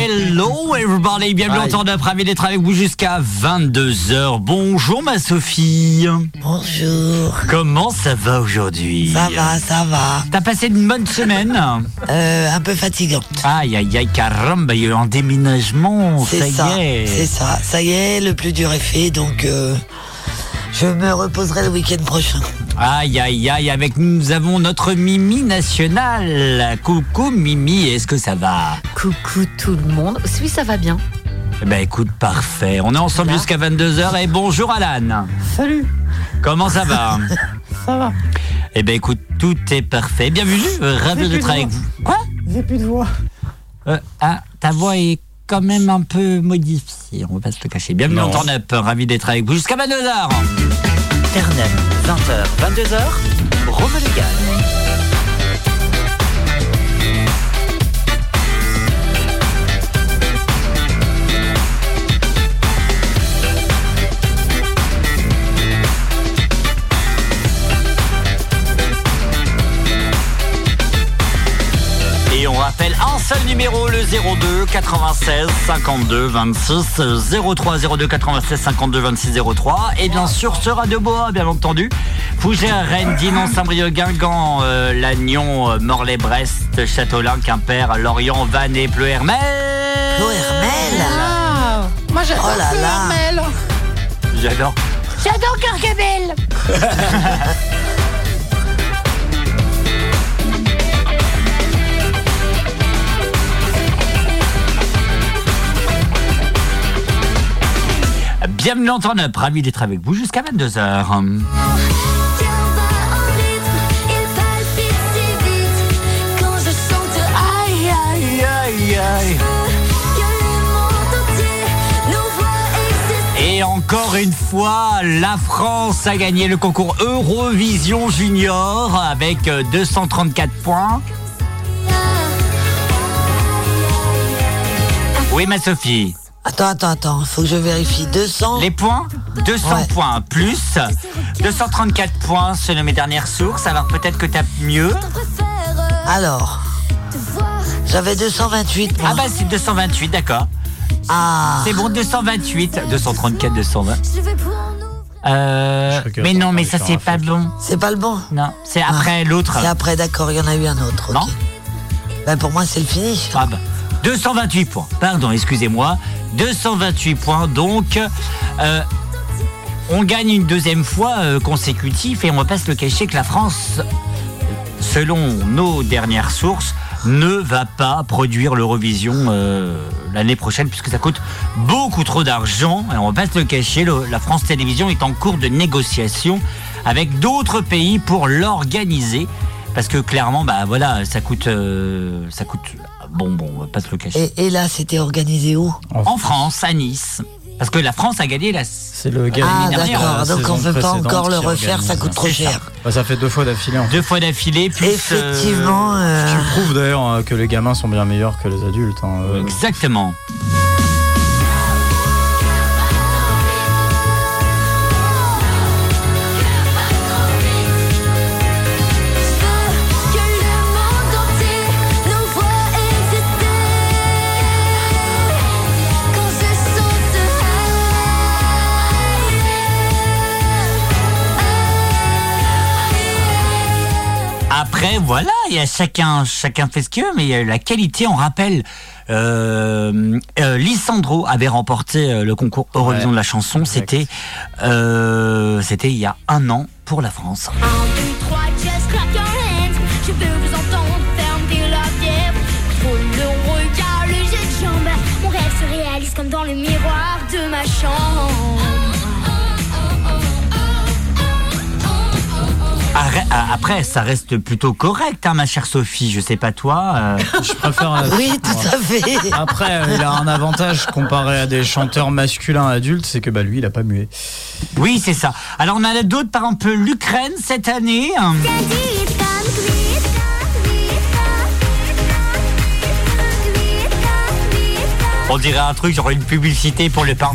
Hello everybody, bienvenue en Aïe. temps d'après d'être avec vous jusqu'à 22h. Bonjour ma Sophie. Bonjour. Comment ça va aujourd'hui Ça va, ça va. T'as passé une bonne semaine Euh, un peu fatigant. Aïe aïe aïe caramba, bah, il y a eu un déménagement, ça, C'est ça. y est. C'est ça. Ça y est, le plus dur est fait, donc euh, je me reposerai le week-end prochain. Aïe aïe aïe, avec nous, nous avons notre Mimi nationale. Coucou Mimi, est-ce que ça va Coucou tout le monde. Oui, ça va bien. Eh ben écoute, parfait. On est ensemble Voilà. jusqu'à 22h et bonjour Alan. Salut, Comment ça va ça va Eh ben écoute, tout est parfait. Bienvenue, euh, ravi d'être Excuse-moi. avec vous. Quoi J'ai plus de voix. Euh, ah, ta voix est quand même un peu modifiée, on va pas se le cacher. Bienvenue en Turn Up, ravi d'être avec vous jusqu'à 22h. Ternem, 20h, 22h, Rome Légal. Et on rappelle un seul numéro, le 02 96 52 26 03 02 96 52 26 03. Et bien sûr, ce Radio Boa, bien entendu. Fougères, Rennes, Dinan, Saint-Brieuc, Guingamp, euh, Lannion, euh, Morlaix, Brest, Châteaulin, Quimper, Lorient, Vannes et Pleu-Hermel. Chloé Hermel Ah, moi j'adore Oh là le là. Hermel. J'adore. J'adore Cargamel. Bienvenue en Turn Up, ravi d'être avec vous jusqu'à 22h. Tiens, va en rythme, il palpite si vite Quand je chante, aïe, aïe, aïe, aïe. que le monde entier nous voit exister Et encore une fois, la France a gagné le concours Eurovision Junior avec euh, 234 points. Oui, ma Sophie, Attends, attends, attends. Faut que je vérifie. 200. les points 200 Ouais. points plus 234 points selon mes dernières sources. Alors peut-être que t'as mieux. Je préfère Alors, te voir j'avais 228. Moi. Ah bah c'est 228, d'accord. Ah. C'est bon, 228. 234, 220. Je vais pour nous Euh, Je crois mais que non, mais ça t'entends c'est les pas bon. C'est pas le bon. Ah. Non, c'est après l'autre. C'est après, d'accord. Il y en a eu un autre. ok. Non. Bah, pour moi, c'est le finish. Ah bah, 228 points, pardon, excusez-moi. 228 points, donc euh, on gagne une deuxième fois euh, consécutive et on va pas se le cacher que la France, selon nos dernières sources, ne va pas produire l'Eurovision euh, l'année prochaine puisque ça coûte beaucoup trop d'argent. Et on va pas se le cacher, le- la France Télévisions est en cours de négociation avec d'autres pays pour l'organiser. Parce que clairement, bah voilà, ça coûte, euh, ça coûte. Bon, bon, on va pas se le cacher. Et, et là, c'était organisé où En France, à Nice, parce que la France a gagné la. C'est le gars Ah, l'année dernière, euh, d'accord. la Donc, on peut saison pas précédente encore le qui refaire. organise Ça coûte ça. trop C'est ça. cher. Bah, ça fait deux fois d'affilée. En fait. Deux fois d'affilée, plus. euh, Effectivement. euh, Tu prouves d'ailleurs euh, que les gamins sont bien meilleurs que les adultes. hein, euh. Exactement. Que le monde entier nous voit exister Quand je saute Après, voilà, il y a chacun, chacun fait ce qu'il veut, mais il y a eu la qualité. On rappelle, euh, euh, Lisandro avait remporté euh, le concours Eurovision Ouais. de la chanson. Exact. C'était, euh, c'était il y a un an pour la France. 1, 2, 3, just clap your hands Je veux vous entendre, fermer la pierre Faut le regard, le jeu de jambes Mon rêve se réalise comme dans le miroir de ma chambre Arrête- ah, Après, ça reste plutôt correct, hein, ma chère Sophie. Je sais pas toi. euh, Je préfère. euh, Oui, tout à fait. Après, euh, il a un avantage comparé à des chanteurs masculins adultes, c'est que bah lui, il a pas mué. Oui, c'est ça. Alors, on en a d'autres, par exemple, l'Ukraine cette année. hein. On dirait un truc, genre une publicité pour le pain.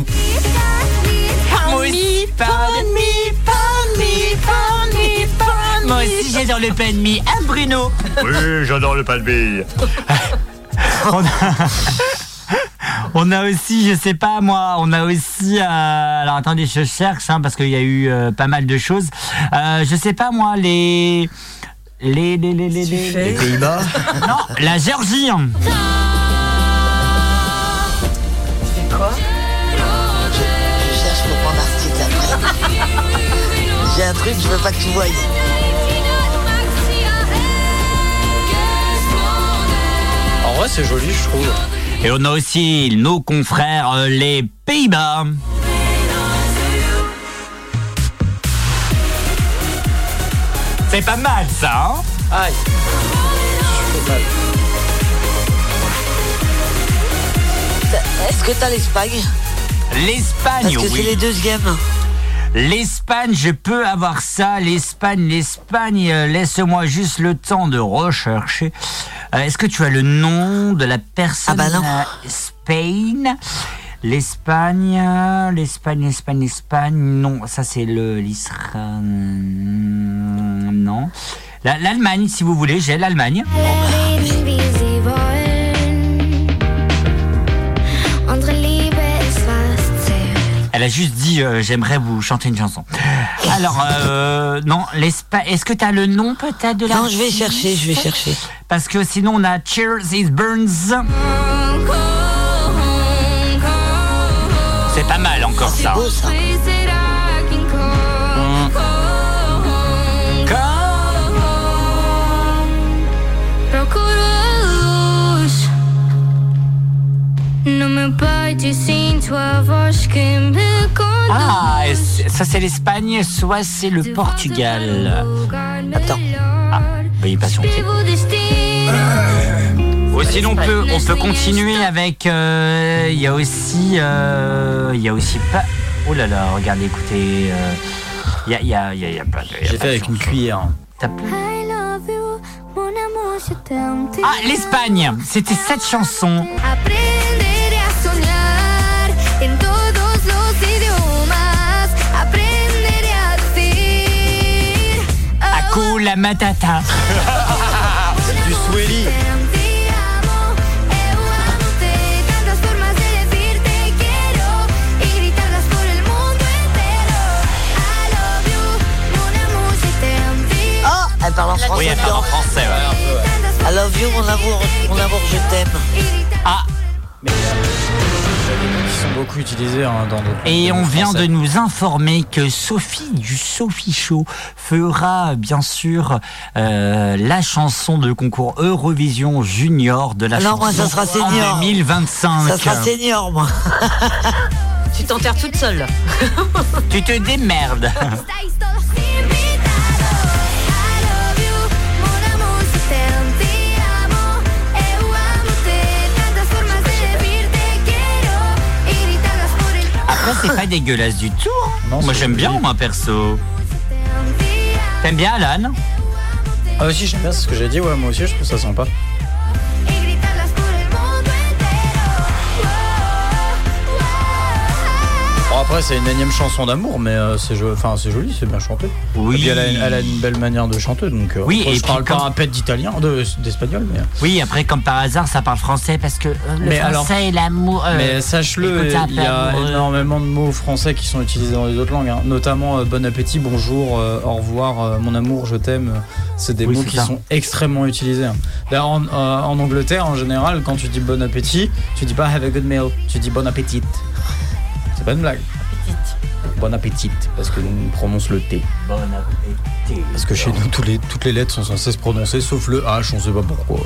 Moi aussi, pain de mie, pain de mie, pain de mie, pain de mie. Moi aussi, j'adore le pain de mie. Hein, Bruno Oui, j'adore le pain de mie. On a aussi, je sais pas moi, on a aussi. euh, alors attendez, je cherche hein, parce qu'il y a eu euh, pas mal de choses. Euh, je sais pas moi, les. Les. les, les, les, les- Les Pays-Bas Non, la Géorgie hein. Je cherche pour mon article après. J'ai un truc, je veux pas que tu voyes. En vrai, c'est joli, je trouve. Et on a aussi nos confrères, euh, les Pays-Bas. C'est pas mal ça, hein Aïe. Je fais mal. T'as- Est-ce que t'as l'Espagne Parce L'Espagne, que c'est oui. les deuxièmes. L'Espagne, je peux avoir ça. L'Espagne, l'Espagne, euh, laisse-moi juste le temps de rechercher. Euh, Est-ce que tu as le nom de la personne Ah bah non. euh, Spain L'Espagne, euh, l'Espagne, l'Espagne, l'Espagne. Non, ça c'est le l'Israël. Non. La- L'Allemagne, si vous voulez, j'ai l'Allemagne. Elle a juste dit euh, j'aimerais vous chanter une chanson. Alors euh, non, l'Espagne. Est-ce que tu as le nom peut-être de la Non, je vais chercher, je vais chercher. Parce que sinon on a Cheers It Burns. C'est pas mal encore C'est ça. beau ça. Procuras Não me pode sinto a voz que me conduz Ah, et c'est- ça c'est l'Espagne, soit c'est le Portugal. Ah, Attends. Veuillez patienter. Ou sinon on peut, on peut continuer avec. euh, Il y a aussi. euh, Il y a aussi pas. Oh là là, regardez, écoutez. euh, Il y, a, il y, a, il y a- il y a pas de. il y a J'ai pas fait de avec une chanson. cuillère. T'as- I love you, mon amour, je t'aime. Ah, l'Espagne C'était cette chanson. Aprenderé a soñar en todos los idiomas. Aprenderé a decir. Ako la matata. C'est du Swelly. Te amo, eu amo te. Tantas formas de decir te quiero y gritarlas por el mundo entero. I love you, mon amour, je t'aime. Te Ah, elle parle en français. dedans. français. amo, tantas I love you, mon amour, mon amour, je t'aime. y gritarlas Ah, Ils sont beaucoup utilisés hein, dans d'autres. Et dans on le vient de français. nous informer que Sophie du Sophie Show fera bien sûr euh, la chanson de concours Eurovision Junior de la Non, chanson moi, ça sera senior. en 2025. Ça sera senior, moi. Tu t'enterres toute seule. tu te démerdes. Estáis todos invitados. I love you, mon amour, je t'aime. Te amo, eu amo te. Tantas formas de decir te quiero y gritarlas por el mundo. Après c'est pas dégueulasse du tout. hein. Non, moi c'est j'aime bien joli. moi perso. Te amo, te amo T'aimes bien Alan Ah, aussi, j'aime bien c'est ce que j'ai dit. Ouais, moi aussi, je trouve ça sympa. y gritarlas por el mundo entero. Wow, wow. Bon, après, c'est une énième chanson d'amour, mais euh, c'est jo- enfin, c'est joli, c'est bien chanté. Oui. Et puis, elle, a, elle a une belle manière de chanter, donc. euh, Oui, après, et je parle puis, pas quand- un pet d'italien, de- Euh, d'espagnol, mais. Oui après comme par hasard ça parle français parce que euh, le Mais français alors- et l'amour. euh, Mais sache-le, écoutez, un il y peu a amoureux. énormément de mots français qui sont utilisés dans les autres langues, hein. notamment euh, bon appétit, bonjour, euh, au revoir, euh, mon amour, je t'aime. euh, C'est des Oui, mots c'est qui ça. sont extrêmement utilisés. hein. D'ailleurs, en, euh, en Angleterre, en général, quand tu dis bon appétit, tu dis pas have a good meal, tu dis bon appétit. C'est pas une blague. Bon appétit, parce que nous on prononce le T. Bon appétit. Parce que chez nous, tous les- toutes les lettres sont censées se prononcer, sauf le H, on sait pas pourquoi.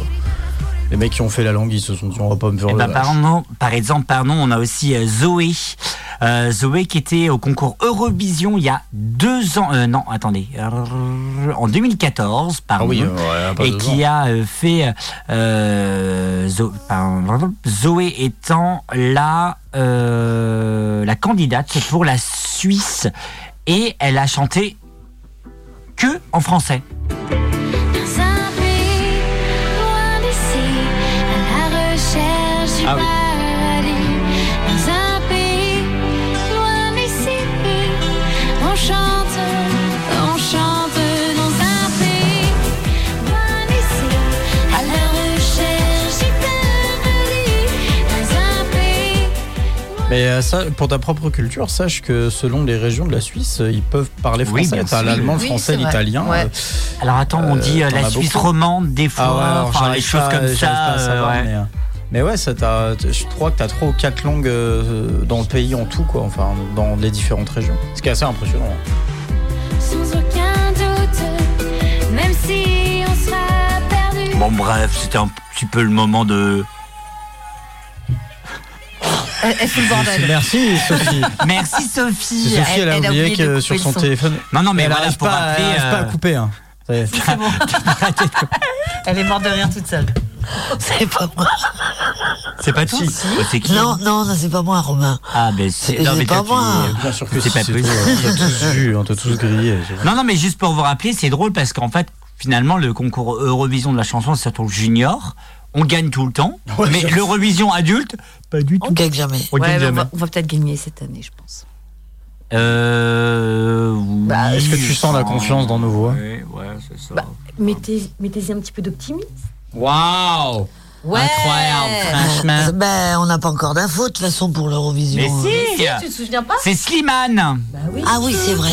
Les mecs qui ont fait la langue, ils se sont dit on va pas me faire Eh le ben, H. par, an- par exemple, pardon, on a aussi euh, Zoé. Euh, Zoé qui était au concours Eurovision il y a deux ans. euh, non, attendez. euh, En 2014, pardon. Ah oui, euh, ouais, pas et deux ans. qui a euh, fait euh, Zo- pardon, Zoé étant la, euh, la candidate pour la Suisse. Et elle a chanté que en français. Saint-Prix, loin d'ici, à la recherche du Ah oui. paradis. Dans un pays, loin d'ici, on chante, on chante dans un pays, loin d'ici, à la recherche du paradis. Dans un pays, Mais euh, ça, pour ta propre culture, sache que selon les régions de la Suisse, euh, ils peuvent parler Oui, français. bien T'as sûr. l'allemand, le Oui, français, c'est vrai. l'italien. Ouais. euh, Alors attends, on Euh, dit euh, t'en la as Suisse beaucoup romande des Ah ouais, fois, alors enfin, les j'arrive choses pas- comme j'arrive pas ça. à euh, savoir, ouais. mais, euh, mais ouais, ça t'as- je crois que tu as trois ou quatre langues euh, dans le pays en tout, quoi, enfin, dans les différentes régions. Ce qui est assez impressionnant. Sans aucun doute, même si on sera perdu. Bon bref, c'était un petit peu le moment de. Elle, elle fout le bordel. Merci Sophie. Merci C'est Sophie. Sophie, elle, a elle a oublié oublié de que couper sur le son son. téléphone. Non non mais elle voilà arrive pour pas, à- rappeler. elle arrive pas à euh, couper. hein. Ça y est. C'est bon. Elle est morte de rire toute seule. C'est pas moi. C'est pas tout. Oh, C'est qui Non, non, non, c'est pas moi, Romain. Ah ben c'est. C'est non, mais pas toi, tu- moi. Bien sûr que C'est si, pas tout, possible. hein. On t'a tous vu, on t'a tous grillé. Non non mais juste pour vous rappeler, c'est drôle parce qu'en fait finalement le concours Eurovision de la chanson ça tourne junior. On gagne tout le temps, Ouais, mais je- l'Eurovision adulte, pas du On tout. gagne jamais. On Ouais, bah, gagne mais on bah, jamais. va, on va peut-être gagner cette année, je pense. Euh, oui, Bah, est-ce que tu sens la confiance dans nos voix Oui, ouais, c'est ça. Bah, Mettez, mettez-y un petit peu d'optimisme. Waouh Ouais. Incroyable, franchement. Ben, on n'a pas encore d'infos de toute façon pour l'Eurovision. Mais hein. si Tu te souviens pas C'est Slimane Bah oui. Ah oui, c'est vrai.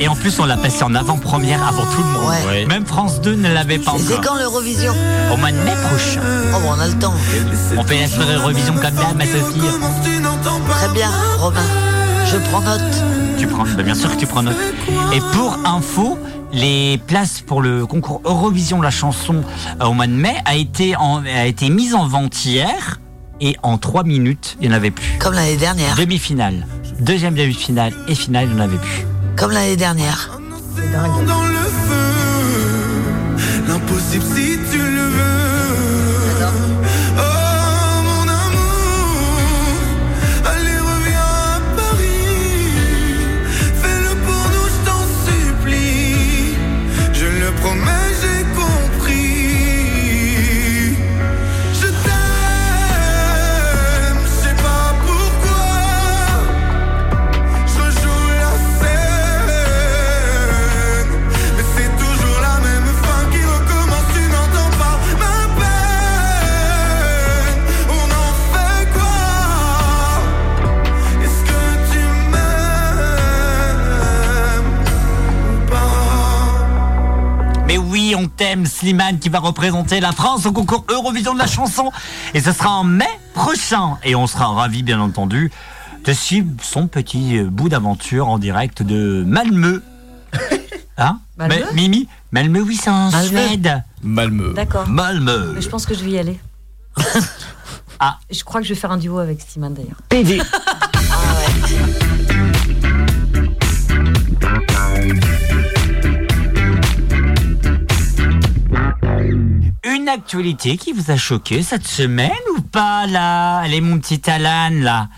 Et en plus, on l'a passé en avant-première avant tout le monde. Ouais. Ouais. Même France 2 ne l'avait pas C'est encore. quand l'Eurovision Au mois de mai prochain. Oh, bon, on a le temps. On fait la soirée Eurovision comme d'hab, ma Sophie. Très bien, Romain. Je prends note. Tu prends, bah, bien sûr que tu prends note. Et pour info, les places pour le concours Eurovision de la chanson euh, au mois de mai a été, en- a été mise en vente hier. Et en 3 minutes, il n'y en avait plus. Comme l'année dernière. Demi-finale, deuxième demi-finale et finale, il n'y en avait plus. Comme l'année dernière. Dans le feu, l'impossible si tu le veux. Oh mon amour, allez reviens à Paris. Fais-le pour nous, je t'en supplie. Je le promets, j'ai compris. Je t'aime, je sais pas pourquoi. Je joue la scène, mais c'est toujours la même fin qui recommence. Tu n'entends pas ma peine. On en fait quoi Est-ce que tu m'aimes ou pas Mais oui, on t'aime, Slimane, qui va représenter la France au concours Eurovision de la chanson. Et ce sera en mai prochain. Et on sera ravis, bien entendu, de suivre son petit euh, bout d'aventure en direct de Malmö. Hein Malmö Mais, Mimi Malmö, oui, c'est en Malmö. Suède. Malmeux. D'accord. Euh, Malmö. Mais je pense que je vais y aller. Ah. Je crois que je vais faire un duo avec Slimane d'ailleurs. Une actualité qui vous a choqué cette semaine ou pas, là Allez, mon petit Alan, là.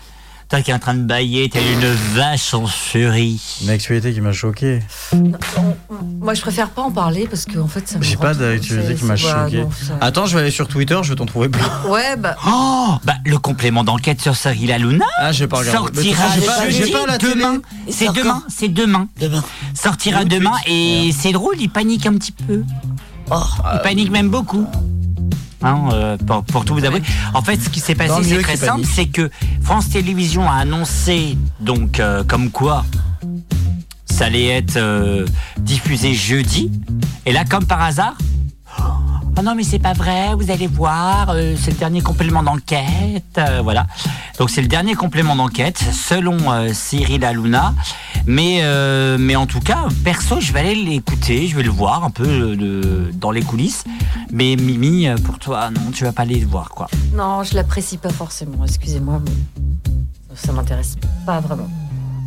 Toi qui es en train de bailler, t'es une vache en furie. Une actualité qui m'a choqué. Moi, je préfère pas en parler parce que en fait, ça me. J'ai rend pas tout- d'actualité c'est- qui m'a c'est- ouais, choqué. non, ça- Attends, je vais aller sur Twitter, je vais t'en trouver plein. Ouais, bah. Oh Bah, le complément d'enquête sur Cyril Hanouna Ah, j'ai pas regardé. Mais de toute sortira façon, j'ai pas- jeudi, j'ai pas la télé. demain. C'est sort quand demain, c'est demain. Demain. Sortira Tout de demain suite. et c'est drôle, il panique un petit peu. Oh, Il panique même beaucoup. Hein, euh, pour, pour tout vous avouer. En fait, ce qui s'est Tant passé, mieux c'est très qu'il simple, panique. c'est que France Télévisions a annoncé donc euh, comme quoi ça allait être euh, diffusé jeudi. Et là, comme par hasard, ah non mais c'est pas vrai, vous allez voir, euh, c'est le dernier complément d'enquête, euh, voilà. Donc c'est le dernier complément d'enquête selon euh, Cyril Hanouna, mais euh, mais en tout cas perso je vais aller l'écouter, je vais le voir un peu euh, de- dans les coulisses, mais Mimi euh, pour toi non tu vas pas aller le voir quoi. Non, je l'apprécie pas forcément. Excusez-moi, mais ça m'intéresse pas vraiment.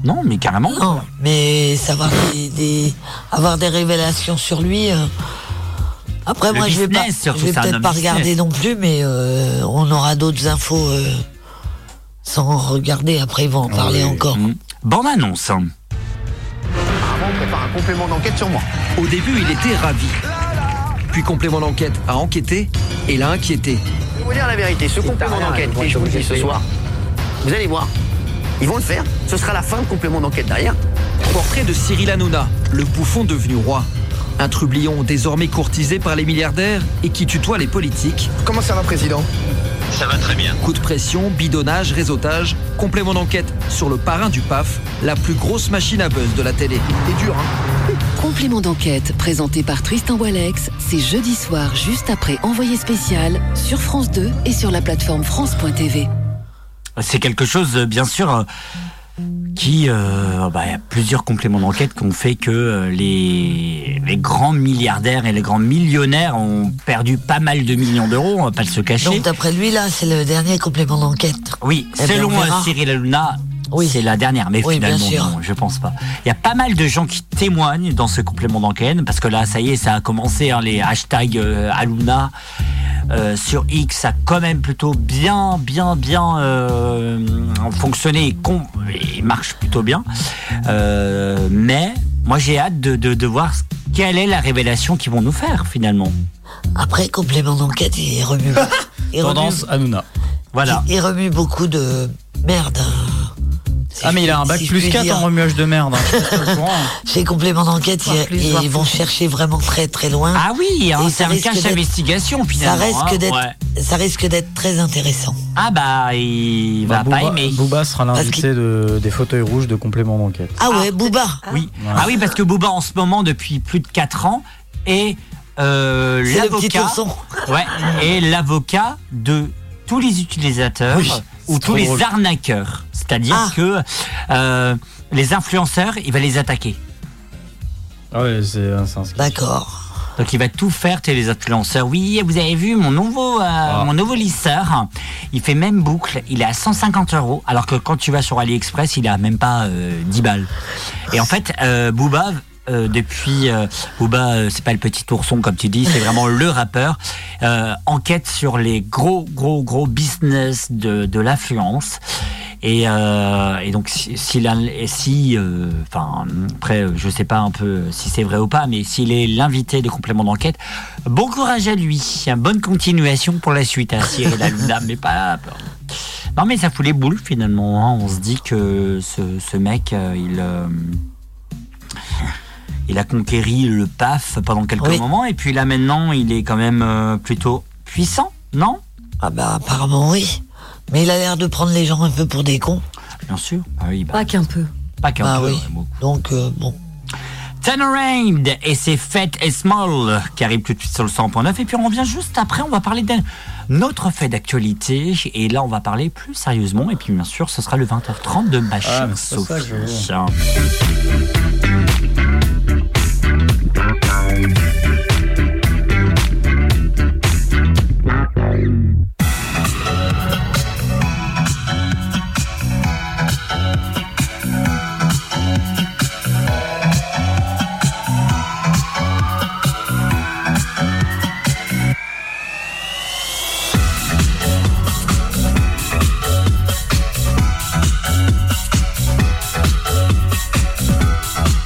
Non mais carrément. non, mais savoir des, des- avoir des révélations sur lui. euh, Après, Le moi, je vais pas, business, surtout, je vais c'est un peut-être homme pas business. regarder non plus, mais euh, on aura d'autres infos euh, sans regarder. Après, ils vont en parler encore. Bon Bande annonce. Mmh. hein. On prépare un complément d'enquête sur moi. Au début, il était ravi. Puis complément d'enquête a enquêté et l'a inquiété. Je vais vous dire la vérité, ce complément d'enquête, et je vous le dis ce soir, vous allez voir, ils vont le faire. Ce sera la fin de complément d'enquête derrière. Portrait de Cyril Hanouna, le bouffon devenu roi. Un trublion désormais courtisé par les milliardaires et qui tutoie les politiques. Comment ça va, président Ça va très bien. Coup de pression, bidonnage, réseautage, complément d'enquête sur le parrain du PAF, la plus grosse machine à buzz de la télé. C'est dur, hein Complément d'enquête présenté par Tristan Walex, c'est jeudi soir juste après Envoyé spécial sur France 2 et sur la plateforme France.tv. C'est quelque chose, euh, bien sûr, euh, qui. euh, bah, Il y a plusieurs compléments d'enquête qui ont fait que euh, les, les grands milliardaires et les grands millionnaires ont perdu pas mal de millions d'euros, on va pas se le cacher. Donc d'après lui, là, c'est le dernier complément d'enquête. Oui, Eh ben, selon on verra. euh, Cyril Hanouna, c'est la dernière, mais Oui, bien finalement, sûr. non, je pense pas. Il y a pas mal de gens qui témoignent dans ce complément d'enquête, parce que là, ça y est, ça a commencé, hein, les hashtags euh, Hanouna, euh, sur X, ça a quand même plutôt bien, bien, bien euh, fonctionné et, con- et marche plutôt bien. Euh, mais moi, j'ai hâte de, de- de voir quelle est la révélation qu'ils vont nous faire finalement. Après, complément d'enquête, il remue. il Tendance Hanouna. Voilà. Il, il remue beaucoup de merde. hein. Si Ah, mais je- il a un bac si je plus puis 4 dire. en remuage de merde. hein. Ces compléments d'enquête, Voir ils- plus, ils, voir vont chercher vraiment très très loin. Ah oui, hein, Et c'est ça un risque cache d'être- investigation Ça finalement. risque hein, d'être, ouais. ça risque d'être très intéressant. Ah bah, il va Booba, pas aimer. Booba sera l'invité de, des fauteuils rouges de complément d'enquête. Ah ouais, Booba. Oui. Ah oui, parce que Booba en ce moment depuis plus de 4 ans est euh, C'est le petit l'avocat. ourson. Ouais, est l'avocat de tous les utilisateurs Oui, ou c'est tous trop les drôle. arnaqueurs. C'est-à-dire que euh, les influenceurs, il va les attaquer. Ah ouais, c'est un c'est un sketch. D'accord. Donc il va tout faire, t'es les influenceurs. Oui, vous avez vu mon nouveau, euh, Ah. mon nouveau lisseur. Il fait même boucle. Il est à 150 euros, alors que quand tu vas sur AliExpress, il a même pas euh, 10 balles. Et en fait, euh, Booba. euh, depuis euh, Booba, euh, c'est pas le petit ourson comme tu dis, c'est vraiment le rappeur. euh, enquête sur les gros, gros, gros business de, de l'affluence. Et, euh, et donc, si, si, la- et si, euh, enfin, après, euh, je sais pas un peu si c'est vrai ou pas, mais s'il est l'invité de complément d'enquête, bon courage à lui. Hein, Bonne continuation pour la suite à Cyril Hanouna, mais pas. Non, mais ça fout les boules finalement. hein. On se dit que ce, ce mec, euh, il. euh, il a conquéri le PAF pendant quelques Oui. moments, et puis là maintenant, il est quand même euh, plutôt puissant, non Ah bah apparemment oui. Mais il a l'air de prendre les gens un peu pour des cons. Bien sûr. Ah oui, bah, Pas qu'un peu. pas qu'un Bah peu, oui. ouais, beaucoup. Donc euh, bon. Tannerand et ses fêtes et Small qui arrivent tout de suite sur le 100.9 et puis on revient juste après, on va parler d'un autre fait d'actualité et là on va parler plus sérieusement et puis bien sûr ce sera le 20h30 de ma chère Ah, mais c'est pas ça que je veux Sophie. Thank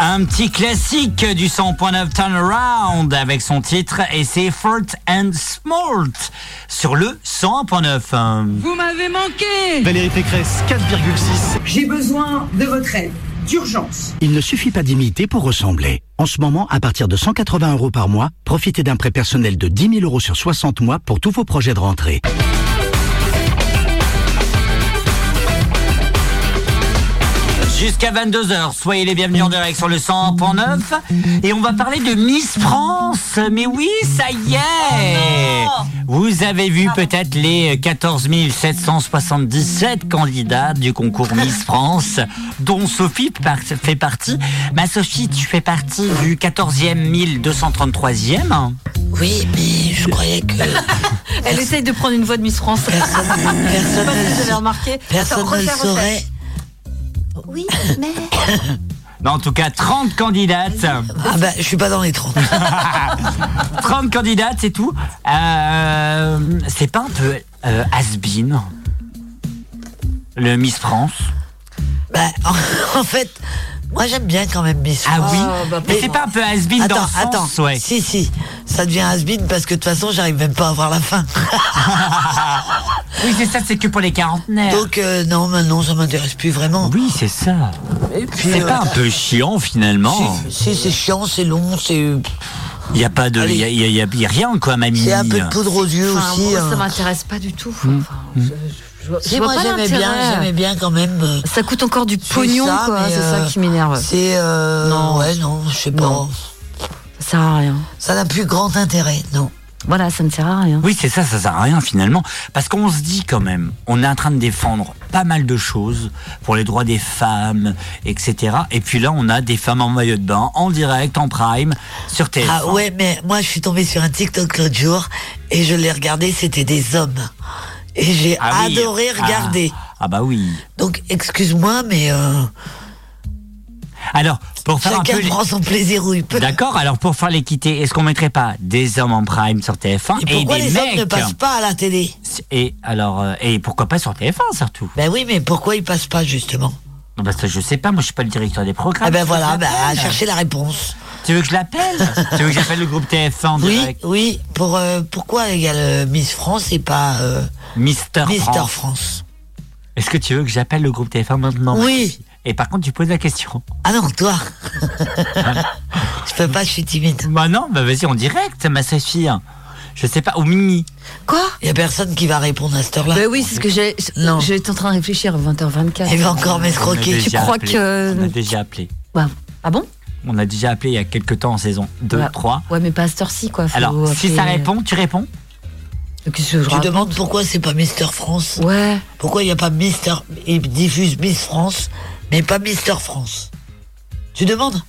un petit classique du 100 point of turnaround avec son titre et c'est Fort and Smalt sur le 100.9. hein. Vous m'avez manqué Valérie Pécresse, 4,6. J'ai besoin de votre aide, d'urgence. Il ne suffit pas d'imiter pour ressembler. En ce moment, à partir de 180 euros par mois, profitez d'un prêt personnel de 10 000 euros sur 60 mois pour tous vos projets de rentrée. Jusqu'à 22h, soyez les bienvenus en direct sur le 100.9 et on va parler de Miss France. Mais oui, ça y est Oh Vous avez vu peut-être les 14 777 candidats du concours Miss France dont Sophie par- fait partie. Ma Sophie, tu fais partie du 14e 1233e. Oui, mais je croyais que... Elle essaye de prendre une voix de Miss France. Personne, personne ne le vous avez sa- remarqué. personne Attends, ne le refais, refais. saurait. Oui, mais. Mais en tout cas, 30 candidates. Ah bah, je suis pas dans les 30. 30 candidates, c'est tout. Euh, c'est pas un peu euh, has-been le Miss France Bah, en, en fait, moi j'aime bien quand même Miss Ah France. oui Ah, bah, Mais c'est pas un peu has-been dans Attends, le sens, attends. ouais. Si, si, ça devient has-been parce que de toute façon, j'arrive même pas à voir la fin. oui, c'est ça, c'est que pour les quarantenaires. Donc, euh, non, maintenant, ça m'intéresse plus vraiment. Oui, c'est ça. C'est euh, pas un peu chiant finalement Si, c'est chiant, c'est long, c'est. Il y a pas de, il y a, y a- y a- y a rien quoi, mamie. C'est un peu de poudre aux yeux Enfin, aussi. moi, ça hein. m'intéresse pas du tout. Mm. Je vois- je Si, vois moi pas j'aimais l'intérêt. bien, j'aimais bien quand même. euh, Ça coûte encore du c'est pognon, ça, quoi. mais, C'est ça euh, qui m'énerve. C'est. euh, ouais, non, je sais pas. Non. Ça sert à rien. Ça n'a plus grand intérêt, non. Voilà, ça ne sert à rien. Oui, c'est ça, ça sert à rien finalement. Parce qu'on se dit quand même, on est en train de défendre pas mal de choses pour les droits des femmes, etc. Et puis là, on a des femmes en maillot de bain, en direct, en prime, sur TF1. Ah ouais, mais moi je suis tombée sur un TikTok l'autre jour et je l'ai regardé, c'était des hommes. Et j'ai Ah oui. adoré Ah. regarder. Ah bah oui. Donc excuse-moi, mais euh, Alors, pour faire chacun un peu... les- prend son plaisir où il peut. D'accord, alors pour faire l'équité, est-ce qu'on mettrait pas des hommes en prime sur TF1 Et et, pourquoi des les mecs hommes ne passent pas à la télé Eh Et alors, euh, et pourquoi pas sur TF1 surtout Ben oui, mais pourquoi ils passent pas justement Non, Parce que je sais pas, moi je suis pas le directeur des programmes. Ah ben Tu veux que voilà, je ben, à l'appelle chercher la réponse. Tu veux que je l'appelle Tu veux que j'appelle le groupe TF1 en Oui, direct oui. Pour, euh, pourquoi il y a le Miss France et pas euh, Mister Mister France. France, Est-ce que tu veux que j'appelle le groupe TF1 maintenant Oui. Et par contre, tu poses la question. Ah non, toi Je peux pas, je suis timide. Bah non, bah vas-y, en direct, ma Sophie. Je sais pas, au mini. Quoi Il y a personne qui va répondre à cette heure-là. Ben oui, c'est ce que j'ai. Non. J'étais en train de réfléchir à 20h24. Elle va encore On a m'escroquer. Tu déjà crois appelé. que- On a déjà appelé. Bah, ah bon On a déjà appelé il y a quelques temps en saison 2, Ouais. 3. Ouais, mais pas à cette heure-ci, quoi. Faut Alors, si appeler- euh, ça répond, tu réponds Qu'est-ce que je Tu raconte demandes pourquoi c'est pas Mister France Ouais. Pourquoi il n'y a pas Mister. Ils diffusent Miss France, mais pas Mister France. Tu demandes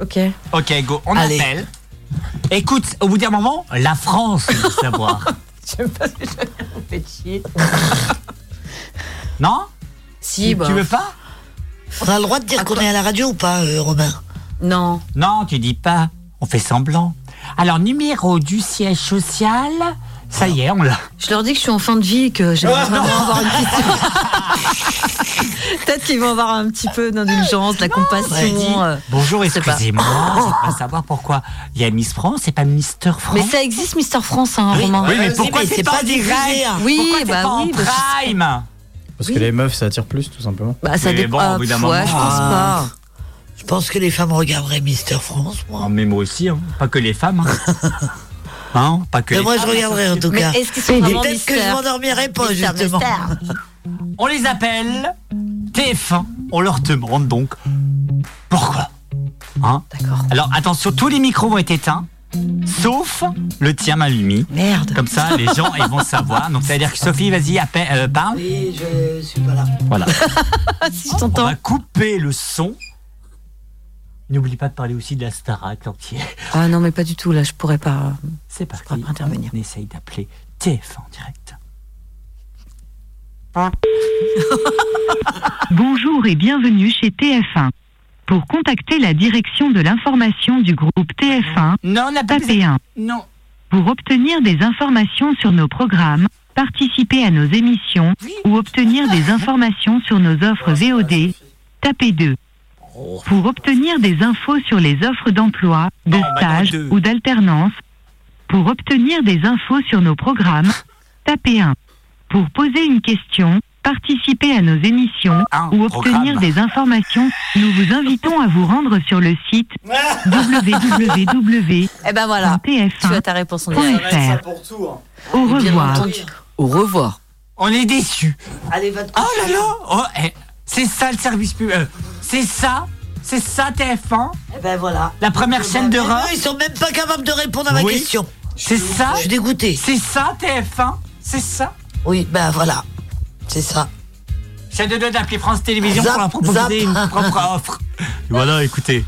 Ok. Ok, go, on Allez. appelle. Écoute, au bout d'un moment, la France veut savoir. Non Si, bah. Tu veux pas On a le droit de dire qu'on est à la radio ou pas, euh, Romain Non. Non, tu dis pas. On fait semblant. Alors, numéro du siège social, ça y est, on l'a. Je leur dis que je suis en fin de vie et que j'ai besoin d'avoir une petite- Peut-être qu'ils vont avoir un petit peu d'indulgence, de la Tu dis, compassion. euh. bonjour, je sais pas. excusez-moi, je veux pas savoir pourquoi. Il y a Miss France et pas Mister France. Mais ça existe, Mister France, hein, Oui. Romain. Oui, mais pourquoi mais c'est c'est pas, pas en direct diffusé, hein. Oui, Pourquoi c'est bah pas oui, bah, en je sais prime Parce Oui. que les meufs, ça attire plus, tout simplement. Bah, ça Mais dépend. bon, au Ah, bout d'un pff, moment, hein. ouais, je pense ah. pas. Je pense que les femmes regarderaient Mister France, moi. Ah, Mais moi aussi, hein. pas que les femmes. hein. Hein, pas que Mais les moi, je femmes. regarderai en tout Mais cas. est-ce qu'ils Et sont vraiment peut-être que je mystères m'endormirai pas, Mystère, justement. mystère. On les appelle TF1. On leur demande donc pourquoi. Hein D'accord. Alors attention, tous les micros vont être éteints, sauf le tien, Malumi. Merde. Comme ça, les gens ils vont savoir. Donc, c'est-à-dire que Sophie, vas-y, appelle, euh, parle. Oui, je suis pas là. Voilà. Ah, si je On t'entends. va couper le son. N'oublie pas de parler aussi de la Starac entière. Ah non, mais pas du tout, là, je pourrais pas. euh, C'est Je pourrais parti. pas intervenir. On essaye d'appeler TF1 en direct. Bonjour et bienvenue chez TF1. Pour contacter la direction de l'information du groupe TF1, Non, on n'a pas tapez 1. Non. Pour obtenir des informations sur nos programmes, participer à nos émissions ou obtenir des informations sur nos offres VOD, tapez 2. Pour obtenir des infos sur les offres d'emploi, de stage ou d'alternance, pour obtenir des infos sur nos programmes, tapez 1. Pour poser une question, participer à nos émissions Ah, ou obtenir programme. des informations, nous vous invitons à vous rendre sur le site Eh ben www. Eh ben voilà, tu as ta réponse en direct. hein. Au revoir. Au revoir. On est déçus. Allez, va te Oh là là Oh, eh, C'est ça le service public. euh, c'est ça C'est ça TF1 Eh ben voilà. La première chaîne Mais d'Europe eux, Ils sont même pas capables de répondre à ma Oui. question. C'est ça Je suis dégoûté. C'est ça, TF1 C'est ça Oui, ben voilà. C'est ça. J'ai de d'appeler France Télévisions Zap, pour leur proposer zap. une propre offre. Voilà, écoutez.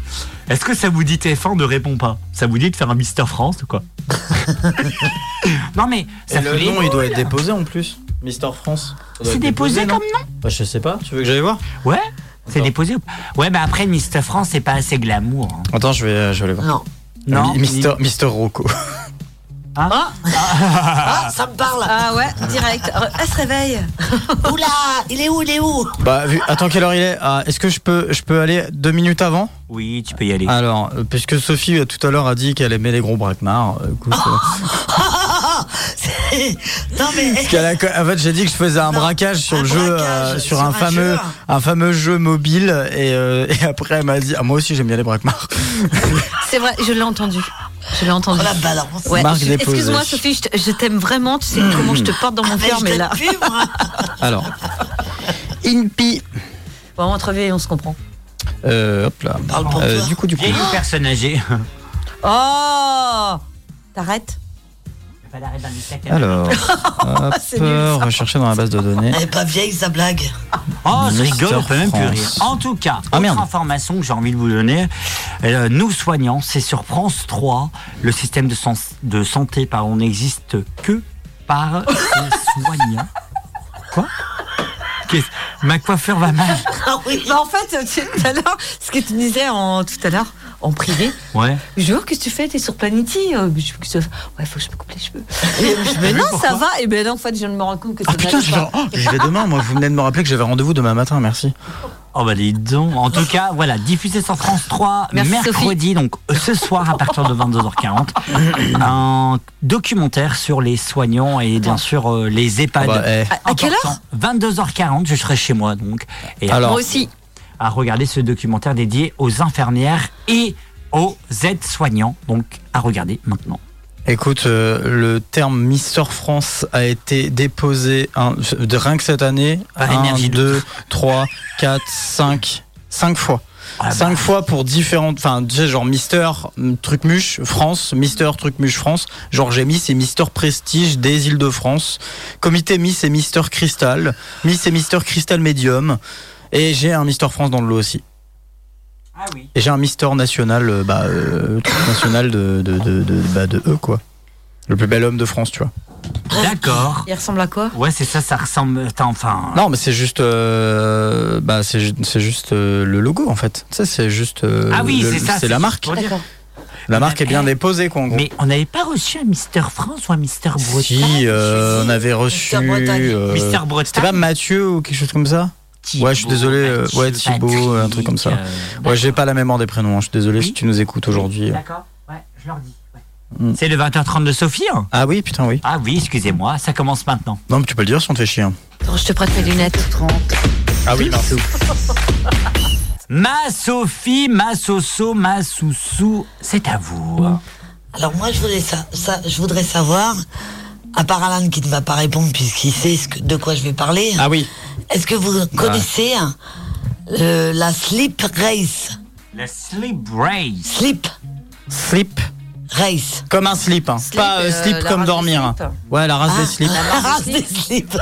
Est-ce que ça vous dit TF1 ne répond pas Ça vous dit de faire un Mister France ou quoi Non mais ça Et le fait les nom, il doit boules. être déposé en plus. Mister France. Ça doit C'est être déposé non comme nom Bah, je sais pas, tu veux que j'aille voir Ouais, c'est déposé. ou pas Ouais, mais après, Mister France, c'est pas assez glamour. hein. Attends, je vais, euh, je vais aller voir. Non. Non. Mister, Mister Rocco. Hein Ah, ça me parle. Ah ouais, direct. Re- Elle se réveille. Oula, il est où, il est où Bah, vu, attends, quelle heure il est Ah, Est-ce que je peux, je peux aller deux minutes avant Oui, tu peux y aller. Alors, euh, puisque Sophie euh, tout à l'heure a dit qu'elle aimait les gros braquemars, euh, écoute, euh, C'est- Non mais. parce qu'elle a co- en fait, j'ai dit que je faisais un braquage sur le jeu, euh, sur, sur un, un fameux, jeu. un fameux jeu mobile, et, euh, et après elle m'a dit, ah, moi aussi j'aime bien les braquemars. C'est vrai, je l'ai entendu. Je l'ai entendu. Oh, la balance. Ouais, Marque je- déposée. Excuse-moi Sophie, je te- je t'aime vraiment, tu sais Hmm. comment je te porte Ah, dans mon bah, cœur, mais là. Alors, Inpi. Bon, entre vieux, on se comprend. euh, hop là. Euh, du coup, du coup. Vieille ou personne âgée Oh T'arrêtes Alors, hop, Oh, C'est nul, ça. Eh, rechercher dans la base de données. Elle est pas vieille, sa blague. Oh, je Mister rigole, on peut même plus France. rire. En tout cas, Ah, autre merde. information que j'ai envie de vous donner, euh, nous soignants, c'est sur France 3, le système de, sens- de santé pardon, n'existe que par les soignants. Quoi Qu'est-ce- Ma coiffeur va Ah. mal. Bah, en fait, tu- tout à l'heure, ce que tu me disais en, tout à l'heure, en privé, Ouais. je vois que tu fais, t'es sur Planity. euh, je- je- ouais, faut que je me coupe les cheveux. Et je- mais Mais non, pourquoi ça va. Et ben non, en fait, je viens de me rendre compte que ça Putain, je vais, oh, j'y Ah, vais demain, moi, vous venez de me rappeler que j'avais rendez-vous demain matin, merci. Oh bah dis donc. En tout cas, voilà, diffusé sur France 3 Merci, mercredi, donc ce soir à partir de 22h40, un documentaire sur les soignants et bien sûr euh, les EHPAD. Ah bah, eh. À- à quelle heure 22h40, je serai chez moi donc. Et Alors- Moi aussi. À regarder ce documentaire dédié aux infirmières et aux aides-soignants, donc à regarder maintenant. Écoute, euh, le terme Mister France a été déposé hein, de rien que cette année. Par 1, Énergie 2, 3, 4, 5. 5 fois. 5 fois pour différentes. Enfin, tu sais, genre Mister hum, Truc Muche France, Mister Truc Muche France. Genre j'ai Miss et Mister Prestige des îles de France. Comité Miss et Mister Crystal. Miss et Mister Crystal Medium. Et j'ai un Mister France dans le lot aussi. Et j'ai un Mister national, euh, bah, euh, truc national de, de, de, de, bah, de eux, quoi. Le plus bel homme de France, tu vois. D'accord. Ah. Il ressemble à quoi Ouais, c'est ça, ça ressemble. attends, Enfin, Non, mais c'est juste, euh, bah, c'est ju- c'est juste euh, le logo, en fait. Ça, c'est juste. euh, ah oui, le- c'est ça. C'est la marque. D'accord. La marque est bien déposée, quoi, en gros. Mais on n'avait pas reçu un Mister France ou un Mister Bretagne Si, euh, on avait reçu. Mister Bretagne. euh, Mister Bretagne. C'était pas Mathieu ou quelque chose comme ça Ouais, je suis désolé. euh, ouais, Thibaut, un truc comme ça. ouais, j'ai pas la mémoire des prénoms. hein, Je suis désolé si tu nous écoutes aujourd'hui. euh, D'accord, euh, ouais, je leur dis. C'est le 20h30 de Sophie hein Ah oui, putain, oui. Ah oui, excusez-moi, ça commence maintenant. Non, mais tu peux le dire si on te fait chier. hein. Attends, je te prête mes lunettes. Ah oui, merci. Ma Sophie, ma Soso, ma Soussou, c'est à vous. Alors moi, je voudrais, ça, ça- je voudrais savoir, à part Alan qui ne va pas répondre puisqu'il sait ce que- de quoi je vais parler. Ah oui. Ah. Est-ce que vous connaissez hein, euh, la Sleep Race La Sleep Race. Sleep Slip. Race. Comme un slip, hein. pas euh, euh, slip la comme race dormir. des slips. Ouais, la race Ah, des slips. La race des slips.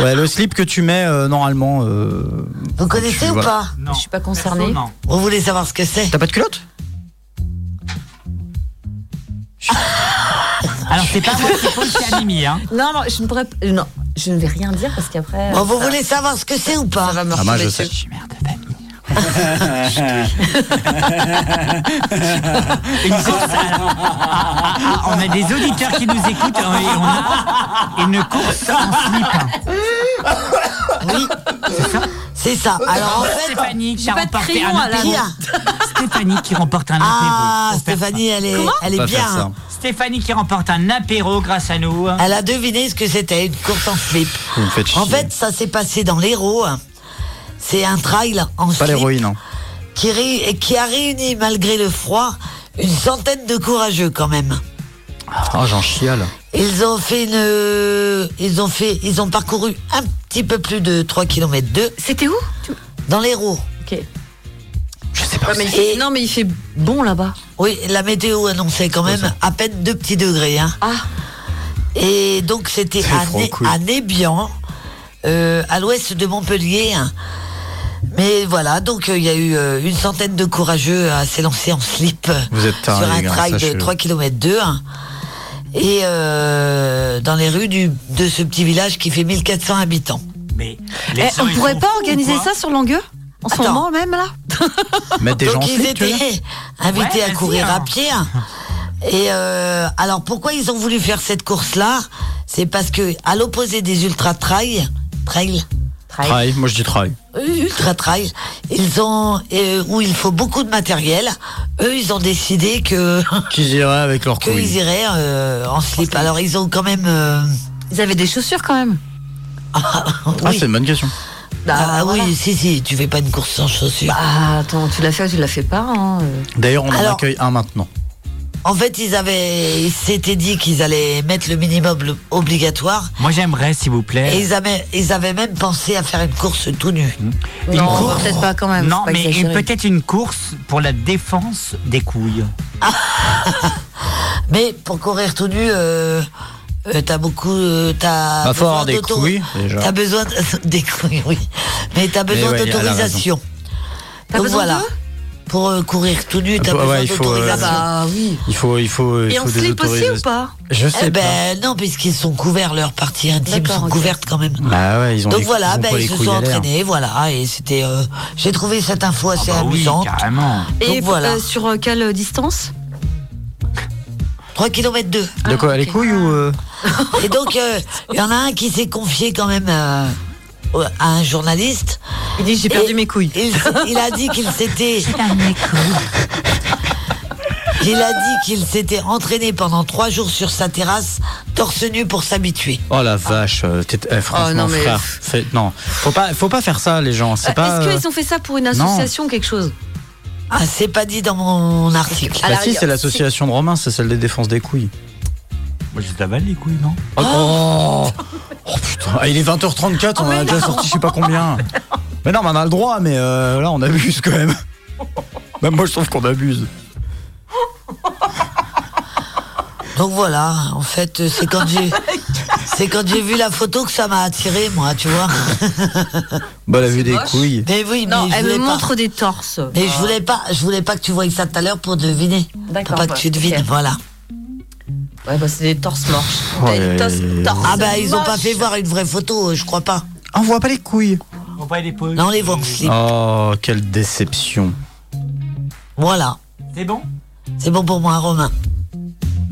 Ouais, le slip que tu mets euh, normalement. euh, Vous quand connaissez tu- ou voilà. pas Non. Je suis pas concernée. Perso, non. Vous voulez savoir ce que c'est T'as pas de culotte Alors, c'est pas moi qui faut le à Mimi, hein Non, non, je ne pourrais. p- Non, je ne vais rien dire parce qu'après. Bon, vous voulez savoir ce que c'est ou pas va me Ah, moi, je retomber sais. dessus. Une sauce, alors. Ah, ah, on a des auditeurs qui nous écoutent et on a une course en slip. Oui. C'est ça C'est ça. Alors en fait, Euh, Stéphanie qui a remporté un crayon à la apéro. Stéphanie qui remporte un apéro. Ah, Stéphanie, elle est- Comment elle est Pas bien, faire ça. hein. Stéphanie qui remporte un apéro grâce à nous. hein. Elle a deviné ce que c'était, une course en slip. Vous me faites En chier. fait, ça s'est passé dans l'Hérault. C'est un trail en slip. Pas l'héroïne, hein. Qui, ré- qui a réuni, malgré le froid, une centaine de courageux quand même. Oh, j'en chiale. Ils ont fait une. euh, Ils ont fait. Ils ont parcouru un petit peu plus de 3 km 2. C'était où Dans l'Hérault. Ok. Je sais pas. Ouais, mais il fait- non, mais il fait bon là-bas. Oui, la météo annonçait quand même à peine 2 petits degrés. hein. Ah. Et donc c'était C'est à, trop Né- cool. à Nébian, euh, à l'ouest de Montpellier. hein. Mais voilà, donc euh, il y a eu euh, une centaine de courageux à s'élancer en slip euh, Vous êtes tarés, sur un les gars, trail de sachez-le. 3 km 2. Et euh, dans les rues du- de ce petit village qui fait 1400 habitants. Mais Eh, on pourrait pas organiser ça sur Langueux En ce Attends. moment même là Mettre des Donc ils étaient invités Ouais, à vas-y, courir alors. à pied. hein. Et euh, alors pourquoi ils ont voulu faire cette course-là C'est parce que à l'opposé des ultra trail, trail, Trail, moi je dis trail. ultra trail, ils ont euh, où il faut beaucoup de matériel. Eux, ils ont décidé que Qu'ils iraient avec leur qu'ils couille. iraient euh, en slip. Alors ils ont quand même. euh, Ils avaient des chaussures quand même. Bah, Ah, c'est une bonne question. Ah oui, si si, tu fais pas une course sans chaussures. Ah attends, tu l'as fait, ou tu l'as fait pas. hein, euh. D'ailleurs, on en Alors- accueille un maintenant. En fait, ils avaient, ils s'étaient dit qu'ils allaient mettre le minimum le- obligatoire. Moi, j'aimerais, s'il vous plaît. Et ils avaient, ils avaient même pensé à faire une course tout nu. Une course- Hmm. Non, faut pas mais une- exagérer. peut-être une course pour la défense des couilles. Mais pour courir tout nu, euh, euh, t'as beaucoup, euh, t'as Bah, faut besoin avoir des d'auto- couilles, déjà. T'as besoin de- des couilles, oui. Mais t'as Mais besoin ouais, elle a d'autorisation. raison. T'as Donc besoin voilà. Pour euh, courir tout nu, t'as Bah, besoin ouais, il faut, d'autorisation. euh, Ah oui. Il faut, il faut, il Et faut on des slip aussi autorisations. ou pas Je sais Eh ben non, puisqu'ils sont couverts, leurs parties intimes sont couvertes quand même. Bah ouais, ils ont Donc les- ils voilà, ont ben, pas les ils se couilles sont à l'air. Ah entraînés, voilà, et c'était. euh, J'ai trouvé cette info assez bah oui, amusante. carrément. Et Donc euh, voilà. sur euh, quelle euh, distance 3 km 2. De quoi, les couilles ou. euh, Ah, Et donc, euh, il y en a un qui s'est confié quand même euh, au- à un journaliste. Il dit J'ai perdu mes couilles. Il, il a dit qu'il s'était. Il a dit qu'il s'était entraîné pendant trois jours sur sa terrasse, torse nu pour s'habituer. Oh la vache, euh, t'es- eh, Oh, franchement, non, mais- frère. faites- Non, faut pas, faut pas faire ça, les gens. C'est Bah, pas. Est-ce euh, qu'ils ont fait ça pour une non. association, quelque chose Ah, c'est pas dit dans mon article. Bah si, c'est l'association de Romain, c'est celle des défenses des couilles. Moi, je t'avale les couilles, non Oh, oh, Oh, putain, Ah, il est 20h34, Oh, on en a déjà sorti je sais pas combien. Mais non, mais on a le droit, mais euh, là, on abuse quand même. Même moi, je trouve qu'on abuse. Donc voilà, en fait, euh, c'est quand j'ai, c'est quand j'ai vu la photo que ça m'a attiré, moi, tu vois. Bah, la vue des couilles. Mais oui, mais Non, je elle voulais me pas. montre des torses. Mais je voulais pas, je voulais pas que tu voyes ça tout à l'heure pour deviner. Pour D'accord, pas bah, que tu devines, ok. voilà. Ouais, bah c'est des torses morches. Oh, Oh, Des torses, torses Ah bah ils ont pas moches. fait voir une vraie photo, euh, je crois pas. On voit pas les couilles. On voit les pouilles. Non, on les voit en slip. Oh, quelle déception. Voilà. C'est bon C'est bon pour moi, Romain.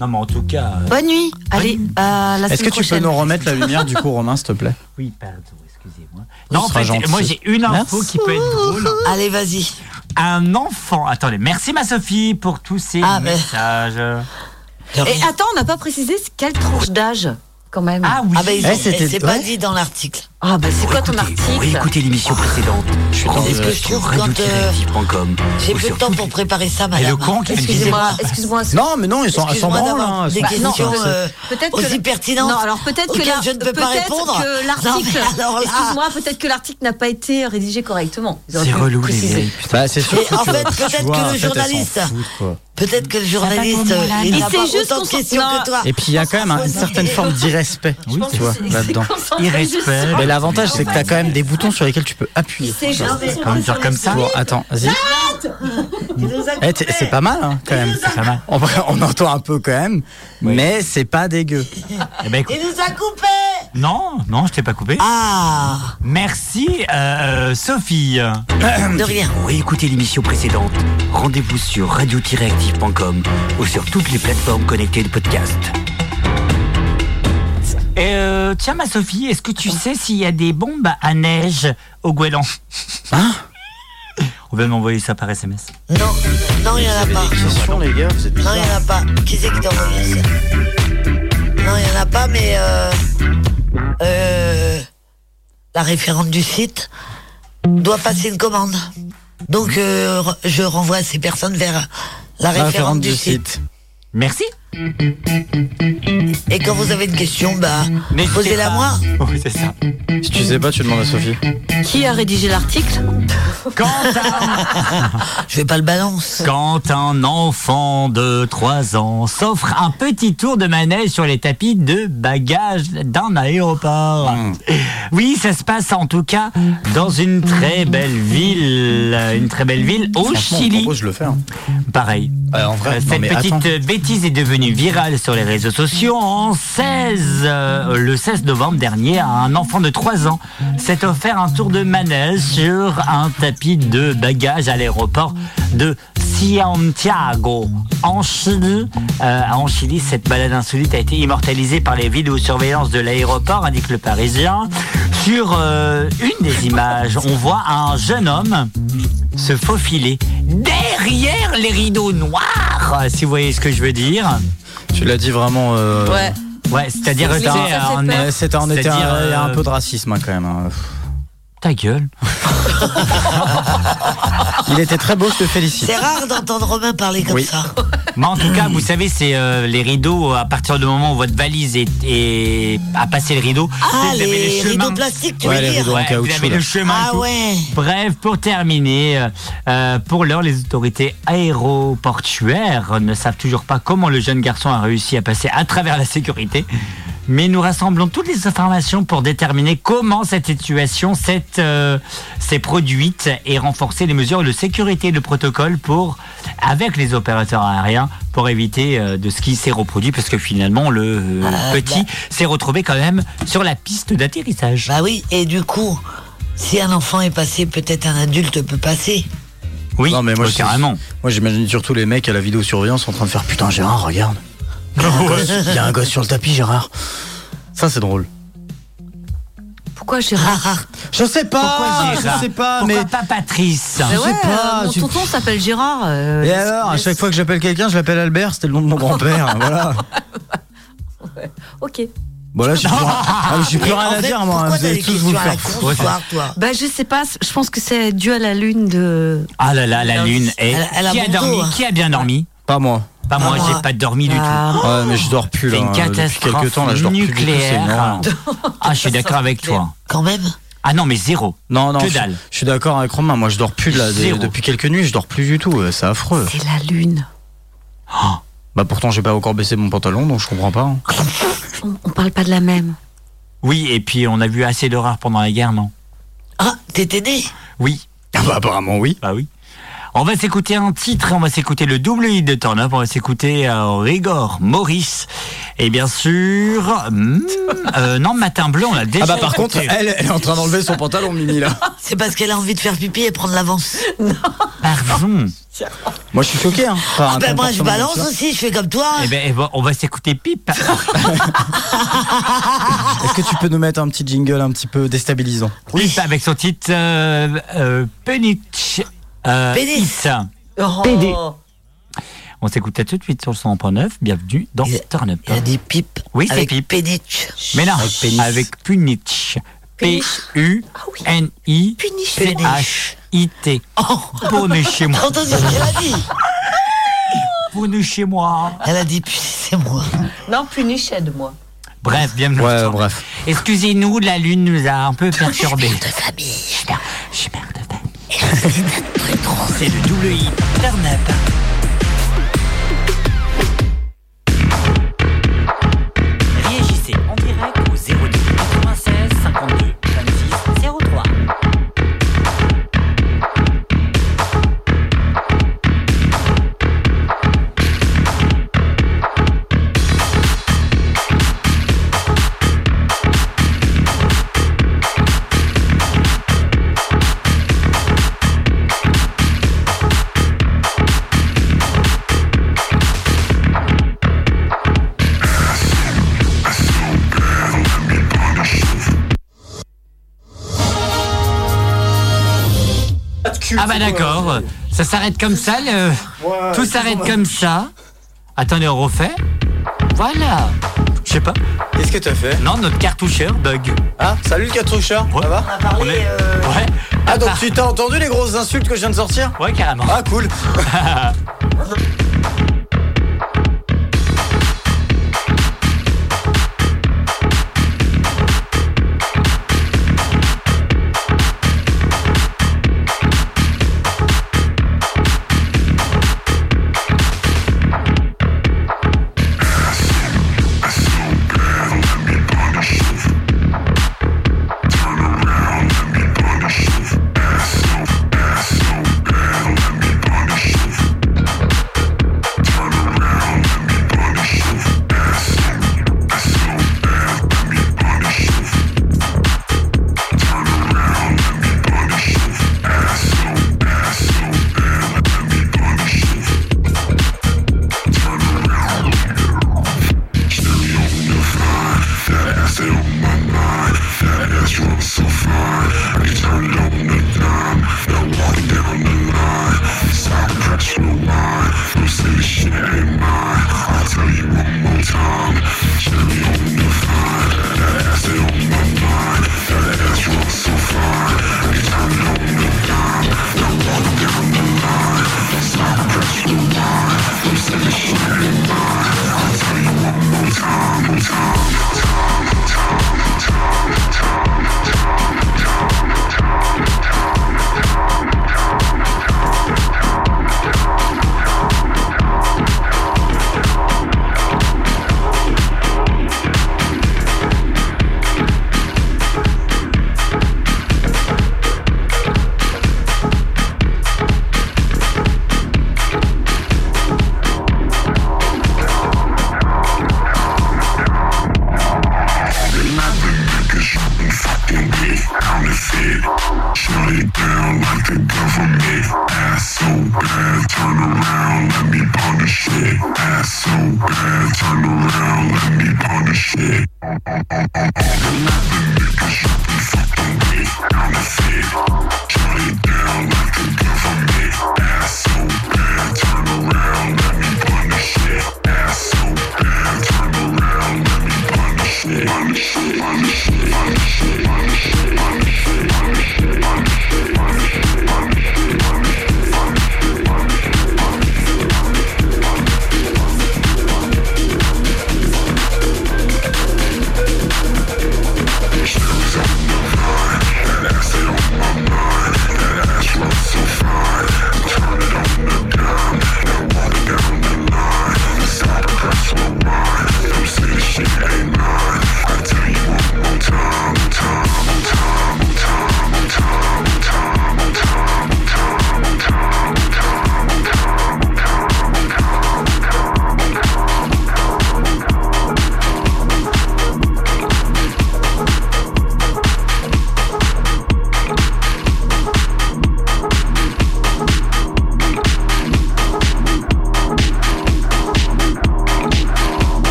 Non, mais en tout cas. euh, Bonne nuit. Allez, à la Est-ce que semaine tu peux prochaine. nous remettre la lumière du coup, Romain, s'il te plaît Oui, pardon, excusez-moi. Ce Non, en sera fait, gentil. moi j'ai une info qui peut être drôle. Allez, vas-y. Un enfant. Attendez, merci ma Sophie pour tous ces Ah, ben. messages. Et attends, on n'a pas précisé quelle tranche d'âge, quand même. Ah oui. Ah bah ils Eh, ont- eh, et c'est pas dit dans l'article. Ah bah c'est quoi ton article Écoutez l'émission précédente. Je C'est ce que je trouve quand euh, j'ai peu de temps pour préparer ça, madame. Excusez-moi, excusez-moi. Non, mais non, ils sont- elles Excuse-moi s'en branlent, d'avoir hein, Des elles s'en questions branlent. euh, Peut-être que aussi la- pertinentes. Non, alors peut-être que auxquelles la- je ne peux pas peut-être répondre. que l'article. Non, mais alors là- Excuse-moi, peut-être que l'article n'a pas été rédigé correctement. Ils auraient C'est pu relou, les préciser. vieilles, putain. Bah, c'est sûr Mais que en tu- fait, tu peut-être vois, que en fait, le elles s'en journaliste. foutent, quoi. Peut-être que le journaliste, euh, comme moi, il là. n'a pas Et c'est juste autant de qu'on s'en- questions Non. que toi. Et puis il y a quand même un- une certaine forme d'irrespect, oui, tu vois, là-dedans. Irrespect. Mais l'avantage, c'est que t'as quand même des boutons sur lesquels tu peux appuyer. C'est Ah, juste qu'on s'en comme ça. Bon, attends, vas-y. Eh, t'es- c'est pas mal, hein, quand même. C'est pas mal. On, on entend un peu quand même, mais c'est pas dégueu. Eh ben, écoute, Il nous a coupé non, non, je t'ai pas coupé. Ah Merci euh, Sophie. De rien. Réécoutez l'émission précédente. Rendez-vous sur radio-active.com ou sur toutes les plateformes connectées de podcast. Et euh, euh, tiens, ma Sophie, est-ce que Oh. tu sais s'il y a des bombes à neige au Guélan Hein On vient de m'envoyer ça par SMS. Non, non, il n'y en a pas. les gars, vous êtes Non, il n'y en a pas. Qui c'est qui t'a envoyé ça Non, il n'y en a pas, mais. Euh, euh, la référente du site doit passer une commande. Donc, euh, re- je renvoie ces personnes vers la référente, du, site. Merci. Et quand vous avez une question, bah, posez-la moi. Oui, c'est ça. Si tu sais pas, tu demandes à Sophie. Qui a rédigé l'article Quentin Ah, Je vais pas le balance. Quand un enfant de 3 ans s'offre un petit tour de manège sur les tapis de bagages d'un aéroport. Hmm. Oui, ça se passe en tout cas dans une très belle ville, une très belle ville au Franchement, On Chili. propose de le faire. Pareil. en vrai, Euh, non, cette mais petite attends. euh, bêtise est devenue virale sur les réseaux sociaux en 16, euh, le 16 novembre dernier. Un enfant de 3 ans s'est offert un tour de manège sur un tapis de bagages à l'aéroport de Santiago, en Chili. Euh, en Chili, cette balade insolite a été immortalisée par les vidéosurveillances de l'aéroport, indique le Parisien. Sur euh, une des images, on voit un jeune homme se faufiler derrière les rideaux noirs, si vous voyez ce que je veux dire. Tu l'as dit vraiment. euh, Ouais. Ouais, c'est-à-dire c'était que c'est un- un- euh, c'était un, été c'est-à-dire, un, euh, un peu de racisme hein, quand même. hein. Ta gueule. Il était très beau, je te félicite. C'est rare d'entendre Romain parler comme ça. Mais en tout cas, vous savez, c'est euh, les rideaux, à partir du moment où votre valise est, est- a passé le rideau, Ah, vous les, avez le chemin- rideaux plastiques, tu Ouais, veux les dire rideaux en Ouais, vous caoutchouc, avez là. le chemin et Ah tout. ouais. Bref, pour terminer, euh, euh, pour l'heure, les autorités aéroportuaires ne savent toujours pas comment le jeune garçon a réussi à passer à travers la sécurité. Mais nous rassemblons toutes les informations pour déterminer comment cette situation s'est euh, s'est produite et renforcer les mesures de sécurité et de protocole pour, avec les opérateurs aériens pour éviter euh, de ce qui s'est reproduit parce que finalement le euh, Ah, petit bah. s'est retrouvé quand même sur la piste d'atterrissage. Bah oui, et du coup, si un enfant est passé, peut-être un adulte peut passer. Oui, non, mais moi, euh, je- carrément. Moi, j'imagine surtout les mecs à la vidéosurveillance en train de faire Putain, Gérard, regarde. Il y a un gosse- il y a un gosse sur le tapis, Gérard. Ça, c'est drôle. Pourquoi Ah, Gérard Je sais pas, Pourquoi Gérard je sais pas, mais. Pourquoi pas Patrice Mais Je sais ouais, pas. euh, mon tu- tonton s'appelle Gérard. euh, Et alors, à chaque fois que j'appelle quelqu'un, je l'appelle Albert, c'était le nom de mon grand-père. voilà. Ok. Bon, là, j'ai plus, ah, mais j'ai plus Mais rien en à fait, dire, moi. hein, pourquoi Vous t'as allez des tous vous questions le à la faire con, foutre. Ouais, ça- Bah je sais pas, je pense que c'est dû à la lune de. Ah là là, la Elle- lune. Et elle- elle a qui a bon dormi dos, hein. Ah, Qui a bien dormi Pas moi. Pas moi, j'ai pas dormi du tout. Ouais, mais je dors plus là. Ah. C'est une depuis catastrophe quelques temps là, je dors plus du tout, c'est nucléaire. énorme. ah, je suis d'accord avec toi. Quand même. Ah non, mais zéro. Non, non, Que je- dalle. Je, suis d'accord avec Romain. Moi, je dors plus là, de- Zéro. depuis quelques nuits. Je dors plus du tout. euh, C'est affreux. C'est la lune. Oh. Bah pourtant, j'ai pas encore baissé mon pantalon, donc je comprends pas. hein. On, on parle pas de la même. Oui, et puis on a vu assez d'horreur pendant la guerre, non Ah, t'étais né Oui. bah, apparemment, oui. Bah oui. On va s'écouter un titre, on va s'écouter le double hit de Turn Up, on va s'écouter euh, Rigor, Maurice, et bien sûr, hmm, euh, non, Matin Bleu, on l'a déjà Ah bah par contre, écouté. elle, elle est en train d'enlever son pantalon, Mimi là. C'est parce qu'elle a envie de faire pipi et prendre l'avance. Pardon. Moi, je suis choqué. Hein, par bah, Ah un ben moi je comportement comme balance ça. aussi, je fais comme toi. Eh ben, eh ben, on va s'écouter Pipe. Est-ce que tu peux nous mettre un petit jingle un petit peu déstabilisant Pipe avec son titre euh, euh, Penich. euh, Pénis. Hit. Oh. PD. On s'écoute à tout de suite sur le 100.9. Bienvenue dans Turn Up. Il a dit pipe. Oui, c'est avec pipe. Pénitch. Mais non, Avec pénis. avec Punich. Punich. P-U-N-I-C-H-I-T. Oh, Poney chez moi. Ah T'as entendu ce qu'elle a dit Poney chez moi. Elle a dit putain c'est moi. Non, puniche de moi. Bref, bienvenue. Ouais, bref. Excusez-nous, la lune nous a un peu perturbés. C'est le double I. Turn Up. Réagissez en direct au 02 96 52 26 03. Thank Ah bah d'accord, ça s'arrête comme ça, le- Ouais, tout c'est s'arrête bon, comme ça. Attendez, on refait. Voilà. Je sais pas. Qu'est-ce que t'as fait Non, notre cartoucheur bug. Ah, salut le cartoucheur, ça va On est- Ouais. Ah, donc tu t'as entendu les grosses insultes que je viens de sortir Ouais, carrément. Ah, cool.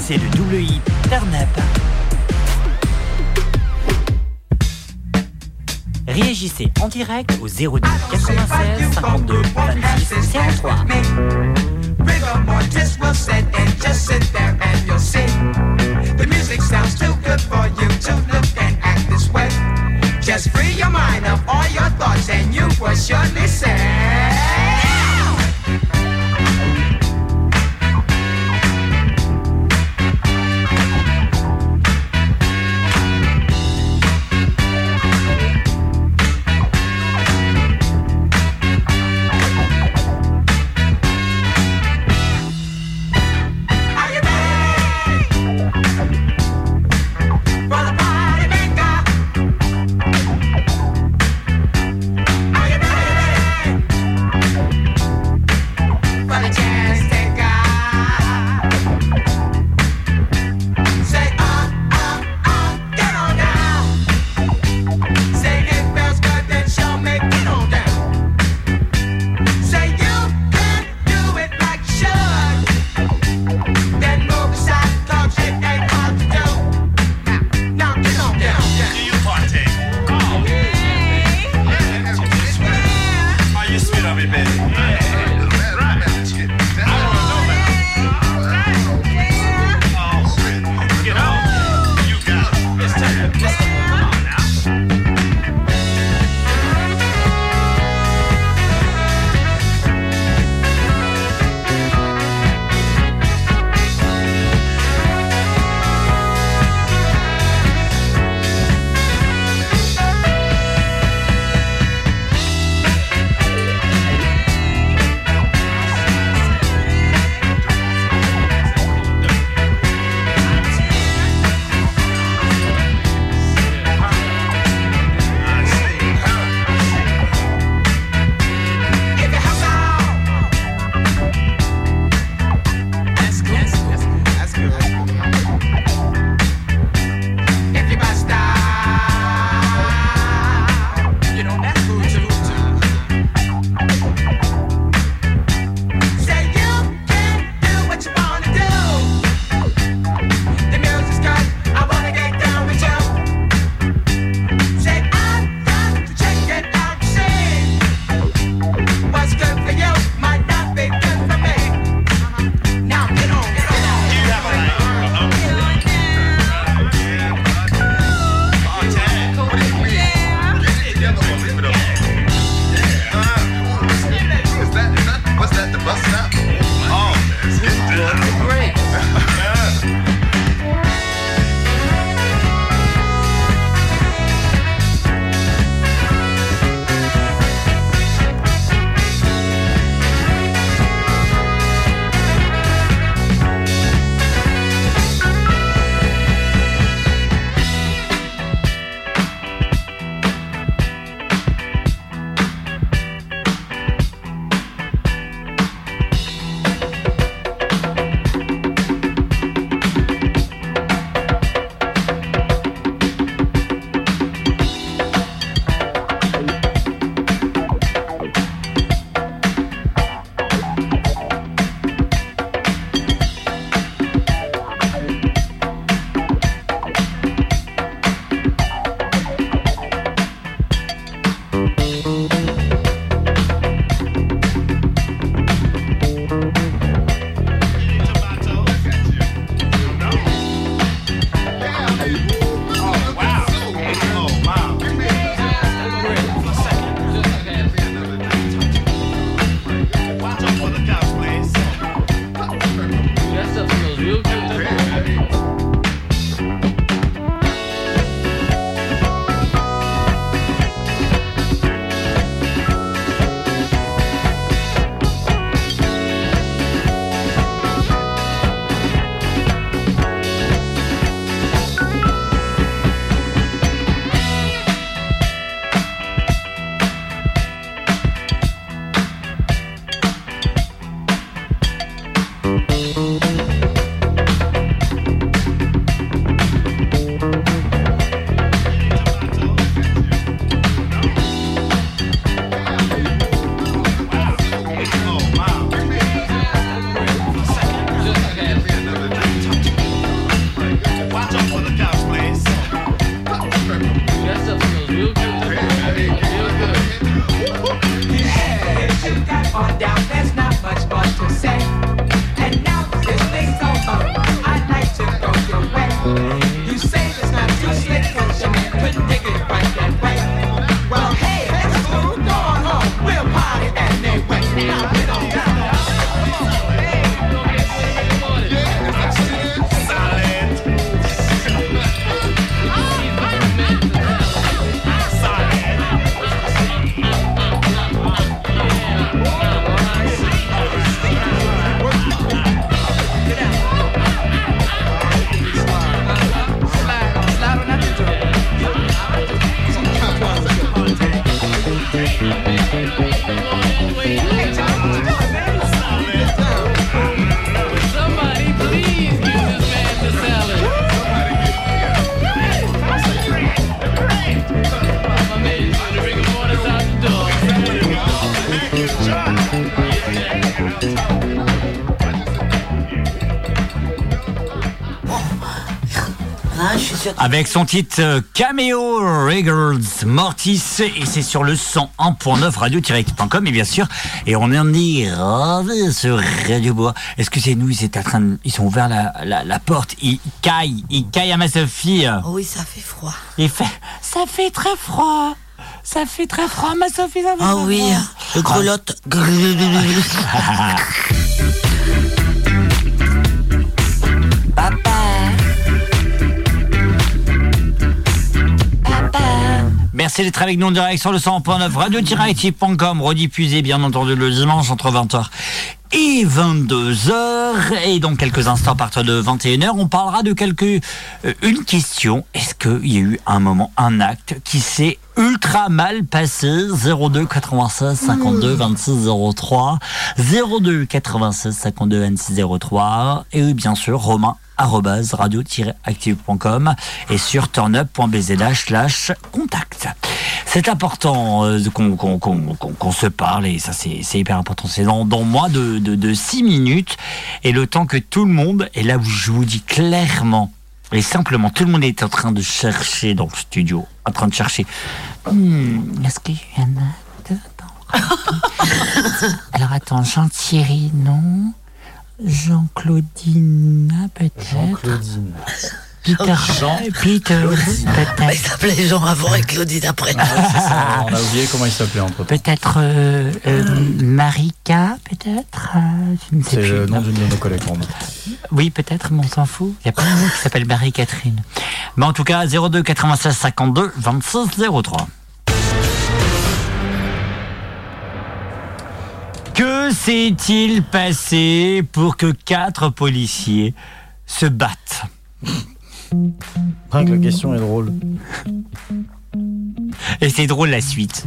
c'est le double hit turn up. Réagissez en direct au 02 96 52 26 03. Bring on more, just will sit and just sit there and you'll see. The music sounds too good for you to look and act this way. Just free your mind of all your thoughts and you will surely say. Are you ready for the party maker? Are you ready for the chance taker? Say up, up, up, get on down. Say it feels good, then show me get on down. Say you can do it like you should. Then move aside, cause it ain't hard to do. Now, now get on down. Do you partake? Oh. Yeah. Are you sweet on me, baby? Right. I wanna know, man. Oh, sweet. Get on. You got it. It's time. It's time. Come on now. Are you ready? Hein, je suis sûr. Avec son titre euh, Cameo Regards Mortis, et c'est sur le 101.9 radio-direct.com, et bien sûr, et on en est ravis sur Radio Bois. Excusez-nous, ils, étaient en train de- ils ont ouvert la, la- la porte, ils caillent, ils caillent à ma Sophie. Oh Oui, ça fait froid. Il fait. Ça fait très froid. Ça fait très froid, ma Sophie. ça fait Ah très oui, froid. je grelotte. Merci d'être avec nous en direct sur le 100.9 radio-active.com, rediffusé bien entendu le dimanche entre 20h et 22h. Et dans quelques instants, à partir de 21h, on parlera de quelques... euh, une question, est-ce qu'il y a eu un moment, un acte qui s'est ultra mal passé 02 96 52 26 03 02 96 52 26 03 et oui, bien sûr Romain arrobase radio-active.com et sur turnup.bzh slash contact. C'est important euh, qu'on qu'on- qu'on- qu'on- qu'on se parle et ça c'est c'est hyper important. C'est dans, dans moins de, de, 6 minutes et le temps que tout le monde, et là où je vous dis clairement et simplement tout le monde est en train de chercher dans le studio, en train de chercher. Hmm, Est-ce qu'il y en a dedans Alors attends, Jean-Thierry, non Jean-Claudine, peut-être Jean-Claudine. Peter, Jean- Peter, peut-être. Il s'appelait Jean avant et Claudine après. On a oublié comment il s'appelait entre temps. Peut-être euh, euh, Marika, peut-être euh, je ne sais C'est plus. le nom d'une de nos collègues pour moi. Oui, peut-être, mais on s'en fout. Il y a pas une qui s'appelle Marie-Catherine. Mais en tout cas, 02 96 52 26 03. Que s'est-il passé pour que quatre policiers se battent Rien que la question est drôle. Et c'est drôle la suite.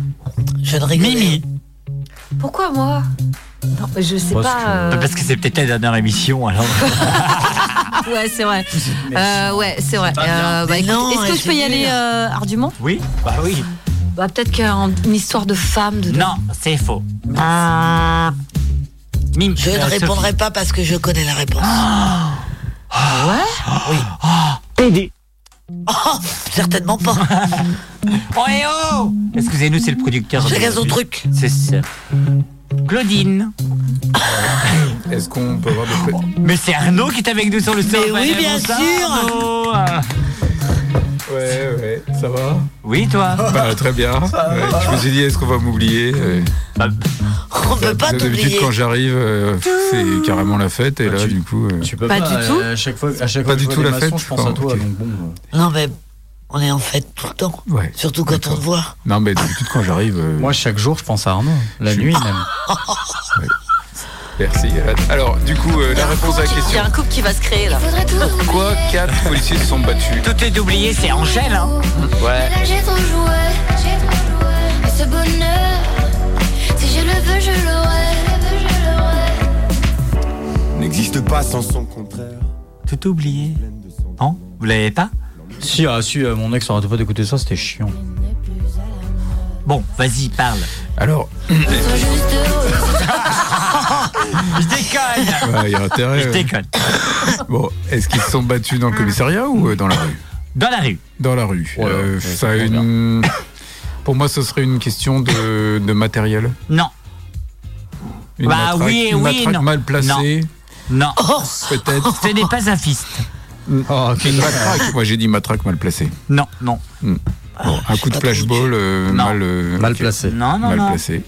Je ne rigole. Mimi Pourquoi moi Non, mais je sais pas. euh, Parce que c'est peut-être la dernière émission, alors. Ouais, c'est vrai. Euh, ouais, c'est vrai. bien. Euh, bah, Mais écoute, non, Est-ce que elle je peux y s'est aller nulle. euh, ardument Oui, bah oui. Bah, peut-être qu'il y a un- une histoire de femme dedans. Non, c'est faux. Ah. Je ne euh, Sophie. répondrai pas parce que je connais la réponse. Ah. Ah ouais Oui. PD. Oh, certainement pas. oh eh oh Excusez-nous, c'est le producteur. Chacun son Du- truc. C'est ça. Claudine. Est-ce qu'on peut avoir des petits- Mais c'est Arnaud qui est avec nous sur le Mais serveur. oui, bien Bonsoir, sûr. Arnaud. Ouais, ouais, ça va Oui, toi Bah, très bien. Ouais, Je me suis dit, est-ce qu'on va m'oublier euh, Bah, On peut pas D'habitude, t'oublier. quand j'arrive, euh, c'est carrément la fête, et là, du coup. euh, Bah, Tu peux pas, euh, À chaque fois, à chaque Pas fois que du je vois tout des la fête, maçons, je pense quoi, à toi. ok. Donc bon, Non, mais on est en fête tout le temps. Surtout quand on te voit. Non, mais d'habitude, quand j'arrive. Moi, chaque jour, euh, je pense à Arnaud. La nuit, euh, même. Merci. Alors, du coup, euh, la réponse à la Il y question a un couple qui va se créer là. pourquoi quatre policiers se sont battus Tout est oublié, c'est Angèle, hein Ouais. Là j'ai trop joué, j'ai trop joué. Mais ce bonheur, si je le veux, je l'aurai. N'existe pas sans son contraire. Tout oublié. Non Vous l'avez pas Si, ah, si, euh, mon ex arrêtait pas d'écouter ça, c'était chiant. Bon, vas-y, parle. Alors. Je déconne Ouais, il y a intérêt. Je ouais. déconne. Bon, est-ce qu'ils se sont battus dans le commissariat ou euh, dans la rue Dans la rue. Dans la rue. Ouais, Euh, ouais, ça ça a tombe une- Pour moi, ce serait une question de, de matériel. Non. Une bah matraque- oui et une oui, matraque non. mal placée. Non. Oh. Peut-être. Oh, Ce n'est pas un fist. une matraque. Moi, j'ai dit matraque mal placée. Non, non. Hmm. Bon, un coup de flashball euh, Non. mal, euh, ok. placé. Non, non, mal non. placé.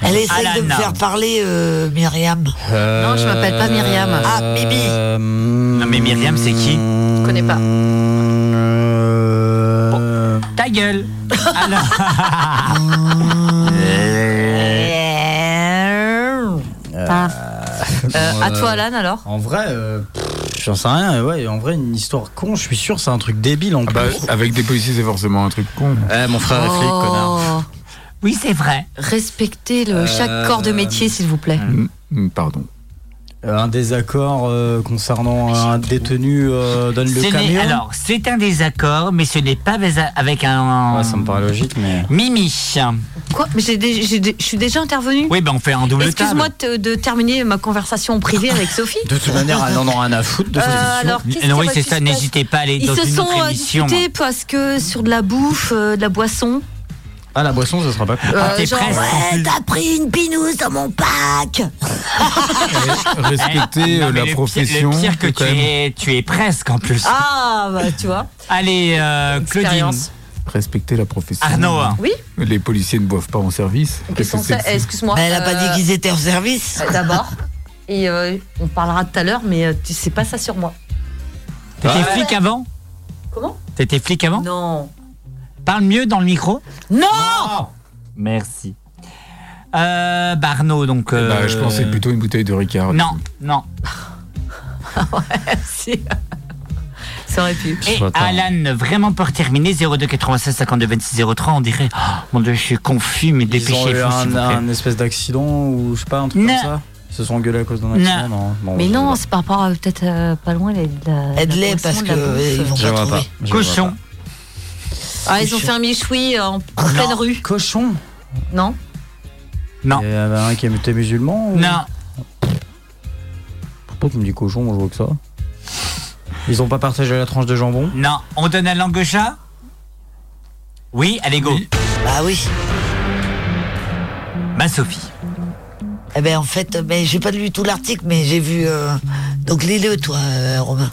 Elle essaye de me Alana. faire parler, euh, Myriam. Euh, Non, je m'appelle pas Myriam. Ah, Bibi. euh, Non, mais Myriam, c'est qui Je connais pas. Euh, Ta gueule Alors... Euh, à toi, Alan, alors En vrai, euh, pff, j'en sais rien. mais Ouais, en vrai, une histoire con, Ah je suis sûr, c'est un truc débile en Bah, plus. avec des policiers, c'est forcément un truc con. Eh, mon frère est flic, connard. Oui, c'est vrai. Oh. Mm. Respectez le, Euh, chaque corps de métier, s'il vous plaît. Pardon. Un désaccord euh, concernant un détenu euh, donne Ce le n'est- camion. alors, c'est un désaccord, mais ce n'est pas baisa- avec un. Ouais, ça me paraît logique, mais. Mimi. Quoi Mais j'ai dé- j'ai dé- je suis déjà intervenue Oui, ben on fait un double table. Excuse-moi de, te- de terminer ma conversation privée avec Sophie. De toute manière, elle n'en aura rien à foutre de Euh, cette émission. alors, qu'est-ce qui oui, va- c'est qui ça, se n'hésitez passe pas à aller Ils dans se une sont autre euh, émission. disputés parce que sur de la bouffe, euh, de la boisson. Ah, la boisson, ce sera pas cool. Ah, euh, genre, ouais, t'as pris une pinouse dans mon pack Respecter Non, mais euh, la le pire- profession. Le pire que tu quand même. es, tu es presque en plus. Ah, bah, tu vois. Allez, euh, Claudine. Respecter la profession. Arnaud, hein. Oui. Les policiers ne boivent pas en service. Qu'est-ce que c'est que ça Eh, Excuse-moi. Eh, Mais elle a pas dit qu'ils étaient en service. D'abord. Et euh, on parlera tout à l'heure, mais euh, tu sais pas ça sur moi. T'étais Ah. flic avant Comment T'étais flic avant Non. Parle mieux dans le micro Non Merci. Euh, bah, Arnaud, donc. Eh ben, euh, je pensais plutôt une bouteille de Ricard. Non, non. si. Ça aurait pu. Et Alan, vraiment pour terminer, 02 96 52 26 03, on dirait. Oh, mon dieu, je suis confus, mais Ils ont eu dépêchez-vous, s'il un, vous plaît. un espèce d'accident ou je sais pas, un truc comme ça Ils se sont engueulés à cause d'un accident Non. Bon, mais je- non, c'est par rapport à peut-être euh, pas loin. les- la- la Aide-les, boisson, parce de la que, bouffe. euh, ils vont Je vois pas. je vois Cochon. pas. Ah, ils ont fait un michoui en pleine rue. Cochon Non Non. Il y en a euh, un qui était musulman ou- Non. Pourquoi tu me dis cochon Moi, je vois que ça. Ils ont pas partagé la tranche de jambon Non, on donne à langue au chat Oui, allez go. Bah oui. Ma Sophie. Eh ben en fait, mais j'ai pas lu tout l'article, mais j'ai vu. euh, Donc lis-le toi, euh, Romain.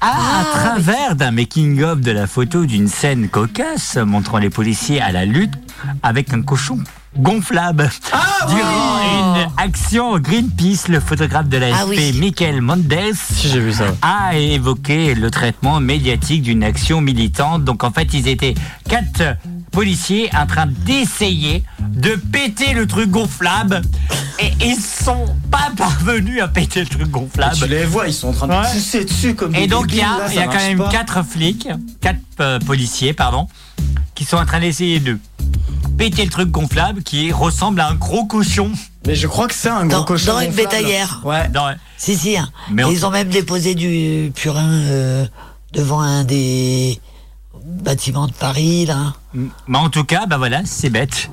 Ah, À Ah, travers d'un making-of de la photo d'une scène cocasse montrant les policiers à la lutte avec un cochon gonflable. Ah Durant une action Greenpeace, le photographe de la Ah SP, oui. Michael Mendes, j'ai vu ça. a évoqué le traitement médiatique d'une action militante. Donc en fait, ils étaient quatre policiers en train d'essayer de péter le truc gonflable et ils sont pas parvenus à péter le truc gonflable. Tu les vois, ils sont en train de Ouais. pousser dessus comme Et des donc il y débiles, a, là, il y ça a quand marche même pas. quatre flics, quatre euh, policiers, pardon, qui sont en train d'essayer de péter le truc gonflable qui ressemble à un gros cochon. Mais je crois que c'est un Dans- cochon dans une gonflable. bétaillère. Ouais. Si si. hein. Mais Et on- Ils ont même déposé du purin euh, devant un des bâtiments de Paris là. Mais en tout cas, bah voilà, c'est bête.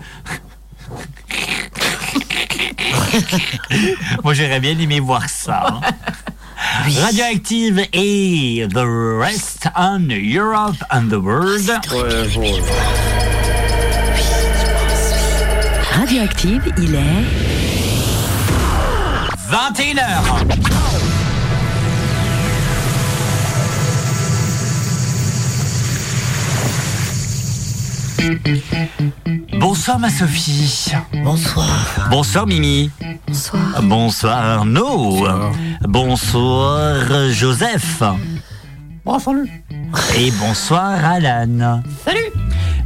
Moi, j'aurais bien aimé voir ça. hein. Radioactive et The Rest on Europe and the World. Ah, Radioactive, il est 21h. Bonsoir ma Sophie. Bonsoir. Bonsoir Mimi. Bonsoir. Bonsoir Arnaud. Bonsoir Joseph. Et bonsoir Alan. Salut.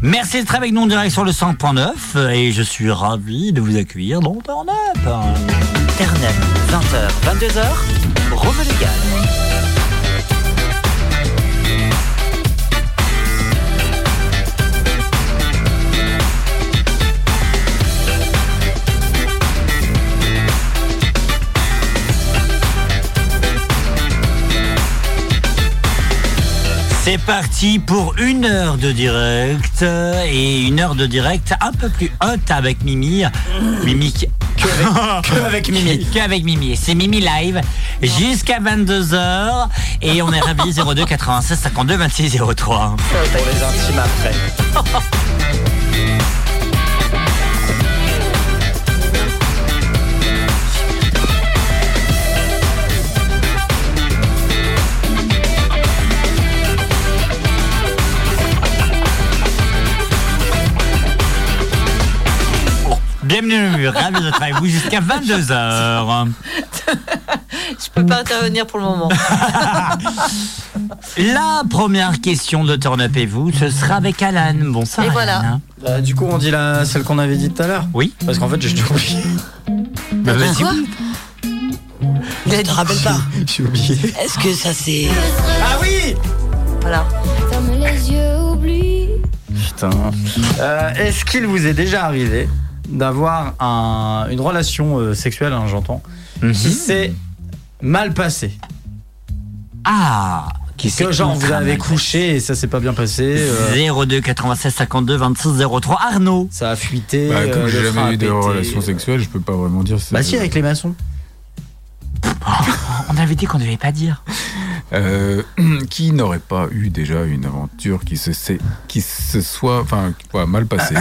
Merci d'être avec nous en direct sur le 100.9 et je suis ravi de vous accueillir dans Turn Up. Internet, 20h, 22h, Rome Légal. C'est parti pour une heure de direct euh, et une heure de direct un peu plus haute avec Mimi. Mimi qui- que avec Mimi. que avec Mimi. C'est Mimi live jusqu'à 22h et on est ravis 02 96 52 26 03. Pour les intimes après. Bienvenue, ravi d'être avec vous jusqu'à 22h. Je peux pas intervenir pour le moment. La première question de Turn Up et vous, ce sera avec Alan. Bonsoir. Et voilà. Alan. Bah, du coup, on dit la, celle qu'on avait dit tout à l'heure Oui. Parce qu'en fait, j'ai tout oublié. Bah, vas-y. Quoi Je te rappelle pas. J'ai oublié. Est-ce que ça c'est Ah oui Voilà. Ferme les yeux, oublie. Je matin. Euh, Est-ce qu'il vous est déjà arrivé d'avoir un- une relation euh, sexuelle, hein, j'entends, Mhm. qui s'est mal passée Ah qui s'est Que genre vous ultra mal avez couché et ça s'est pas bien passé. euh, 02 96 52 26 03 Arnaud. Ça a fuité. Bah, comme euh, j'ai le frein jamais a eu de pété. relation sexuelle, je peux pas vraiment dire. Bah si, avec les maçons. Oh, On avait dit qu'on ne devait pas dire. Euh, qui n'aurait pas eu déjà une aventure qui se, sait- qui se soit enfin, voilà, mal passée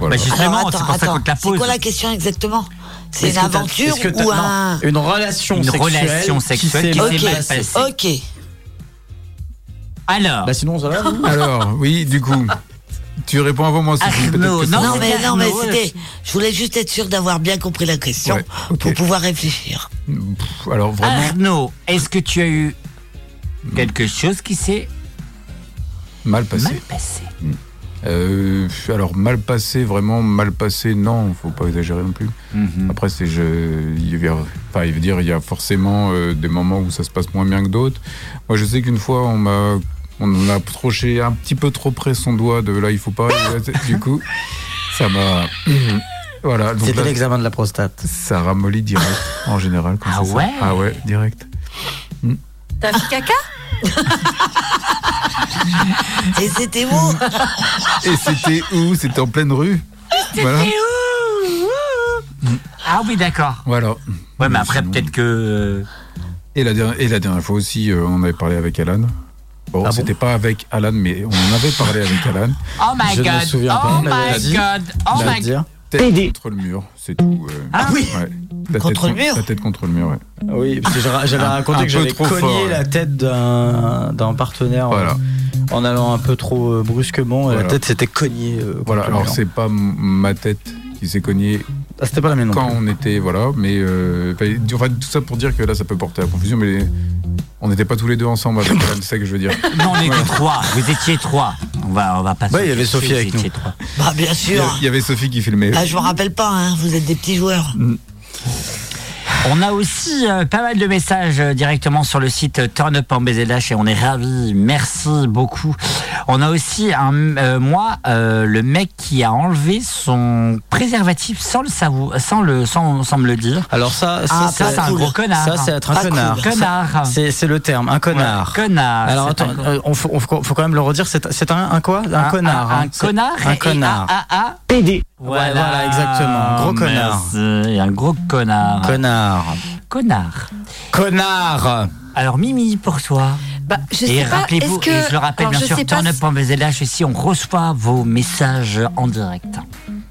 voilà. Bah, justement, c'est pour ça qu'on te la C'est pose. quoi la question exactement C'est Est-ce une que t'as- aventure est-ce que t'as- ou non, un. une relation Une sexuelle relation sexuelle qui qui s'est s'est mal mal passée. passée. Ok. Alors. Bah sinon, ça va vous Alors, oui, du coup. Tu réponds avant moi, Ah, Sophie. peut-être que ça- non, mais, non, mais c'était. Je voulais juste être sûr d'avoir bien compris la question pour pouvoir réfléchir. Pff, Alors, vraiment. Arnaud, est-ce que tu as eu quelque chose qui s'est Mal passé. mal passé Euh, alors mal passé, vraiment mal passé, non, faut pas exagérer non plus. Mhm. Après c'est je, il y a- enfin, il veut dire il y a forcément euh, des moments où ça se passe moins bien que d'autres. Moi je sais qu'une fois on m'a, on a approché un petit peu trop près son doigt de là il faut pas. du coup ça m'a, voilà. donc C'était là, l'examen de la prostate. Ça ramollit direct en général. Quand Ah c'est ça. ouais Ah ouais, direct. T'as fait caca Et c'était où Et c'était où C'était en pleine rue. Voilà. Ah oui, d'accord. Voilà. Ouais, mais après, peut-être que. euh, Et la, dernière, et la dernière fois aussi, euh, on avait parlé avec Alan. Bon, Ah bon c'était pas avec Alan, mais on en avait parlé avec Alan. Oh my Je ne me god. souviens oh pas, on l'avait my dit. god. Oh La my tête god. contre le mur, c'est tout. euh, Ah oui ouais. La Contre tête, le mur La tête contre le mur, ouais. Oui, parce que j'avais- j'avais Un- raconté Ah, un que peu j'avais trop cogné fort, ouais. la tête d'un d'un partenaire euh, en allant un peu trop euh, brusquement et Voilà. la tête s'était cognée. euh, Voilà, contre le alors mur. c'est pas m- ma tête qui s'est cognée. Ah, c'était pas la mienne. Quand on était, voilà, mais. euh, enfin, du- enfin, tout ça pour dire que là, ça peut porter à confusion, mais on n'était pas tous les deux ensemble avec Alan, c'est ça que je veux dire. Non, on était trois. Vous étiez trois. On va, on va pas. Ouais, il y avait Sophie avec nous. Bah, bien sûr. Il y avait Sophie qui filmait. Ah, je me rappelle pas, hein, vous êtes des petits joueurs. On a aussi euh, pas mal de messages euh, directement sur le site euh, Turn Up en BZH et on est ravis. Merci beaucoup. On a aussi un, euh, moi, euh, le mec qui a enlevé son préservatif sans le savou- sans le, sans, sans me le dire. Alors ça, ça, Ah, ça, c'est- c'est un gros connard. hein. Ça, c'est être un Pas cool. connard. Connard. Ça, C'est c'est le terme, un connard. Ouais, connard, Alors c'est attends, un con- euh, on faut, on faut- faut quand même le redire. C'est c'est un, un quoi Un Un- connard. un- hein. un C'est- connard Un et connard. un- un- PD. Voilà, voilà, exactement. Gros connard. Merci. Un gros connard. Connard. Connard. Connard. Alors Mimi, pour toi. Bah, je et sais pas, rappelez-vous, est-ce que- et je le rappelle alors, bien je sûr, sais pas Turn Up si- en BZH ici, on reçoit vos messages en direct.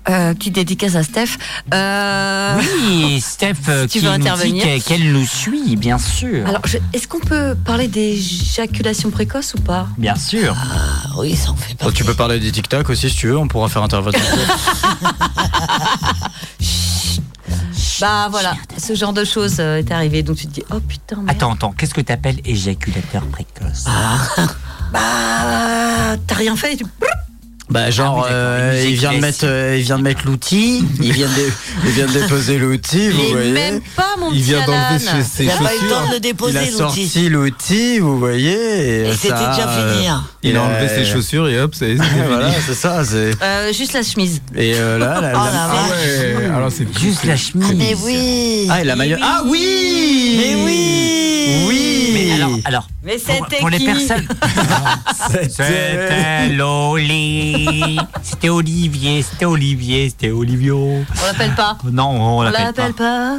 Euh, petite dédicace à Steph. Euh, Oui, Steph euh, tu qui veux nous intervenir dit qu'elle- qu'elle nous suit, bien sûr. Alors, je- est-ce qu'on peut parler d'éjaculation précoce ou pas Bien sûr. Ah oui, ça en fait Oh, tu peux parler des TikTok aussi si tu veux. On pourra faire intervenir. Bah voilà, ce genre de choses euh, est arrivé, donc tu te dis oh putain. Merde. Attends, attends, qu'est-ce que t'appelles éjaculateur précoce Ah. Bah t'as rien fait. et tu- Bah genre, Ah, euh, il vient de mettre, euh, il vient de mettre l'outil, il vient de, il vient de déposer l'outil, vous Et voyez. même pas mon il petit vient d'enlever Alan. ses, ses Il a chaussures. pas eu le temps de le déposer, il a l'outil. sorti l'outil, vous voyez. Et ça, euh, c'était déjà fini, hein. Il a enlevé ses chaussures et hop, c'est voilà, c'est ça. c'est- Euh, juste la chemise. Et euh, là, là, Oh là- la ah vache. ouais, alors c'est juste la chemise. mais oui. Ah et la maillot. Ah oui. Mais oui. Oui. Mais alors, alors Mais pour, c'était pour les qui personnes. C'était Loli. C'était Olivier, c'était Olivier, c'était Olivio. On l'appelle pas. Non, on On l'appelle pas. l'appelle pas.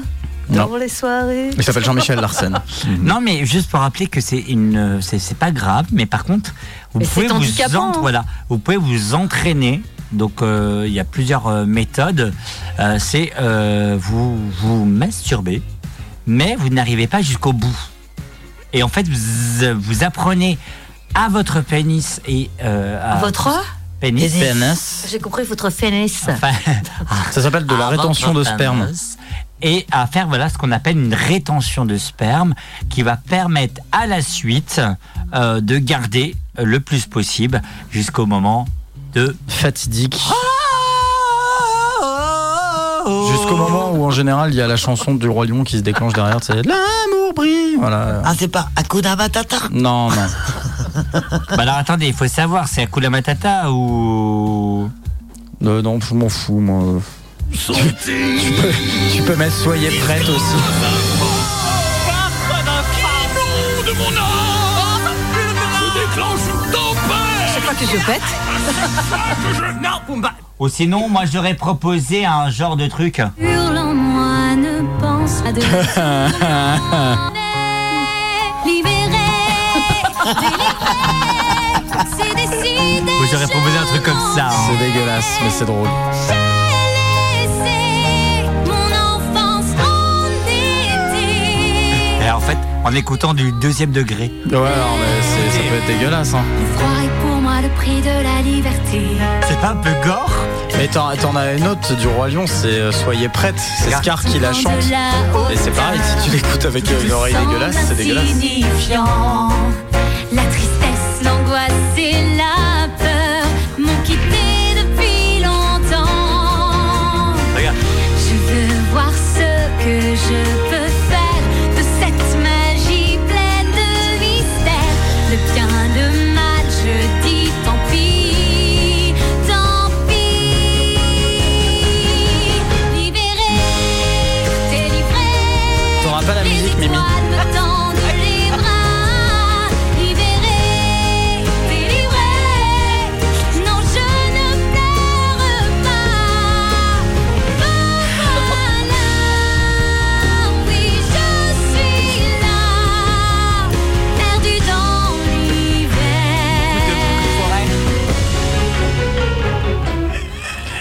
Non. Dans les soirées. Il s'appelle Jean-Michel Larsen. Non, mais juste pour rappeler que c'est une, euh, c'est c'est pas grave, mais par contre, vous Mais pouvez c'est vous, handicapant, hein. voilà, vous pouvez vous entraîner. Donc euh, il y a plusieurs euh, méthodes. Euh, c'est euh, vous vous masturbez, mais vous n'arrivez pas jusqu'au bout. Et en fait, vous, vous apprenez à votre pénis et euh, à Ah. Votre pénis. J'ai compris votre fénis. Ça s'appelle de la à rétention votre de sperme. anus Et à faire voilà ce qu'on appelle une rétention de sperme qui va permettre à la suite euh, de garder le plus possible jusqu'au moment de fatidique. oh, Jusqu'au moment où en général il y a la chanson du roi lion qui se déclenche derrière, c'est l'amour brille. Voilà. Ah, c'est pas Akuna Matata Non, non. Bah alors attendez, il faut savoir, c'est Akula Matata ou. Euh, non, je m'en fous, moi. tu, peux, tu peux mettre Soyez prête aussi. de mon âme Je déclenche une tempête C'est pas que je pète Non, Pumba Ou sinon, moi j'aurais proposé un genre de truc. Hurle en moi, ne pense à de libérer, c'est décidé. Ou j'aurais proposé un truc comme ça. hein. C'est dégueulasse, mais c'est drôle. Mon enfance Et en fait, en écoutant du deuxième degré. Ouais, alors, mais c'est- ça peut être dégueulasse, hein. Froid est pour moi le prix de la liberté. C'est pas un peu gore Mais t'en t'en as une autre du Roi Lion, c'est euh, Soyez prête. C'est Scar qui la chante. De la Et c'est pareil, si tu l'écoutes avec euh, une oreille Sans dégueulasse, c'est dégueulasse. insignifiant. La tristesse, l'angoisse et la peur m'ont quitté depuis longtemps. Regarde. Je veux voir ce que je peux faire de cette magie pleine de mystère. Le bien, le mal, je dis tant pis, tant pis. Libéré, délivré. T'auras pas la musique, Les Mimi. étoiles me tendent les bras, libérée, délivrée. Non, je ne pleure pas. Voilà, oui, je suis là, perdue dans l'hiver.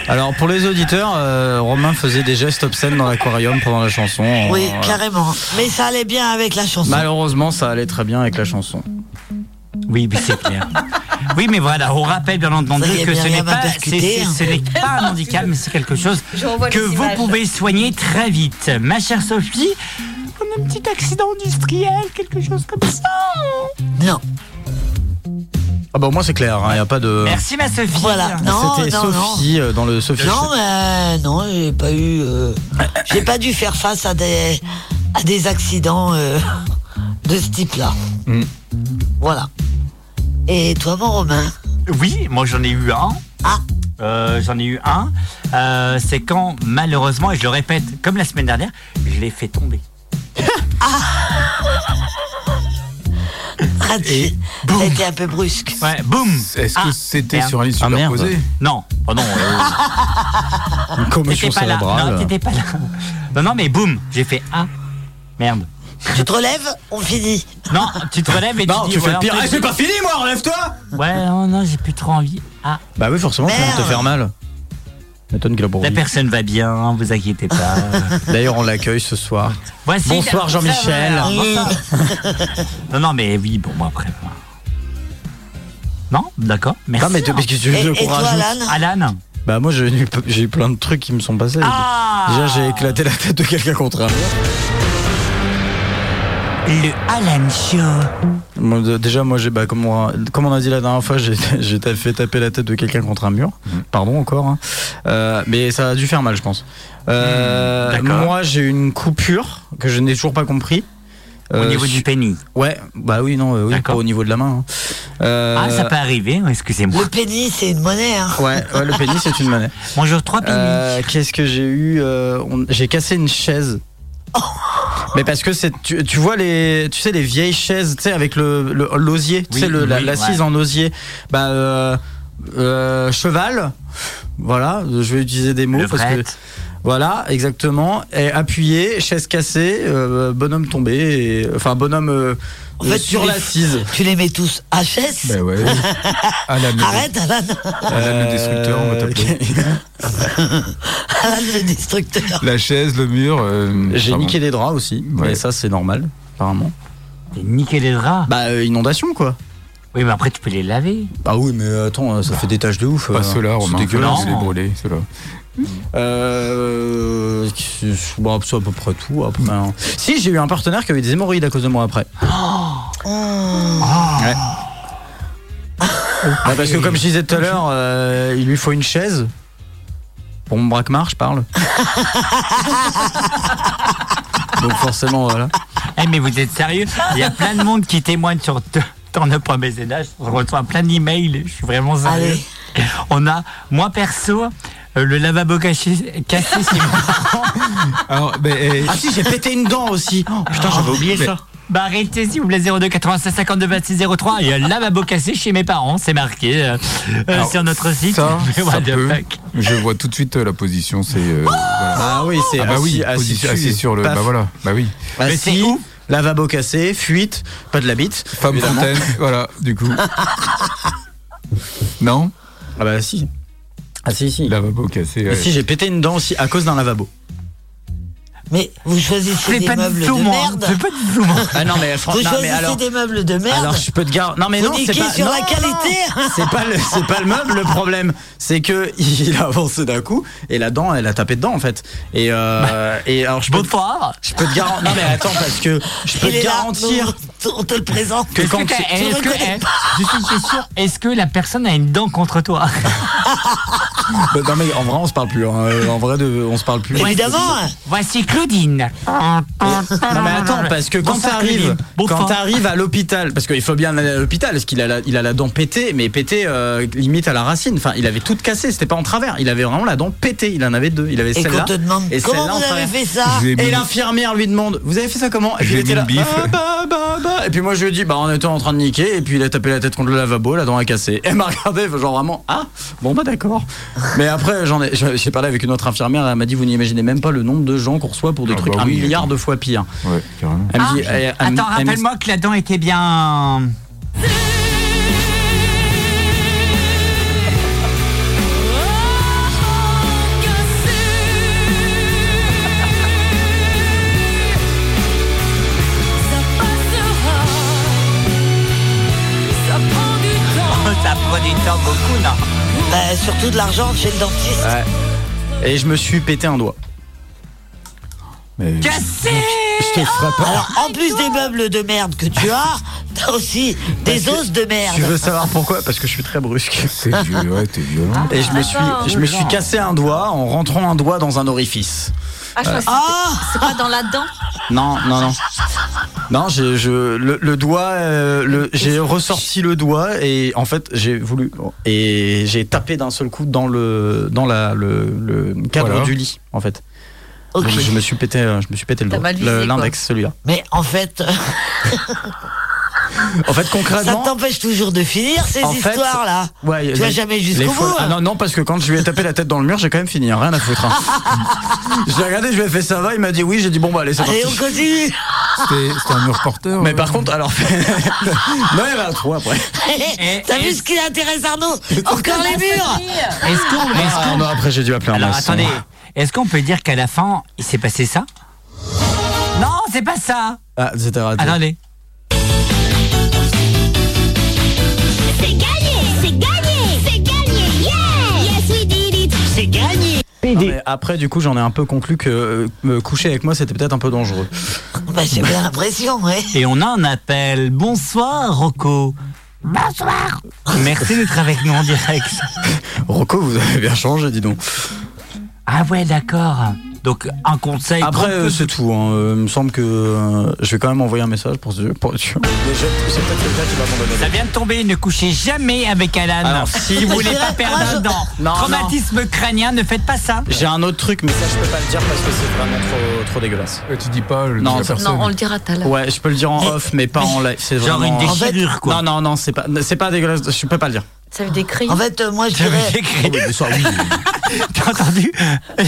Alors pour les auditeurs, euh, Romain faisait des gestes obscènes dans l'aquarium pendant la chanson. Oui, Voilà. carrément. Mais ça allait bien avec la chanson. Malheureusement, ça allait très bien avec la chanson. Oui, mais c'est clair. Oui, mais voilà, on rappelle bien entendu Ça y est, que ce n'est Myriam a pas, percuté, c'est- c'est- hein. ce n'est pas un handicap, mais c'est quelque chose Je revois que les vous images. pouvez soigner très vite. Ma chère Sophie, Un petit accident industriel, quelque chose comme ça. Non. Ah bah au moins c'est clair, il n'y a pas de... merci ma Sophie. Voilà. Non, C'était non, non. Sophie euh, dans le Sophie. Non, mais euh, non, j'ai pas eu. euh, j'ai pas dû faire face à des, à des accidents euh, de ce type-là. Hmm. Voilà. Et toi, mon Romain Oui, moi j'en ai eu un. Euh, j'en ai eu un. Euh, c'est quand, malheureusement, et je le répète, comme la semaine dernière, je l'ai fait tomber. Ah. Et Ça a été un peu brusque. Ouais, boum Est-ce que Ah, c'était merde. sur un lit Ah, merde. superposé Non, oh non. euh, commotion t'étais pas là. cérébrale. Non, t'étais pas là. Non, non, mais boum, j'ai fait ah, merde. Tu te relèves, on finit. Non, tu te relèves et Non, tu dis. tu fais voilà, le pire. en fait, Ah, c'est pas fini, moi, relève-toi Ouais, oh, non, non, j'ai plus trop envie. Ah. Bah oui, forcément, comment te faire mal M'étonne qu'il a pour La lui. personne va bien, vous inquiétez pas. D'ailleurs, on l'accueille ce soir. Voici Bonsoir la- Jean-Michel. Ça va, bonsoir. non, non, mais oui, bon, moi après. voilà. Non, d'accord, merci. Non, mais tu- parce que tu veux Et- qu'on et toi, rajoute- Alan Bah moi j'ai eu, j'ai eu plein de trucs qui me sont passés. Ah. Déjà j'ai éclaté la tête de quelqu'un contre un mur. Le Alan Show. Moi, de- déjà moi j'ai bah, comme, on, comme on a dit la dernière fois j'ai, j'ai ta- fait taper la tête de quelqu'un contre un mur. Mhm. Pardon encore. hein. Euh, mais ça a dû faire mal je pense. Euh, Hmm, d'accord. moi j'ai eu une coupure que je n'ai toujours pas compris. Euh, Au niveau du pénis. Ouais, bah oui, non, euh, oui, pas au niveau de la main. hein. Euh, Ah, ça peut arriver, excusez-moi. Le pénis, c'est une monnaie. hein. Ouais, ouais, le pénis c'est une monnaie. Bonjour, trois pénis. Qu'est-ce que j'ai eu euh, on- J'ai cassé une chaise. Mais parce que c'est tu, tu vois les tu sais les vieilles chaises tu sais avec le le- l'osier tu Oui, sais le- la- oui, ouais. l'assise en osier bah euh, euh, cheval voilà je vais utiliser des mots Le parce que bret. voilà exactement et appuyé chaise cassée euh, bonhomme tombé et- enfin bonhomme euh, En fait, sur tu les- l'assise tu les mets tous HS bah ouais Euh. Arrête, Alan. Madame le destructeur, on va t'appeler. Alan le destructeur. La chaise, le mur. euh, J'ai niqué des draps aussi, mais ça c'est normal, apparemment. T'as niqué les draps Bah euh, inondation quoi. Oui, mais après tu peux les laver. Bah oui, mais attends, euh, ça fait des taches de ouf. Pas euh, ceux-là, c'est Romain. dégueulasse. les brûler, ceux-là. Euh, c'est- bon, c'est à peu près tout. Après, hein. Si j'ai eu un partenaire qui avait des hémorroïdes à cause de moi après. Oh. Ouais. Bah, parce que comme je disais tout à l'heure, euh, il lui faut une chaise. Pour mon braquemar, je parle. Donc forcément, voilà. Eh, mais vous êtes sérieux Il y a plein de monde qui témoigne sur, te- T'en as pas mécénage, on reçoit plein d'emails, je suis vraiment sérieux. On a, moi perso, euh, le lavabo caché, cassé chez moi. Ah si, j'ai pété une dent aussi. Oh, putain, j'avais oublié ça. Bah arrêtez s'il vous plaît 02 96 52 26 03 et euh, lavabo cassé chez mes parents, c'est marqué euh, euh, Alors, sur notre site. Ça, Mais ça what the peut. fuck. Je vois tout de suite euh, la position, c'est. euh, voilà. Ah oui, c'est Ah bah assis- oui, assis position- dessus, assis sur le. paf. Bah voilà, bah oui. Assis, lavabo cassé, fuite, pas de la bite. Femme évidemment. fontaine, voilà, du coup. non Ah bah si. Ah si, si. Lavabo cassé. Et ouais. si j'ai pété une dent aussi à cause d'un lavabo. Mais vous choisissez des meubles de hein. merde. Ah non mais franchement, Vous non, choisissez mais alors. des meubles de merde. Alors je peux te garder. Non mais Vous non, c'est niquez pas sur non, la qualité. non, C'est pas le c'est pas le meuble le problème, c'est que il a avancé d'un coup et la dent elle a tapé dedans en fait. Et euh, et alors je peux Bonsoir. Je peux te garantir. Non mais attends parce que je peux Il te est là, garantir nous, on te le présente. que quand t'as- tu- est-ce que- est- je suis je suis sûr, est-ce que la personne a une dent contre toi Bah, non mais en vrai on se parle plus. hein. Euh, En vrai de- on se parle plus. Voici Claudine. Non mais attends parce que quand Ah. Bonsoir, t'arrives Claudine. Bonsoir. quand t'arrives à l'hôpital parce qu'il faut bien aller à l'hôpital parce qu'il a la, il a la dent pétée mais pétée euh, limite à la racine enfin il avait tout cassé c'était pas en travers il avait vraiment la dent pétée il en avait deux il avait Et celle-là qu'on te demande et comment celle-là en vous avez travers. fait ça J'ai mis- et l'infirmière lui demande vous avez fait ça comment et puis il J'ai était mis là le bif. bah, bah, bah, bah. et puis moi je lui dis bah on était en train de niquer et puis il a tapé la tête contre le lavabo la dent a cassé et elle m'a regardé genre vraiment ah bon bah d'accord mais après j'en ai j'ai j'ai parlé avec une autre infirmière elle m'a dit vous n'imaginez même pas le nombre de gens qu'on reçoit pour des Ah trucs bah un oui, milliard de fois pire Ouais, carrément. Elle me dit, elle- elle me- Ah. Attends, elle me- rappelle-moi que la dent était Ah, bien. Ça prend du temps beaucoup, non Bah, surtout de l'argent chez le dentiste. Ouais. Et je me suis pété un doigt. Mais... Cassé Je te ferai pas. Alors, en plus des meubles de merde que tu as, t'as aussi des os de merde. Tu veux savoir pourquoi Parce que je suis très brusque. C'est vieux, ouais, t'es violent. Et je me suis, Attends. je me suis cassé un doigt en rentrant un doigt dans un orifice. Ah, je Euh, crois que c'était- c'est pas dans la dent. non, non, non. Non, j'ai- je, le, le doigt, euh, le- j'ai ressorti le doigt et en fait j'ai voulu et j'ai tapé d'un seul coup dans le dans la le, le cadre Voilà. du lit en fait. Ok. Donc, je me suis pété, euh, je me suis pété le T'as doigt, mal visé, Le- quoi. l'index celui-là. Mais en fait, En fait ça concrètement, t'empêche toujours de finir ces En fait, histoires-là. Ouais, tu vas les- jamais les jusqu'au fol- bout. hein. Ah non, non, parce que quand je lui ai tapé la tête dans le mur, j'ai quand même fini, hein, rien à foutre. hein. je l'ai regardé, je lui ai fait ça va, il m'a dit oui, j'ai dit bon bah allez, c'est parti. Allez, on continue. C'était un mur porteur. euh. Mais par contre, alors. non, il y en a un trou après. T'as vu ce qui intéresse Arnaud Encore les murs Est-ce qu'on. est-ce Ah, qu'on- non, après, j'ai dû appeler un Alors maçon. attendez, est-ce qu'on peut dire qu'à la fin, il s'est passé ça Non, c'est pas ça Ah, c'était raté. Attendez. C'est gagné, c'est gagné, c'est gagné, yeah! Yes, we did it! C'est gagné! Non, mais après, du coup, j'en ai un peu conclu que euh, me coucher avec moi, c'était peut-être un peu dangereux. Bah, j'ai bien l'impression, ouais. Et on a un appel. Bonsoir, Rocco. Bonsoir. Merci d'être avec nous en direct. Rocco, vous avez bien changé, dis donc. Ah ouais, d'accord. Donc, un conseil. Après, euh, c'est tout. hein. Euh, Il me semble que euh, je vais quand même envoyer un message pour ce. Pour... C'est peut-être quelqu'un qui va m'abandonner. Ça vient de tomber, ne couchez jamais avec Alan. Alors, si vous vous- voulez pas perdre un dent, Non, non. traumatisme crânien, ne faites pas ça. J'ai un autre truc, mais ça je peux pas le dire parce que c'est vraiment trop, trop dégueulasse. tu dis pas le non, ça- Non, on le dira tout à l'heure. Ouais, je peux le dire en Mais- off, mais pas en live. C'est Genre vraiment... une déchirure, quoi. Non, non, non, c'est pas, c'est pas dégueulasse. Je peux pas le dire. Ça veut des crayons. En fait, euh, moi, je J'avais dirais. Oh, écrit. T'as entendu mais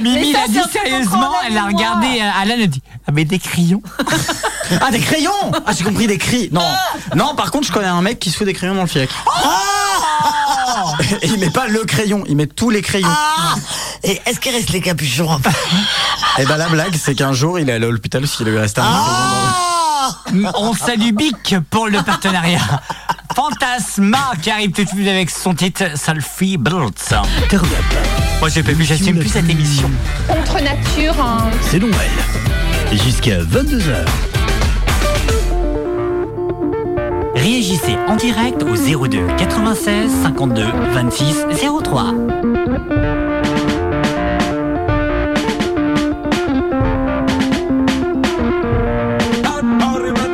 Mimi ça, l'a c'est dit un truc sérieusement, encore en elle a mémoire. regardé euh, Alan, elle a dit Ah, mais des crayons Ah, des crayons Ah, j'ai compris des cris. Non, non. Par contre, je connais un mec qui se fout des crayons dans le fiac. Et il met pas le crayon, il met tous les crayons. Ah Et Est-ce qu'il reste les capuchons en fait Et bah la blague, c'est qu'un jour, il est allé à l'hôpital parce qu'il lui restait un crayon dans le- On salue Bic pour le partenariat. Fantasma qui arrive tout de suite avec son titre Selfie Blitz. Moi j'ai pas vu, j'assume plus cette émission. Contre nature, hein. C'est Noël. Jusqu'à 22h. Réagissez en direct au 02 96 52 26 03. Arriba,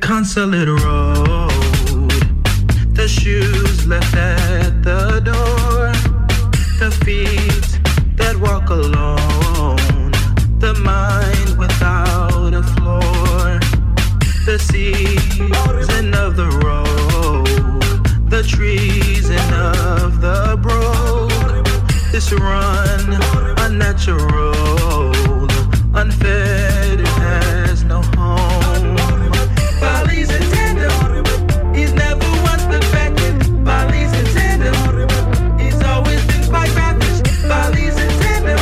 desolate road. The shoes left at the door. The feet that walk alone. The mind without a floor. The season of the road. The treason of the broke. This run unnatural. Unfed, it has no home. Follies in tandem. He's never once been backing. Follies in tandem. He's always been quite ravished. Follies in tandem.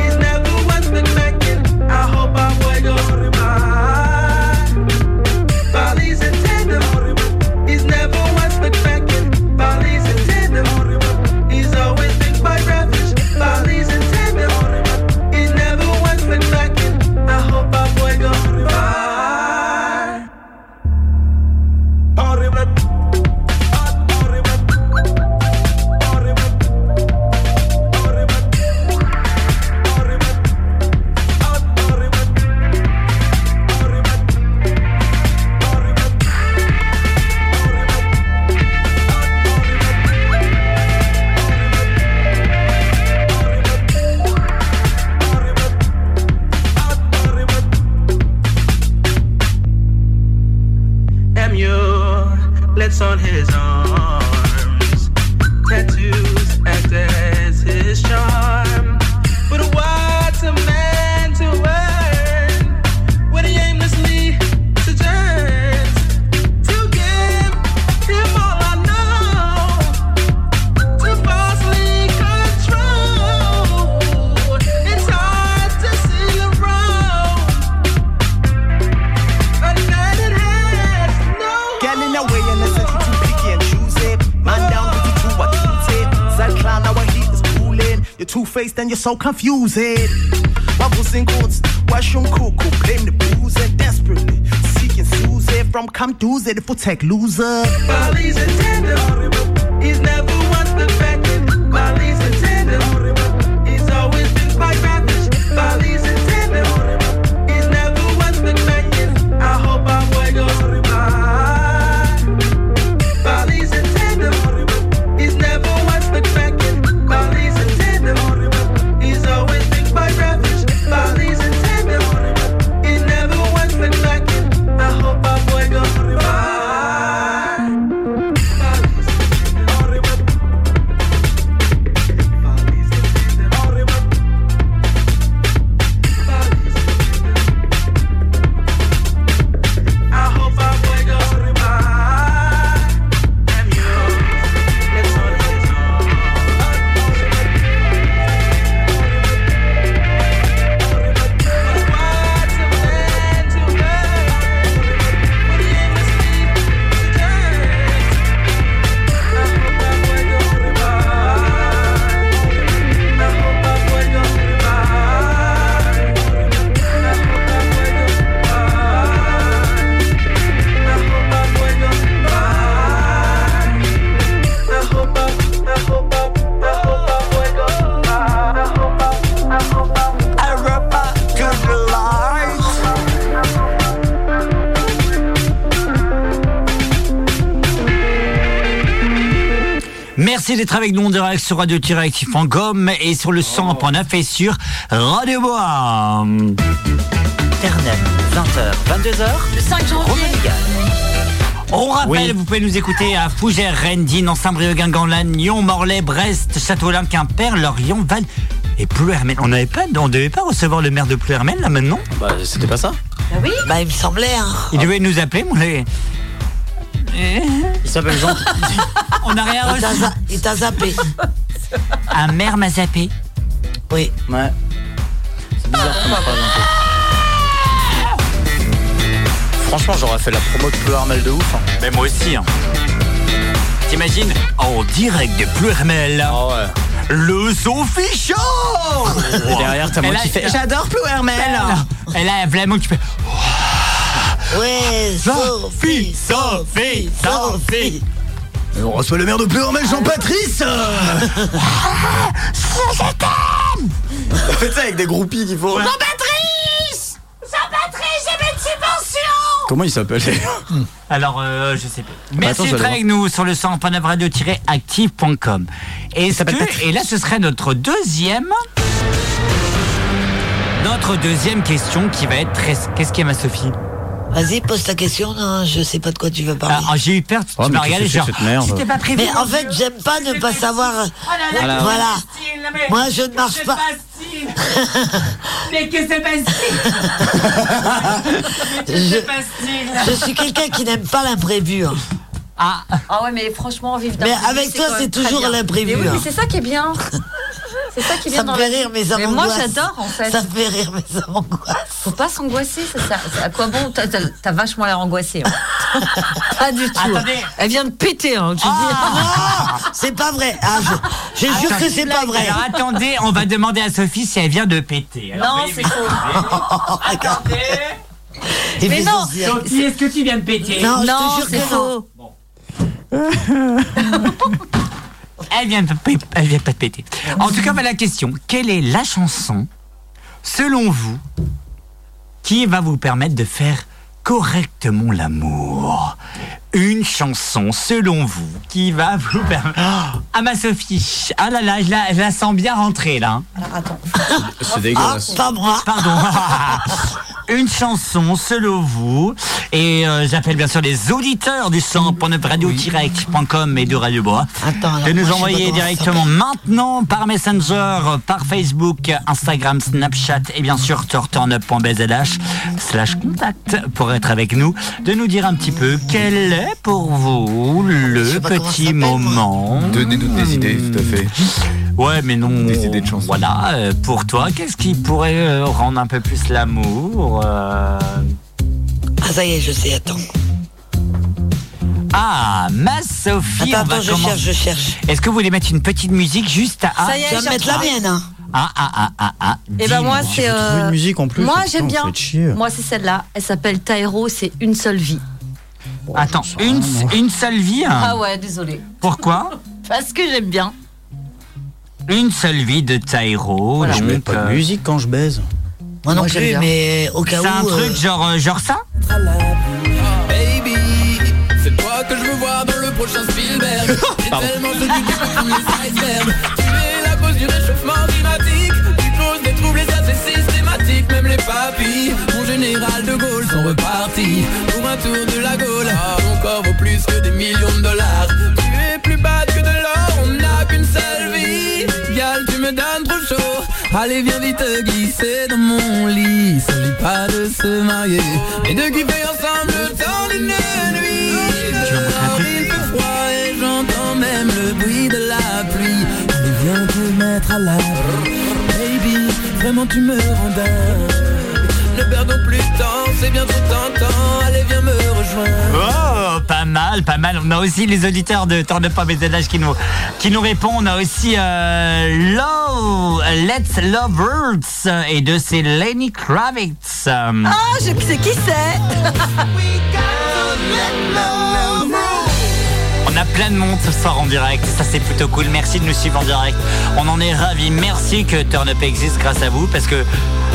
He's never once been backing. I hope I will go by. Follies in tandem. He's never once been backing. Follies in tandem. He's always been quite ravished. Follies in tandem. He's never once been backing. I hope I will go by. Amulets on his arms. Tattoos act as his charm. But what's a man to earn when he aimlessly sojourns? To give him all I know, to falsely control. It's hard to see the road. A night it has Gal in a way and I said too picky and choosy. Man down with the two, I choose it. Sad clown, our heat is cooling. You're two faced and you're so confusing. Bubbles and goons, wash your cuckoo, claim the booze and desperately seeking Susie from come Doozy, the foot tech loser. Bali's a tandem. He's never once been backing. Bali's a tandem. He's always been quite ravished. Bali's a tandem. He's never once been backing. I hope I will go by. Bali's a tandem. He's never once been backing. Bali's a tandem. He's always been quite ravished. Bali's a tandem. He's never once been backing. I hope I will go by. uh, Merci d'être avec nous en direct sur Radio Directif en gomme et sur le 100.9 et sur Radio Bois. Ternem, 20h, 22h. Le 5 Oh janvier. On rappelle, vous pouvez nous écouter à Fougères, Rennes, Digne, Saint-Brieuc, Guingamp, Lannion, Morlaix, Brest, Châteaulin, Quimper, Lorient, Val et Plouermel. On n'avait pas, on devait pas recevoir le maire de Plouermel là maintenant Bah, c'était pas ça. Ah Bah oui. Bah il me semblait. Hein. Il devait nous appeler, mais on l'avait- Il s'appelle Jean. Eh. On n'a rien Il t'a reçu. za- Il t'a zappé. Un maire m'a zappé. Oui. Ouais. C'est bizarre comme phrase un peu. Franchement, j'aurais fait la promo de Pleuarmel de ouf. hein. Mais moi aussi. hein. T'imagines En direct de Plouermel. Ah Le Sophie Show Et derrière, t'as moi Elle qui a- fais- Bah, J'adore Plouermel Et là, vraiment, tu fais. Ouais, Sophie, Sophie, Sophie Et on reçoit le maire de Pleurmel, Jean-Patrice Ah, Je t'aime Faites ça avec des groupies qu'il faut. Jean-Patrice Jean-Patrice, j'ai mes subventions Comment il s'appelle Alors, euh, je sais pas. attends, Merci je vais d'être aller avec nous sur le sang panavradio-active.com. Et, s'appelle Patrick. et là, ce serait notre deuxième. Notre deuxième question qui va être très. Qu'est-ce qu'il y a, ma Sophie Vas-y, pose ta question. Non, je sais pas de quoi tu veux parler. Ah, J'ai eu peur, tu, Oh, tu mais m'as qu'est-ce regardé, que c'est genre. cette merde C'était pas prévu. Oh Mais en fait, j'aime pas ne pas savoir. euh, là là. Voilà. mais Moi, je ne marche pas. Mais que se passe-t-il Je, je suis quelqu'un qui n'aime pas l'imprévu. hein. Ah. ah ouais, mais franchement, vivre d'un Mais imprévu, avec toi, quand même c'est très toujours bien. l'imprévu, Mais oui, hein. mais c'est ça qui est bien. C'est ça qui est bien Ça me dans fait la vie. rire, mais ça Mais moi, m'angoisse. j'adore, en fait. Ça me fait rire, mais ça m'angoisse. Faut pas s'angoisser, c'est ça. C'est- À quoi bon T'as- T'as t'as vachement l'air angoissée. hein. pas du tout. Attendez. Elle vient de péter, hein, tu Ah, c'est pas vrai. Ah, je je Attends, jure que c'est pas vrai. Alors attendez, on va demander à Sophie si elle vient de péter. Alors, Non, veuillez c'est m'excuser. Il Mais fait non, sourire. Sophie, est-ce que tu viens de péter Non, je te jure que non. Elle vient, de pé- elle vient pas de péter. En tout cas, voilà la question. Quelle est la chanson, selon vous, qui va vous permettre de faire correctement l'amour Une chanson, selon vous, qui va vous permettre... Oh, ah ma Sophie Ah là là, je la, je la sens bien rentrer là. attends. C'est dégueulasse. Ah, pas moi. Pardon. Une chanson, selon vous. Et euh, j'appelle bien sûr les auditeurs du 100.9 radio-x.com et de Radio Bois. de moi, je sais nous pas envoyer comment ça directement maintenant par Messenger, par Facebook, Instagram, Snapchat et bien sûr turturnup.bzh slash contact pour être avec nous. De nous dire un petit peu quel est pour vous le petit moment. Donnez-nous des idées, tout à fait. Ouais, mais non. Des idées de chansons. Voilà, euh, pour toi, qu'est-ce qui pourrait euh, rendre un peu plus l'amour euh, Ah, ça y est, je sais, attends. Ah, ma Sophie Attends, on va attends, je commencer- cherche, je cherche. Est-ce que vous voulez mettre une petite musique juste à... Ah, Ça y est, Tu vas me mettre la cherche. mienne, hein. Ah, ah, ah, ah, ah. Et ben dis-moi. moi c'est euh, Moi j'aime bien. Moi Moi, c'est celle-là. Elle s'appelle Tairo. C'est une seule vie. Oh, Attends, une, une seule vie hein. Ah ouais, désolé. Pourquoi Parce que j'aime bien. Une seule vie de Tairo. Je mets donc, pas de euh, musique quand je baise. Moi non plus, mais au cas où. C'est un truc genre, euh, genre ça Baby, c'est toi que je veux voir dans le prochain Spielberg. J'ai Pardon. tellement séduit que tous les icebergs. Tu es la cause du réchauffement climatique. Tu causes des troubles et ça c'est systématique. Même les papilles, mon général de Gaulle sont repartis pour un tour de la Gaule. Mon corps vaut plus que des millions de dollars. Tu es plus bad que de l'or, on n'a qu'une seule vie. Gal, tu me donnes trop chaud. Allez, viens vite glisser dans mon lit. Il s'agit pas de se marier, mais de kiffer ensemble le temps d'une nuit. Dehors, il fait froid et j'entends même le bruit de la pluie. Allez, viens te mettre à l'abri. Baby, vraiment tu me rends dingue. Ne perdons plus de temps, c'est bien trop tentant. Allez, viens me rejoindre. Oh, pas mal, pas mal. On a aussi les auditeurs de Turn Up Pas BZH qui nous, qui nous répondent. On a aussi euh, Love, Let's Love Words et de c'est Lenny Kravitz. Euh, Ah, je sais qui c'est. On a plein de monde ce soir en direct. Ça, c'est plutôt cool. Merci de nous suivre en direct. On en est ravis. Merci que Turn Up existe grâce à vous parce que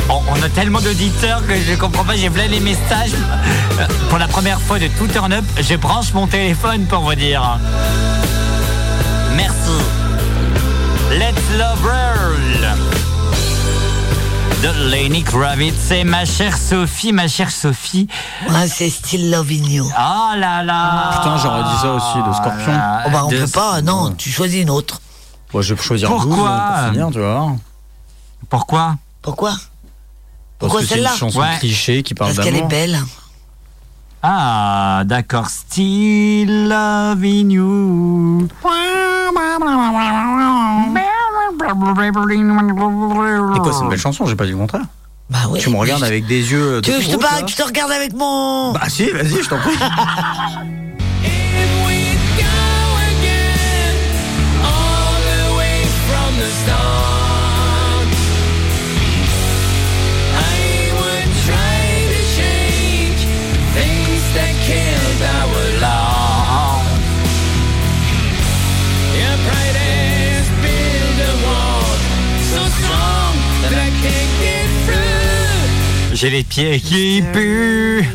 on, on a tellement d'auditeurs que je comprends pas. J'ai plein les messages. Euh, Pour la première fois de tout Turn Up, je branche mon téléphone pour vous dire. Merci. Let's Love Roll de Lenny Kravitz et ma chère Sophie, ma chère Sophie. Ah, c'est Still Loving You. Ah là là Putain, j'aurais dit ça aussi, Ah. de Scorpion. Oh bah, on peut pas, non, tu choisis une autre. Moi, je vais choisir Pourquoi 12 pour finir, tu vois. Pourquoi Pourquoi Parce Pourquoi que c'est une celle-là chanson Ouais. cliché qui parle Parce d'amour. qu'elle est belle. Ah, d'accord. Still loving you. Et quoi, c'est une belle chanson, j'ai pas dit le contraire. Bah Tu me regardes avec des yeux. de Tu veux que je te, route, parle- là que je te regarde avec mon. Bah si, vas-y, je t'en prie. All the way from the start. I would try to change things that killed our love. Your pride has built a wall so strong that I can't get through. J'ai les pieds qui puent. Yeah.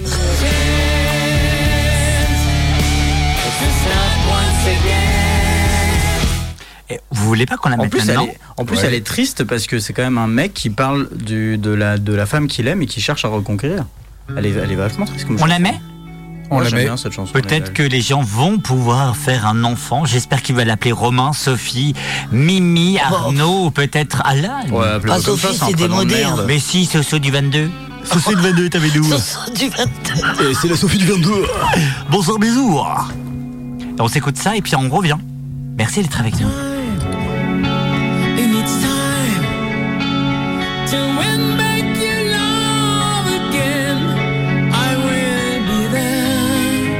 Et Vous voulez pas qu'on la En mette plus, elle maintenant est, en plus elle est triste parce que c'est quand même un mec qui parle du, de, la, de la femme qu'il aime et qui cherche à reconquérir. Elle est, elle est vachement triste comme On la chanson. met Moi, j'aime bien cette chanson. Peut-être que les gens vont pouvoir faire un enfant. J'espère qu'il va l'appeler Romain, Sophie, Mimi, Arnaud, ou peut-être Alain. Ouais, appelez-le Ah, comme Sophie, ça, c'est un c'est prénom de démodé, merde. hein. Mais si, Soso du 22. Soso du 22, t'avais d'où Soso du 22. Et c'est la Sophie du 22. Bonsoir, bisous. On s'écoute ça et puis on revient. Merci d'être avec nous. And it's time to win back your love again. I will be there.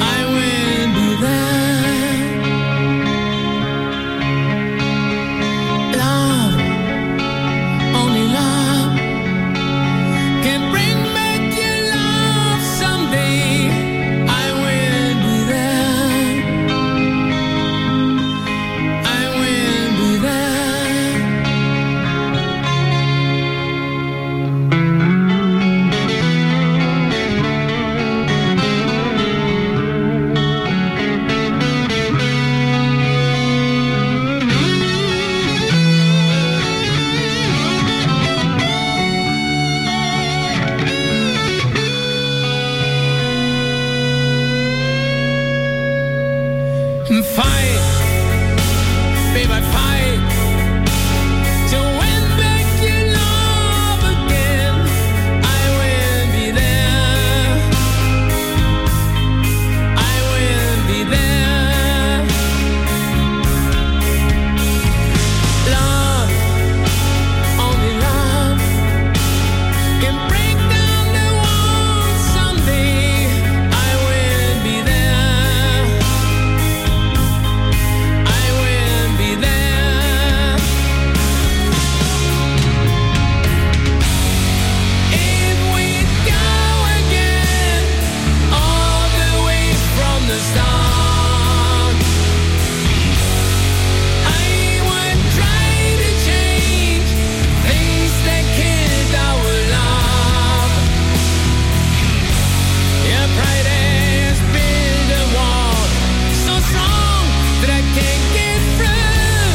I will be there. Love, only love, can bring back your love someday. I will be there. I will be there. Fight, baby, fight to win back your love again. I will be there. I will be there. Love, only love can break down the walls someday. I will be there. I will be there. If we go again, all the way from the start, I would try to change things that killed our love. Your pride has built a wall so strong that I can't get through.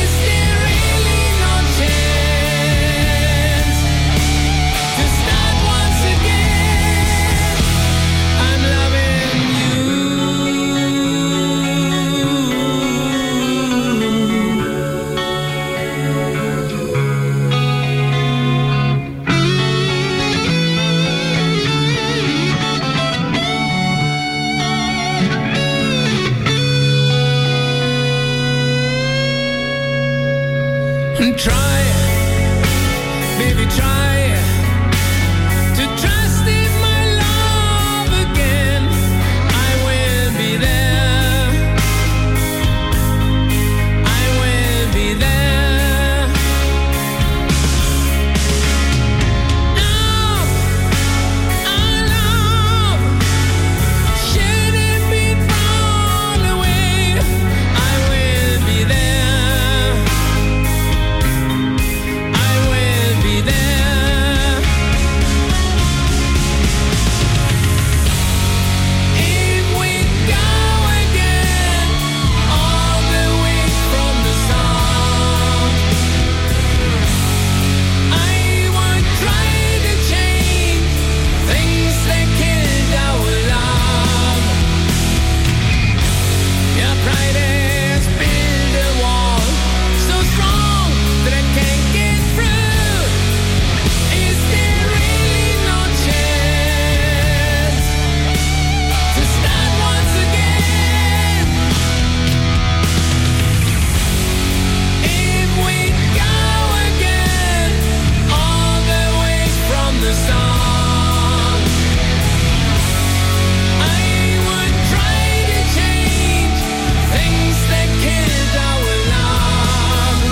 Is there really no chance to start once again? I'm loving And try, baby, try to trust in my love again. I will be there. I will be there. Love, our love shouldn't be thrown away. I will be there. I will be there. If we go again, all the way from the start, I would try to change things that killed our love. Your pride has built a wall so strong that I can't get through. Is there really no chance to start once again? If we go again, all the way from the start, I would try to change things that killed our love.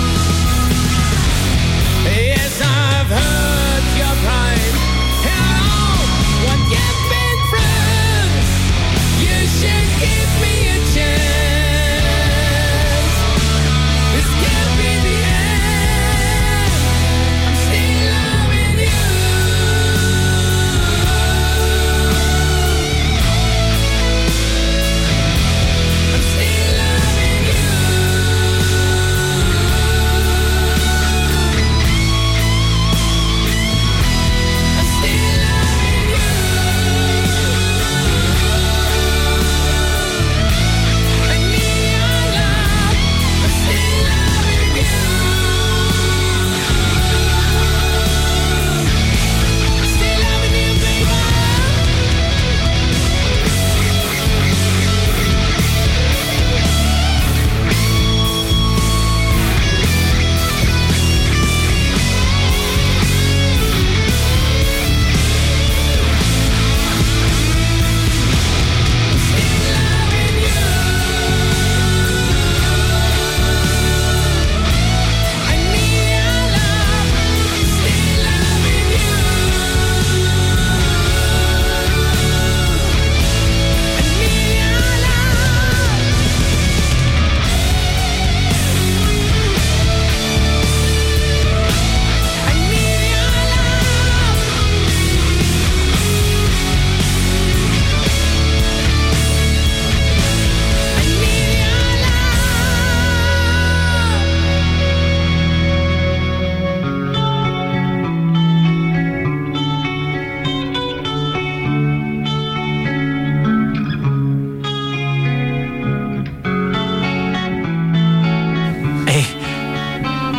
Yes, I've heard your pride. Hello, what you've been through. You should give me a chance. This can't be the end. I'm still loving you. I'm still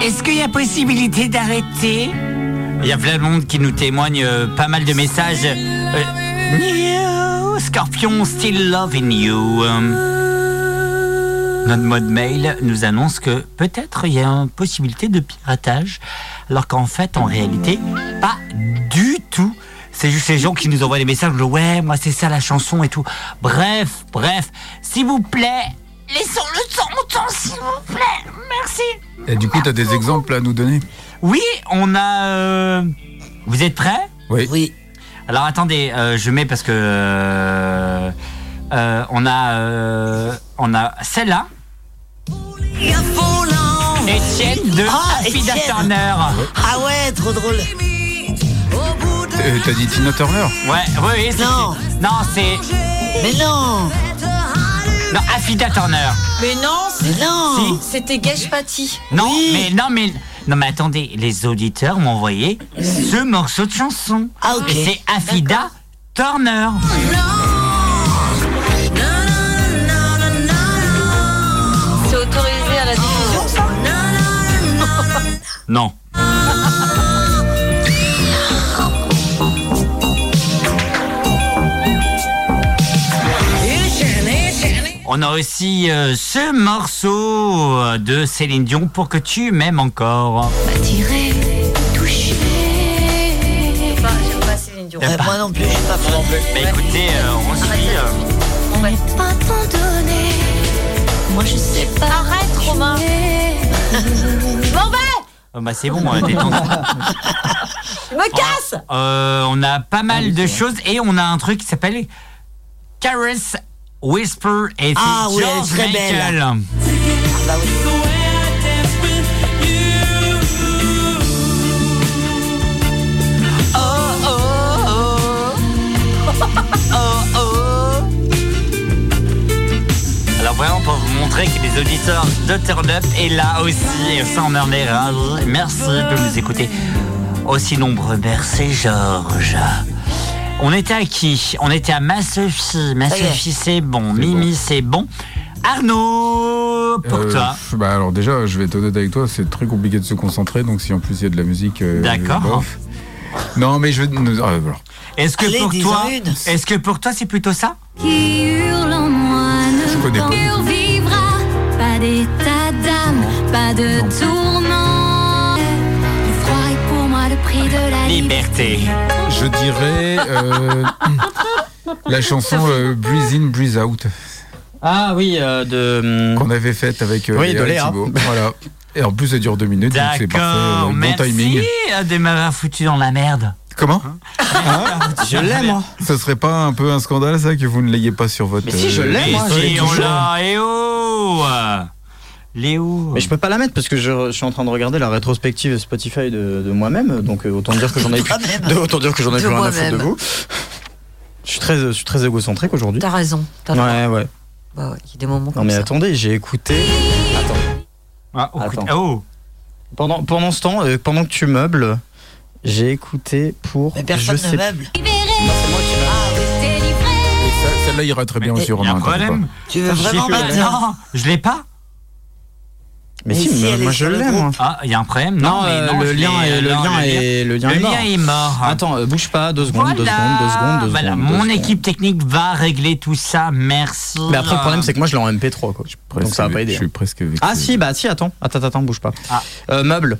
Est-ce qu'il y a possibilité d'arrêter Il y a plein de monde qui nous témoigne euh, pas mal de messages. Euh, New Scorpion still loving you. Euh, Notre mode mail nous annonce que peut-être il y a une possibilité de piratage, alors qu'en fait, en réalité, pas du tout. C'est juste les gens qui nous envoient des messages, genre, ouais, moi c'est ça la chanson et tout. Bref, bref, s'il vous plaît, laissons-le temps, temps, s'il vous plaît. Merci. Et du coup, tu as des exemples à nous donner Oui, on a. euh, Vous êtes prêts Oui. Alors attendez, euh, je mets parce que euh, euh, on a euh, on a celle-là. Étienne de Ah, Affida Étienne. Turner. Ah ouais, trop drôle. Euh, T'as dit Tina Turner Ouais, oui, oui, c'est- Non. Non, c'est. Mais non. Non, Affida Turner. Mais non, Mais non. c'était Gage Patti. Non, mais non, mais non, mais attendez, les auditeurs m'ont envoyé ce morceau de chanson. Ah ok. C'est Affida Turner. C'est autorisé à la diffusion, ça Non. On a aussi euh, ce morceau euh, de Céline Dion pour que tu m'aimes encore. Tirer, toucher. Pas, j'aime pas Céline Dion. moi non plus, je suis pas fan. Bah écoutez, euh, on suit. euh, On n'est pas abandonné. Moi je sais pas. Arrête, Romain. Bon ben, oh, bah c'est bon, euh, détente. je me casse Euh, on a pas Ah mal de choses et on a un truc qui s'appelle Caress Whisper et Ah c'est oui, George elle est très belle. Michael. Alors vraiment pour vous montrer que les auditeurs de Turn Up est là aussi et ça on en est ravis. Merci de nous écouter aussi nombreux. Merci Georges. On était à qui On était à ma Sophie. Ma Ça y est. Sophie c'est bon. Mimi c'est bon. Arnaud pour Euh, toi. pff, Bah alors déjà, je vais être honnête avec toi, c'est très compliqué de se concentrer, donc si en plus il y a de la musique... euh, D'accord. bof. Non mais je... nous- ah, voilà. Est-ce que Allez, pour dis-en toi une. Est-ce que pour toi c'est plutôt ça Qui hurle en moi Je ne connais pas. survivra. Pas d'état d'âme, pas de tourment. Le froid est pour moi le prix de la Liberté. Je dirais euh, la chanson euh, Breeze In, Breeze Out. Ah oui, euh, hum, de. Qu'on avait faite avec euh, Oui, de Léa et Léa. Thibaut. Voilà. Et en plus, ça dure deux minutes, donc c'est parfait. euh, D'accord, bon merci Ah, timing. de m'avoir foutu dans la merde. Hein Comment Je l'aime, hein. moi. Ça serait pas un peu un scandale, ça, que vous ne l'ayez pas sur votre. Mais si, je euh, l'aime, moi, je l'ai hein. Et on toujours. l'a, et oh Léo. Mais je peux pas la mettre parce que je, je suis en train de regarder la rétrospective Spotify de, de moi-même, donc euh, autant dire que j'en ai plus, de, autant dire que j'en ai De plus rien à foutre de moi-même. vous. Je suis très, euh, je suis très égocentrique aujourd'hui. T'as raison. T'as raison. Ouais, ouais. Bah ouais, il y a des moments Non comme mais ça. attendez, j'ai écouté. Attends. Ah, oh, Attends. Pendant, pendant ce temps, euh, pendant que tu meubles, j'ai écouté pour. Mais personne je ne sais- meuble. Celle-là ira très bien aussi, Romain. un t'inquiète problème. pas. Tu veux Je l'ai vraiment pas. maintenant Non, je l'ai pas. Mais si, mais moi je l'aime. hein. moi. Ah, il y a un problème. Non, Non, mais euh, non, je le, l'ai- lien est, le, non, lien est, le lien est mort. Attends, euh, bouge pas, deux secondes, deux Voilà. secondes, deux secondes, deux Voilà, secondes. mon deux équipe technique va régler tout ça. Merci. secondes. Mais après, le problème, c'est que moi, je l'ai en MP3, quoi. Donc ça va pas aider. Je suis presque vexé. Ah si, bah si, attends, attends, attends, bouge pas. Ah. Euh, meuble.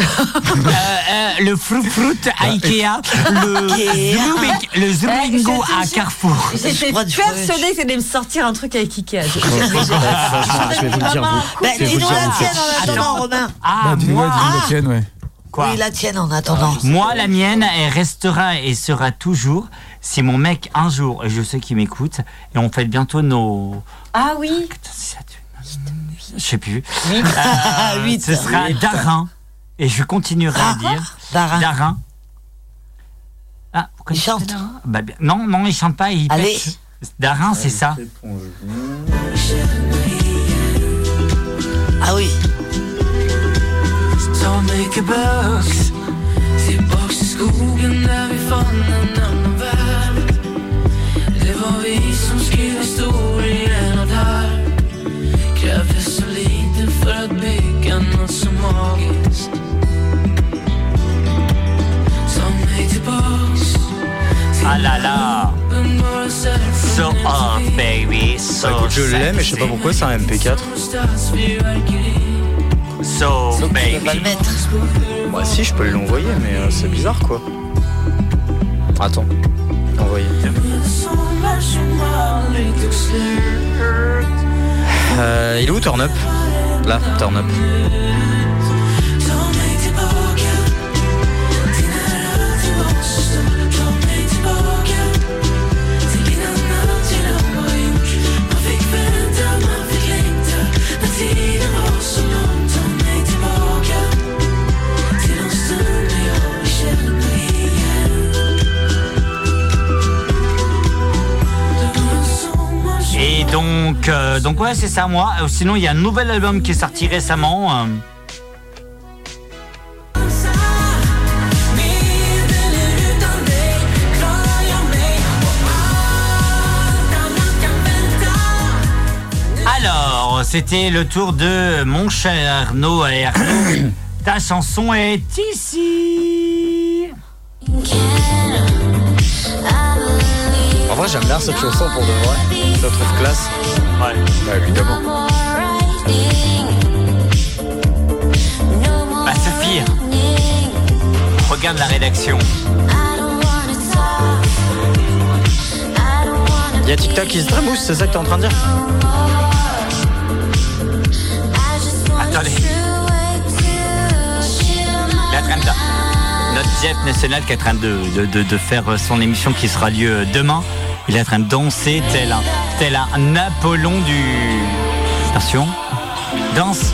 Euh, euh, le fruit Bah, à Ikea, le Zoomic- le Zoomingo à Carrefour. Eh, J'étais persuadée que c'était de me sortir un truc avec Ikea. Je- Ouais, franchement, Ah, je vais vous le dire, vous. Bah, Je vais vous dis-nous le la dire, vous. tienne en attendant, Romain. Ah, moi, Dis-moi, dis-moi, Bah, tienne, ouais. quoi Oui, la tienne en attendant. Moi, la mienne, elle restera et sera toujours. Si mon mec, un jour, et je sais qu'il m'écoute, et on fête bientôt nos. Ah oui Je sais plus. Huit. Ah, Euh, Huit. Ce sera Huit. Darin. Et je continuerai à dire. Darin. Darin. Ah, vous connaissez pas Darin Bah, bien- Non, non, il chante pas, il Allez. pète. Darin, c'est ça. Ah oui. Krävdes så lite för att bygga något som August. Some major boss. Ah là là Been more set So off, baby, so Bah, écoute, je l'ai, mais je sais pas pourquoi, c'est un MP4. starts me right getting. So, baby. Bah, si, je peux l'envoyer, mais euh, c'est bizarre quoi. Attends, envoyer. So much more like sleep. Euh, il est où Turn Up Là, Turn Up. Et donc, euh, donc ouais, c'est ça, moi. Euh, Sinon, il y a un nouvel album qui est sorti récemment. euh, Alors, c'était le tour de mon cher Arnaud et Arnaud. Ta chanson est ici. En vrai, j'aime bien cette chanson pour de vrai. Je la trouve classe. Ouais, évidemment. Bah, Sophie, regarde la rédaction. Il y a TikTok qui se trémousse, c'est ça que t'es en train de dire Attendez. La traîne là. Notre Jeff National qui est en train de, de- de- de faire son émission qui sera lieu demain. Il est en train de danser tel un, tel un Apollon du. Attention. Danse.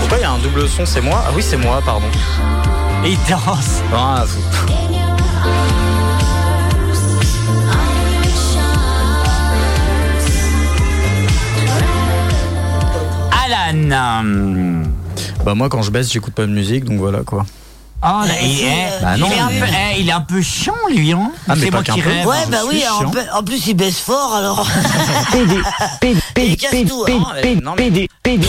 Pourquoi il y a un double son C'est moi Ah oui, c'est moi, pardon. Et il danse Ah, fou. Alan. Bah, moi, quand je baisse, j'écoute pas de musique, donc voilà quoi. Oh, là, il, est, Bah il non, est un mais- peu, eh, il est un peu chiant, lui. Hein Ah, mais C'est pas moi qu'un qui peu. rêve. hein. Ouais, bah oui, en, pe- en plus il baisse fort alors. Il casse tout, hein. Il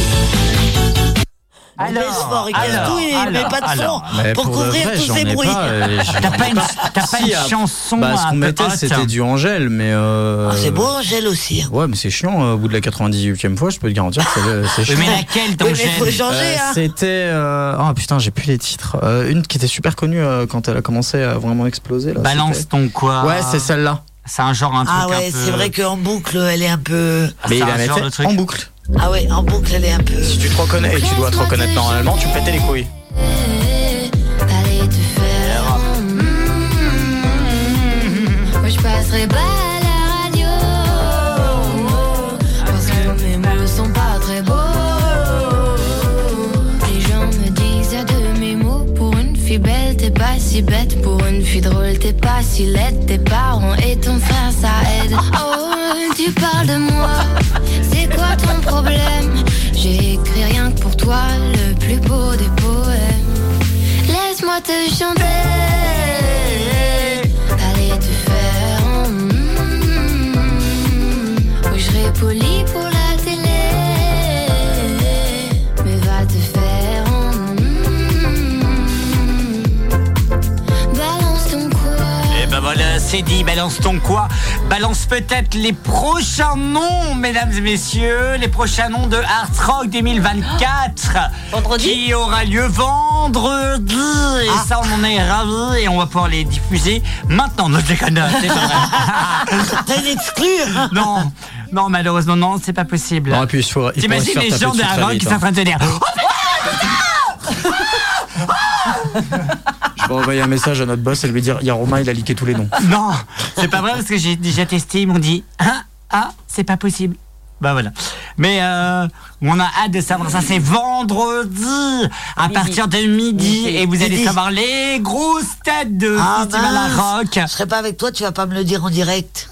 baisse fort, il casse tout, il met pas de son Mais pour de couvrir vrai, tous j'en ces ai bruits. pas, euh, j'en ai T'as pas une, t'as pas Si, une ah, chanson Bah, ce un qu'on peu mettait, haute c'était du Angèle, mais. euh, Ah, c'est beau, Angèle aussi. Ouais, mais c'est chiant. euh, Au bout de la 98e fois, je peux te garantir que c'est- euh, c'est chiant. Mais laquelle, Oui, mais d'Angèle faut changer, hein. C'était. euh, Oh putain, j'ai plus les titres. Euh, une qui était super connue euh, quand elle a commencé à vraiment exploser. Là, Balance c'était- ton quoi Ouais, c'est celle-là. C'est un genre un Ah truc un ouais, peu- Ah, c'est vrai qu'en boucle, elle est un peu. Mais il la mettait en boucle. Ah ouais, en boucle, elle est un peu. Si tu te reconnais et tu dois te reconnaître normalement, tu me pétais les couilles. Allez te faire. Mm. Moi je passerai pas à la radio. Parce que mes mots sont pas très beaux. Les gens me disent à de mes mots. Pour une fille belle, t'es pas si bête. Pour une fille drôle, t'es pas si laide. Tes parents et ton frère, ça aide. Oh, tu parles de moi. C'est quoi ton problème? J'ai écrit rien que pour toi, le plus beau des poèmes. Laisse-moi te chanter. Allez te faire. mm, mm. Oui, je serai poli pour la télé. Mais va te faire. mm, mm. Balance ton quoi. Eh ben voilà, c'est dit, balance ton quoi Balance peut-être les prochains noms, mesdames et messieurs, les prochains noms de Art Rock 2024 qui aura lieu vendredi. Et ça, on en est ravis et on va pouvoir les diffuser maintenant. Non, je déconne, c'est pas vrai. Non, non, malheureusement, non, c'est pas possible. Non, et puis il faut. il faut se T'imagines faire les taper gens dessus de très Art Rock vite, qui sont hein. en train de te dire Oh Je vais envoyer un message à notre boss et lui dire il y a Romain, il a liqué tous les noms. Non, c'est pas vrai parce que j'ai déjà testé. Ils m'ont dit ah, ah, c'est pas possible. Bah voilà. Mais euh, on a hâte de savoir ça. C'est vendredi à partir de midi, et vous allez Midi. savoir les grosses têtes de Ah Festival mince, Hard Rock. Je serais pas avec toi, tu vas pas me le dire en direct.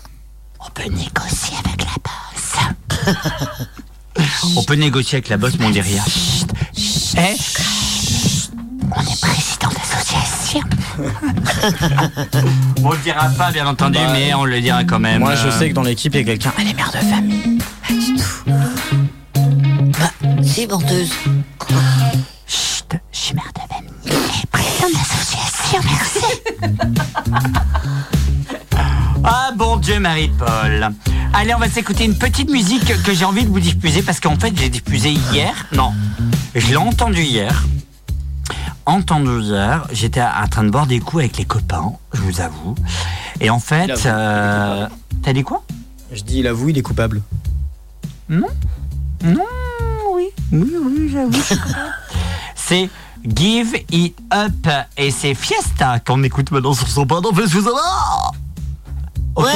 On peut négocier avec la bosse. On peut négocier avec la bosse, mais on dit rien. Eh on est président d'association. on le dira pas, bien entendu, mais on le dira quand même. Moi, je Euh, sais que dans l'équipe, il y a quelqu'un. Elle est mère de famille. Merci, Bah, menteuse. Chut, je suis mère de même. Et président de l'association, merci. Ah bon Dieu Marie-Paul Allez on va s'écouter une petite musique que j'ai envie de vous diffuser parce qu'en fait j'ai diffusé hier. Non, je l'ai entendu hier. En temps heures, j'étais en train de boire des coups avec les copains, je vous avoue. Et en Il fait... avoue, euh, T'as dit quoi Je dis, il avoue, il est coupable. Non Non, oui. Oui, oui, j'avoue. c'est Give It Up et c'est Fiesta qu'on écoute maintenant sur son pardon, parce que ça va Ouais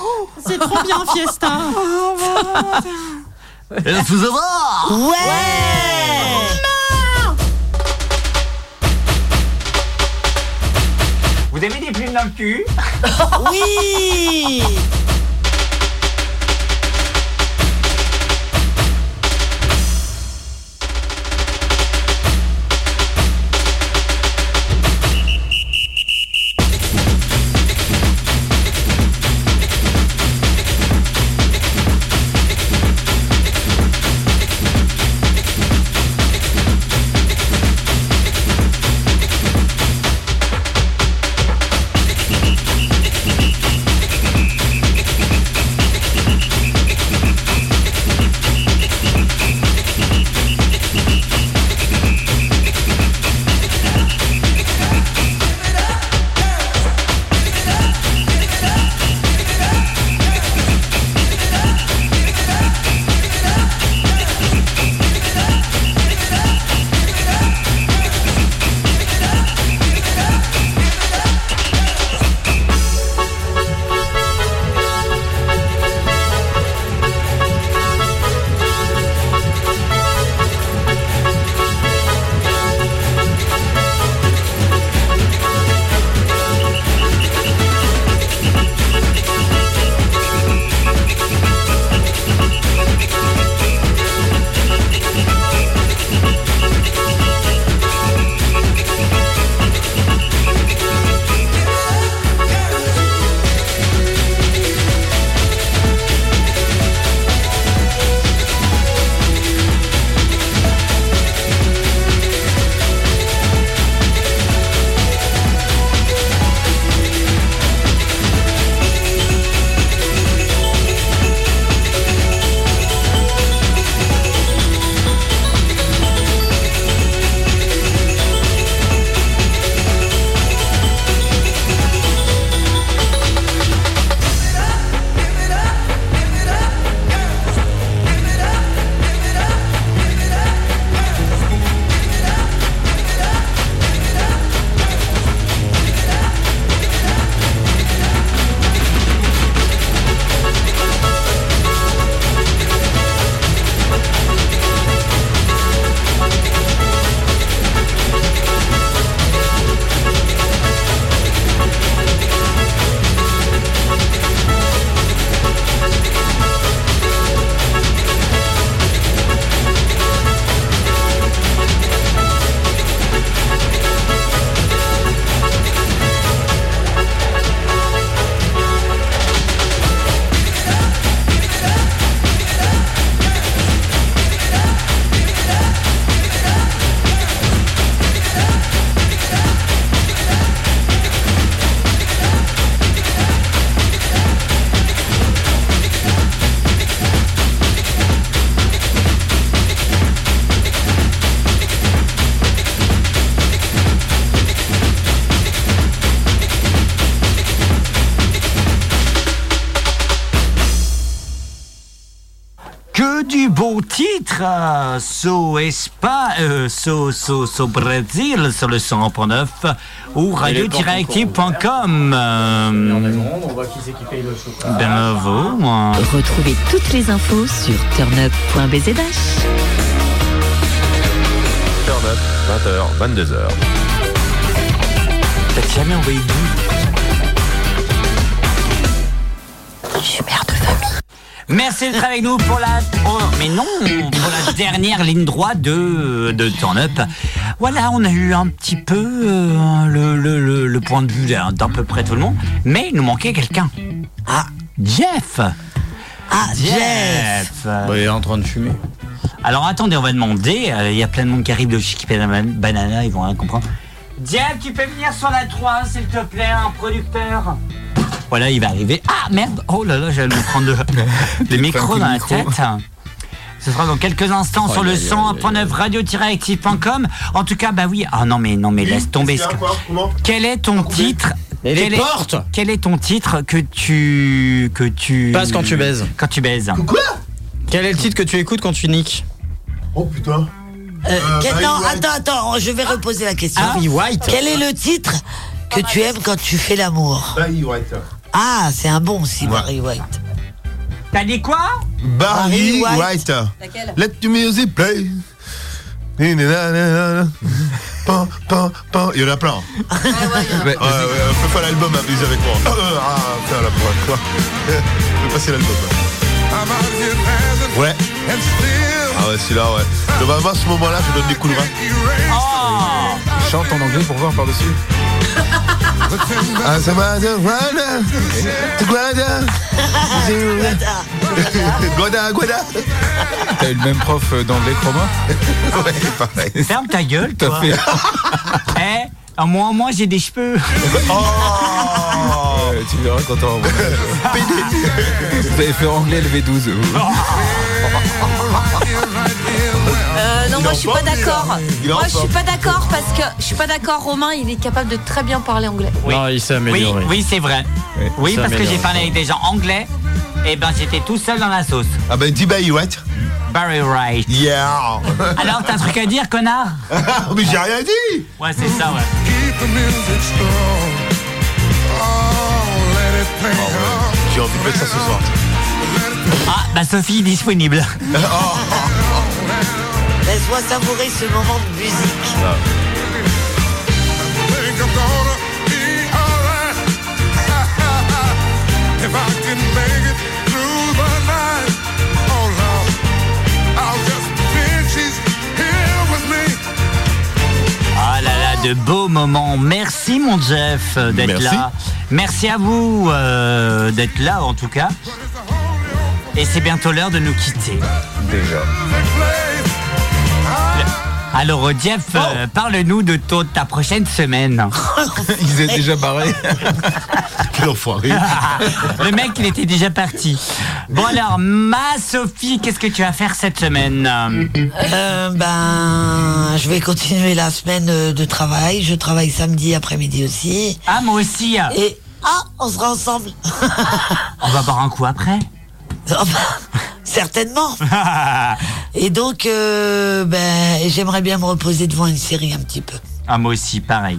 Oh. C'est trop bien, Fiesta. Ah, Et là, vous avez- Vous avez des plumes dans le cul Oui Que du beau titre euh, So Espa, euh, so, so, so Brésil sur le 100.9 ou radio-active.com. Euh, On voit qui c'est qui paye le chocolat. bravo. moi. Retrouvez toutes les infos sur turnup.bzdash. Turn up, 20h, 22h. T'as jamais envoyé de Je suis mère de famille. Merci d'être avec nous pour la. oh, mais non, pour la dernière ligne droite de, de Turn Up. Voilà, on a eu un petit peu euh, le, le- le- le point de vue d'un d'à peu près tout le monde, mais il nous manquait quelqu'un. Ah, Jeff Ah, Jeff Ah, Bah, il est en train de fumer. Alors attendez, on va demander. Euh, Il y a plein de monde qui arrive de Chiqui Banana- Banana, ils vont rien comprendre. Diable, tu peux venir sur la 3, s'il te plaît, un producteur Voilà, il va arriver. Ah merde Oh là là, j'allais me prendre le- le micro dans la tête. Ce sera dans quelques instants Oh, sur le aïe, aïe, aïe, 100.9 radio-actif.com. En tout cas, bah oui. Ah non, mais non, mais laisse tomber. ce- Quel est ton titre Et les quel est- portes Quel est ton titre que tu. que tu. Passe quand tu baises. Quand tu baises. Quel est le titre que tu écoutes quand tu niques Oh putain. Barry Euh, non, White. attends, attends, je vais Ah. reposer la question. Barry White. Quel est le titre que tu aimes quand tu fais l'amour Barry White. Ah, c'est un bon aussi, Barry White. T'as dit quoi Barry Barry White. White. Laquelle Let the music play. Ni, ni, na, na, na, na. Pan, pan, pan. Il y en a plein. Ouais, ouais, ouais, fais pas l'album, abuse avec moi. Ah, putain, la pointe, quoi. Je vais passer l'album. Ouais. Ah ouais, celui-là, ouais. Donc, bah, moi, à ce moment-là, je donne des coups de rein. Oh. Chante en anglais pour voir par-dessus. Ah, ça va, ça va, là. Guada. Guada, Guada. T'as eu le même prof euh, d'anglais que Romain Ouais, pareil. Ferme ta gueule, T'as toi. fait- Eh, à moi, moi, j'ai des cheveux. Oh, Euh, tu verras quand t'auras Vous avez fait anglais le V12. Euh, non, Il moi en je suis pas parle, lui, d'accord. là. Il en Moi je suis pas parle. d'accord parce que je suis pas d'accord. Romain, il est capable de très bien parler anglais. Non, il s'est Oui, amélioré. oui c'est vrai. Oui, Ça parce que améliore j'ai parlé avec des gens anglais. Et ben, j'étais tout seul dans la sauce. Ah ben, dis Barry White. Barry White. Yeah. Alors, t'as un truc à dire, connard Ah, Mais j'ai rien dit Ouais, c'est ça, ouais. Oh, J'ai envie de mettre ça ce soir. Ah, bah Sophie disponible. Oh. Laisse-moi savourer ce moment de musique. If I can make it through the night, oh Lord, I'll just pretend she's here with me. Ah là là, de beaux moments. Merci mon Jeff euh, d'être Merci. là. Merci à vous euh, d'être là en tout cas. Et c'est bientôt l'heure de nous quitter. Déjà. Alors Jeff, Oh. euh, parle-nous de ton- ta prochaine semaine. Ils étaient déjà barrés. Quel enfoiré. Le mec, il était déjà parti. Bon alors, ma Sophie, qu'est-ce que tu vas faire cette semaine Euh, ben, je vais continuer la semaine euh, de travail. Je travaille samedi après-midi aussi. Ah, moi aussi. Et ah, on sera ensemble. On va boire un coup après Ah bah, Certainement. Et donc, euh, ben, j'aimerais bien me reposer devant une série un petit peu. Ah moi aussi, pareil.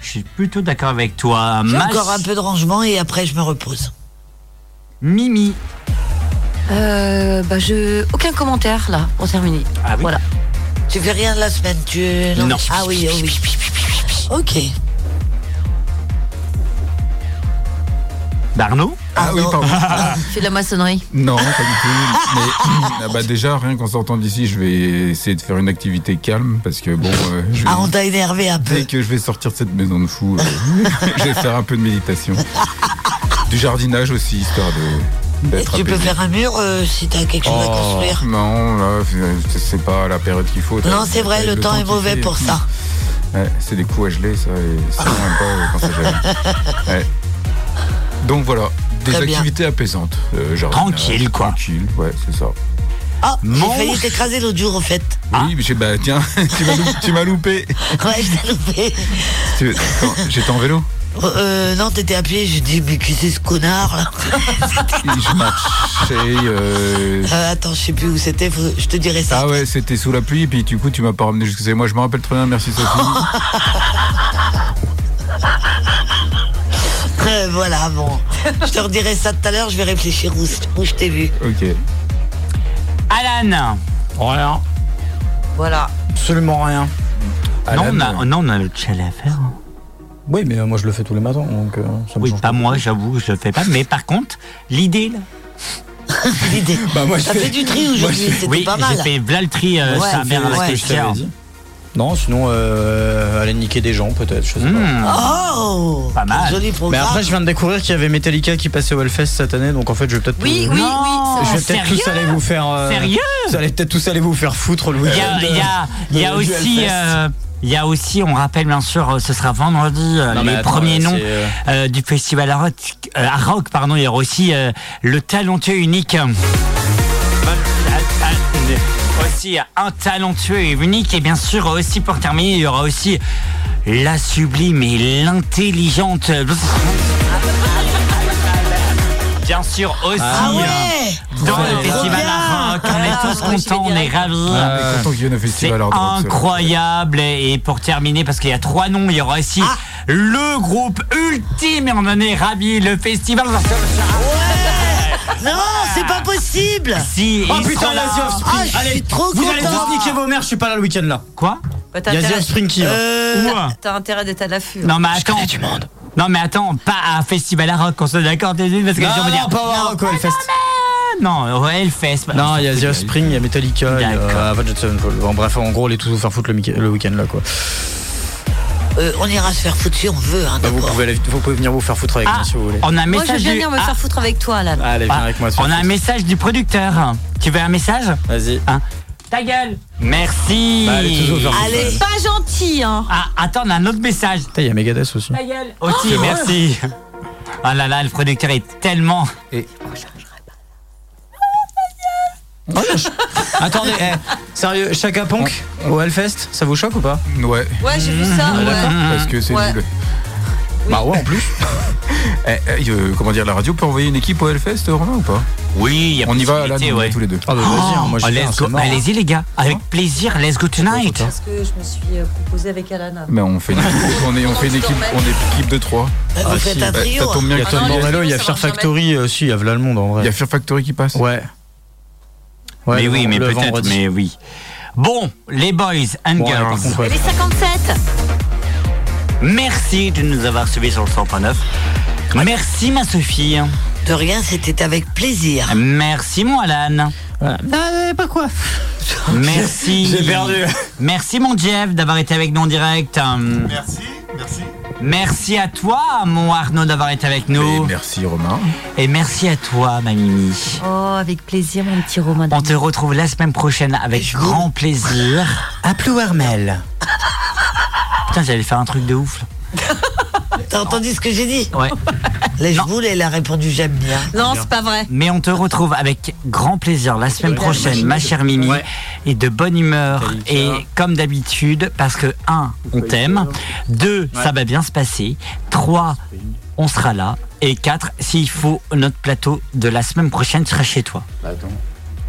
Je suis plutôt d'accord avec toi. J'ai Ma- encore un peu de rangement et après je me repose. Mimi. Euh, bah je aucun commentaire là pour terminer. Ah oui. Voilà. Tu fais rien de la semaine, tu Non. Ah oui, oh oui. Ok. D'Arnaud Ah oui, pardon. Fais de la maçonnerie. Non, pas du tout. Mais ah bah déjà, rien qu'en sortant d'ici, je vais essayer de faire une activité calme parce que bon, euh, je vais- Ah, on t'a énervé un peu. dès que je vais sortir de cette maison de fou, euh, je vais faire un peu de méditation. Du jardinage aussi, histoire de. Et d'être tu peux apaisé. faire un mur euh, si t'as quelque chose à Oh, construire. Non, là, c'est- c'est pas la période qu'il faut. Non, c'est vrai, le, temps est qu'il mauvais fait. pour ça. Ouais, c'est des coups à geler, ça, et ça, on aime pas euh, quand ça gèle. Ouais. Donc voilà, des Très bien. activités apaisantes. euh, jardinage, Tranquille, quoi. Tranquille, ouais, c'est ça. Ah, Mon- j'ai failli t'écraser l'autre jour, au fait. Oui, mais j'ai- bah tiens, tu m'as lou- tu m'as loupé. Ouais, je t'ai loupé. Tu- attends, J'étais en vélo Euh, non, t'étais à pied, j'ai dit, mais qui c'est ce connard là et je marchais. euh, Euh, Attends, je sais plus où c'était, faut- je te dirai ça. Ah ouais, c'était sous la pluie, et puis du coup, tu m'as pas ramené jusqu'à. Moi, je me rappelle très bien, merci Sophie. Euh, voilà, bon. Je te redirai ça tout à l'heure, je vais réfléchir où, où je t'ai vu. ok. Alan Rien. Voilà. Absolument rien. non, on a, non, on a le challenge à faire. Oui, mais euh, moi je le fais tous les matins, donc euh, ça me Oui, change pas moi, j'avoue, je le fais pas. Mais par contre, l'idée là. l'idée. Bah, moi, T'as fait du tri aujourd'hui, c'était oui, pas mal. J'ai fait v'là le tri, euh, Ouais. sa mère à C'est la ce que je caissière. t'avais dit. Non, sinon, euh, aller niquer des gens, peut-être, je sais Hmm. pas. Oh Pas mal. Joli Mais programme. après, je viens de découvrir qu'il y avait Metallica qui passait au Hellfest cette année, donc en fait, je vais peut-être. Oui, oui, Non, oui, Je vais c'est vrai. peut-être tous Sérieux aller vous faire. euh, Sérieux Vous allez peut-être tous aller vous faire foutre le Il y week-end. a, il y a- de- il y a du aussi. Hellfest. euh, il y a aussi, on rappelle bien sûr, euh, ce sera vendredi, euh, Non, mais les attends, premiers là, noms c'est, euh, euh, du festival à rock, euh, à rock, pardon, il y aura aussi euh, le talentueux unique. Aussi un talentueux et unique, et bien sûr, aussi pour terminer, il y aura aussi la sublime et l'intelligente. Bien sûr, aussi Ah ouais euh, Ah, dans le Ouais. festival Ah. à rock, on est tous contents, on est ravis. Ah, Ouais, content qu'il y ait un festival à rock, c'est vrai. Incroyable. Et pour terminer, parce qu'il y a trois noms, il y aura aussi Ah. le groupe ultime. Et on en est ravis. Le festival. Non, Oh, c'est pas possible Si, Oh putain, la The Offspring. Ah, je Allez, suis trop Vous allez content. tous niquer vos mères, je suis pas là le week-end là. Quoi Euh, Bah, Il y a intérêt- The Offspring qui va. hein T'as- T'as intérêt d'être à l'affût. Non, mais hein. attends. Non, mais attends, pas à festival à rock, on se d'accord, t'es parce que Non, les gens vont non, dire. pas à rock, au Hellfest. Non, au Hellfest. bah, Non, il y a c'est The un truc, Offspring, il y a Metallica, il y a euh, Avenged Sevenfold. Bon, bref, en gros, les tous vous faire foutre le, mic- le week-end là quoi. Euh, on ira se faire foutre si on veut. Hein, Bah, vous, d'accord. pouvez aller- vous pouvez venir vous faire foutre avec moi si vous voulez. Ah, On a un Moi, je veux message Ah. bien du- venir me faire foutre avec toi, là. Allez, viens avec moi. Ah, On a un message du producteur. Tu veux un message Hein Vas-y. Ta gueule Merci Bah, allez, tous vous faire foutre. Allez. Pas gentil, hein. Ah, attends, on a un autre message. Putain, il y a Megadeth aussi. Ta gueule Aussi, Oh, merci. Ah là là, le producteur est tellement. Oh, non, je- Attendez, eh, sérieux, Chaka Punk au Hellfest, ça vous choque ou pas Ah. Ouais. Ouais, j'ai vu ça. Ah, ouais. d'accord, Parce que c'est Ouais. nul. Bah ouais, en plus. Eh, eh, euh, comment dire, la radio peut envoyer une équipe au Hellfest, Romain, ou pas Oui, On y va, là, nous, on y va tous les deux. Ah bah vas-y, hein, moi, je Oh, viens, let's c'est go. mort. Hein Allez-y, les gars. Avec plaisir, let's go tonight. Parce que je me suis euh, proposée avec Alana. Mais on fait une équipe, on est, on fait une équipe, on est équipe de trois. vous Ah, faites un bah, trio, Ça tombe bien Il y a que Tom tu me dises. Bordello, il y a Fear Factory aussi, il y a Vlalmonde en vrai. Il y a Fear Factory qui passe Ouais. Ouais, mais le- oui, mais le peut-être, vendredi. mais oui. Bon, les boys and Bon, ouais, par girls. contre, ouais. Elle est 57 Merci de nous avoir suivis sur le 100.9. Merci, ma Sophie. De rien, c'était avec plaisir. Merci, mon Alan. Ah, pas quoi Merci. J'ai perdu. Merci, mon Jeff, d'avoir été avec nous en direct. Hum, Merci, merci. Merci à toi, mon Arnaud, d'avoir été avec nous. merci, Romain. Et merci à toi, ma Mimi. Oh, avec plaisir, mon petit Romain. On te retrouve la semaine prochaine avec grand plaisir. À Plouermel. Putain, j'allais faire un truc de ouf. là. T'as entendu ce que j'ai dit Ouais. Les boules, elle a répondu j'aime bien. Non, c'est pas vrai. Mais on te retrouve avec grand plaisir la semaine Oui, prochaine, la ma machine. chère Mimi, et de bonne humeur. Et comme d'habitude, parce que, un, on t'aime. Deux, ça va bien se passer. Trois, on sera là. Et quatre, s'il faut, notre plateau de la semaine prochaine sera chez toi.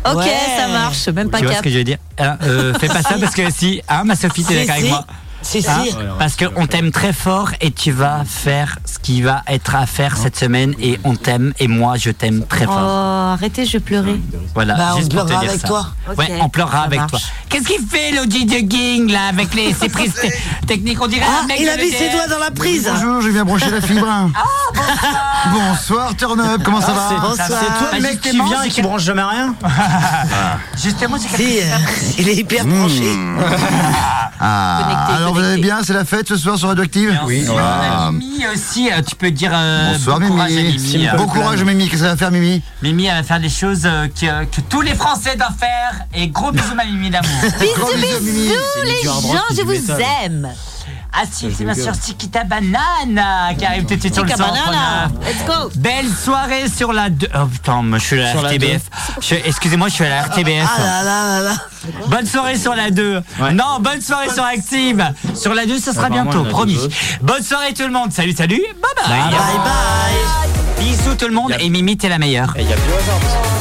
Ok, Ouais. ça marche, même pas tu vois cap. ce que je veux dire Hein, euh, Fais pas ça parce que si, hein, ma Sophie, t'es Ah, Si, d'accord avec si. moi Si, si. Hein Ouais, ouais, Parce qu'on t'aime très fort et tu vas faire ce qui va être à faire cette semaine et on t'aime et moi je t'aime très Oh, fort. arrêtez, je vais pleurer. Voilà, Bah, juste pour te dire ça. Ouais, Ok, on pleurera ça avec marche. toi. Qu'est-ce qu'il fait le DJ Ging là avec les, ses prises te- techniques On dirait Ah, un mec il a de mis ses l'EDF. doigts dans la prise. Bonjour, je viens brancher la fibre. Ah, bonsoir, Turn Up, comment ça Ah, va c'est- Bonsoir. c'est toi le mec qui Justement, vient et j'ai qui qu'à- branche jamais rien Justement, c'est Si, euh, il est hyper branché. Hmm. Ah, alors vous allez bien, c'est la fête ce soir sur Radioactive Oui. On a Ah. Mimi aussi, euh, tu peux dire euh, Bonsoir bon courage à Mimi. Mimi. Bon courage Mimi, qu'est-ce qu'elle va faire Mimi Mimi, elle va faire des choses euh, que, que tous les Français doivent faire. Et gros bisous, ma Mimi d'amour. Bisous, bisous, les du hard rock, gens, c'est je du vous métal. aime. Ah si, c'est ma soeur Chiquita Banana qui arrive tout de suite sur le Chica centre. Banana, let's go. Belle soirée sur la 2. Oh putain, moi, je suis à Sur la la RTBF. Je- Excusez-moi, je suis à la RTBF. Ah là là là là. Bonne soirée sur la 2. Non, bonne soirée sur Active. Sur la 2, ça sera Apparemment, bientôt, il y en a promis. deux autres. Bonne soirée tout le monde. Salut, salut. Bye bye. Bye bye. Bisous tout le monde. Et Mimi, t'es la meilleure. Il Eh, y a plus hasard.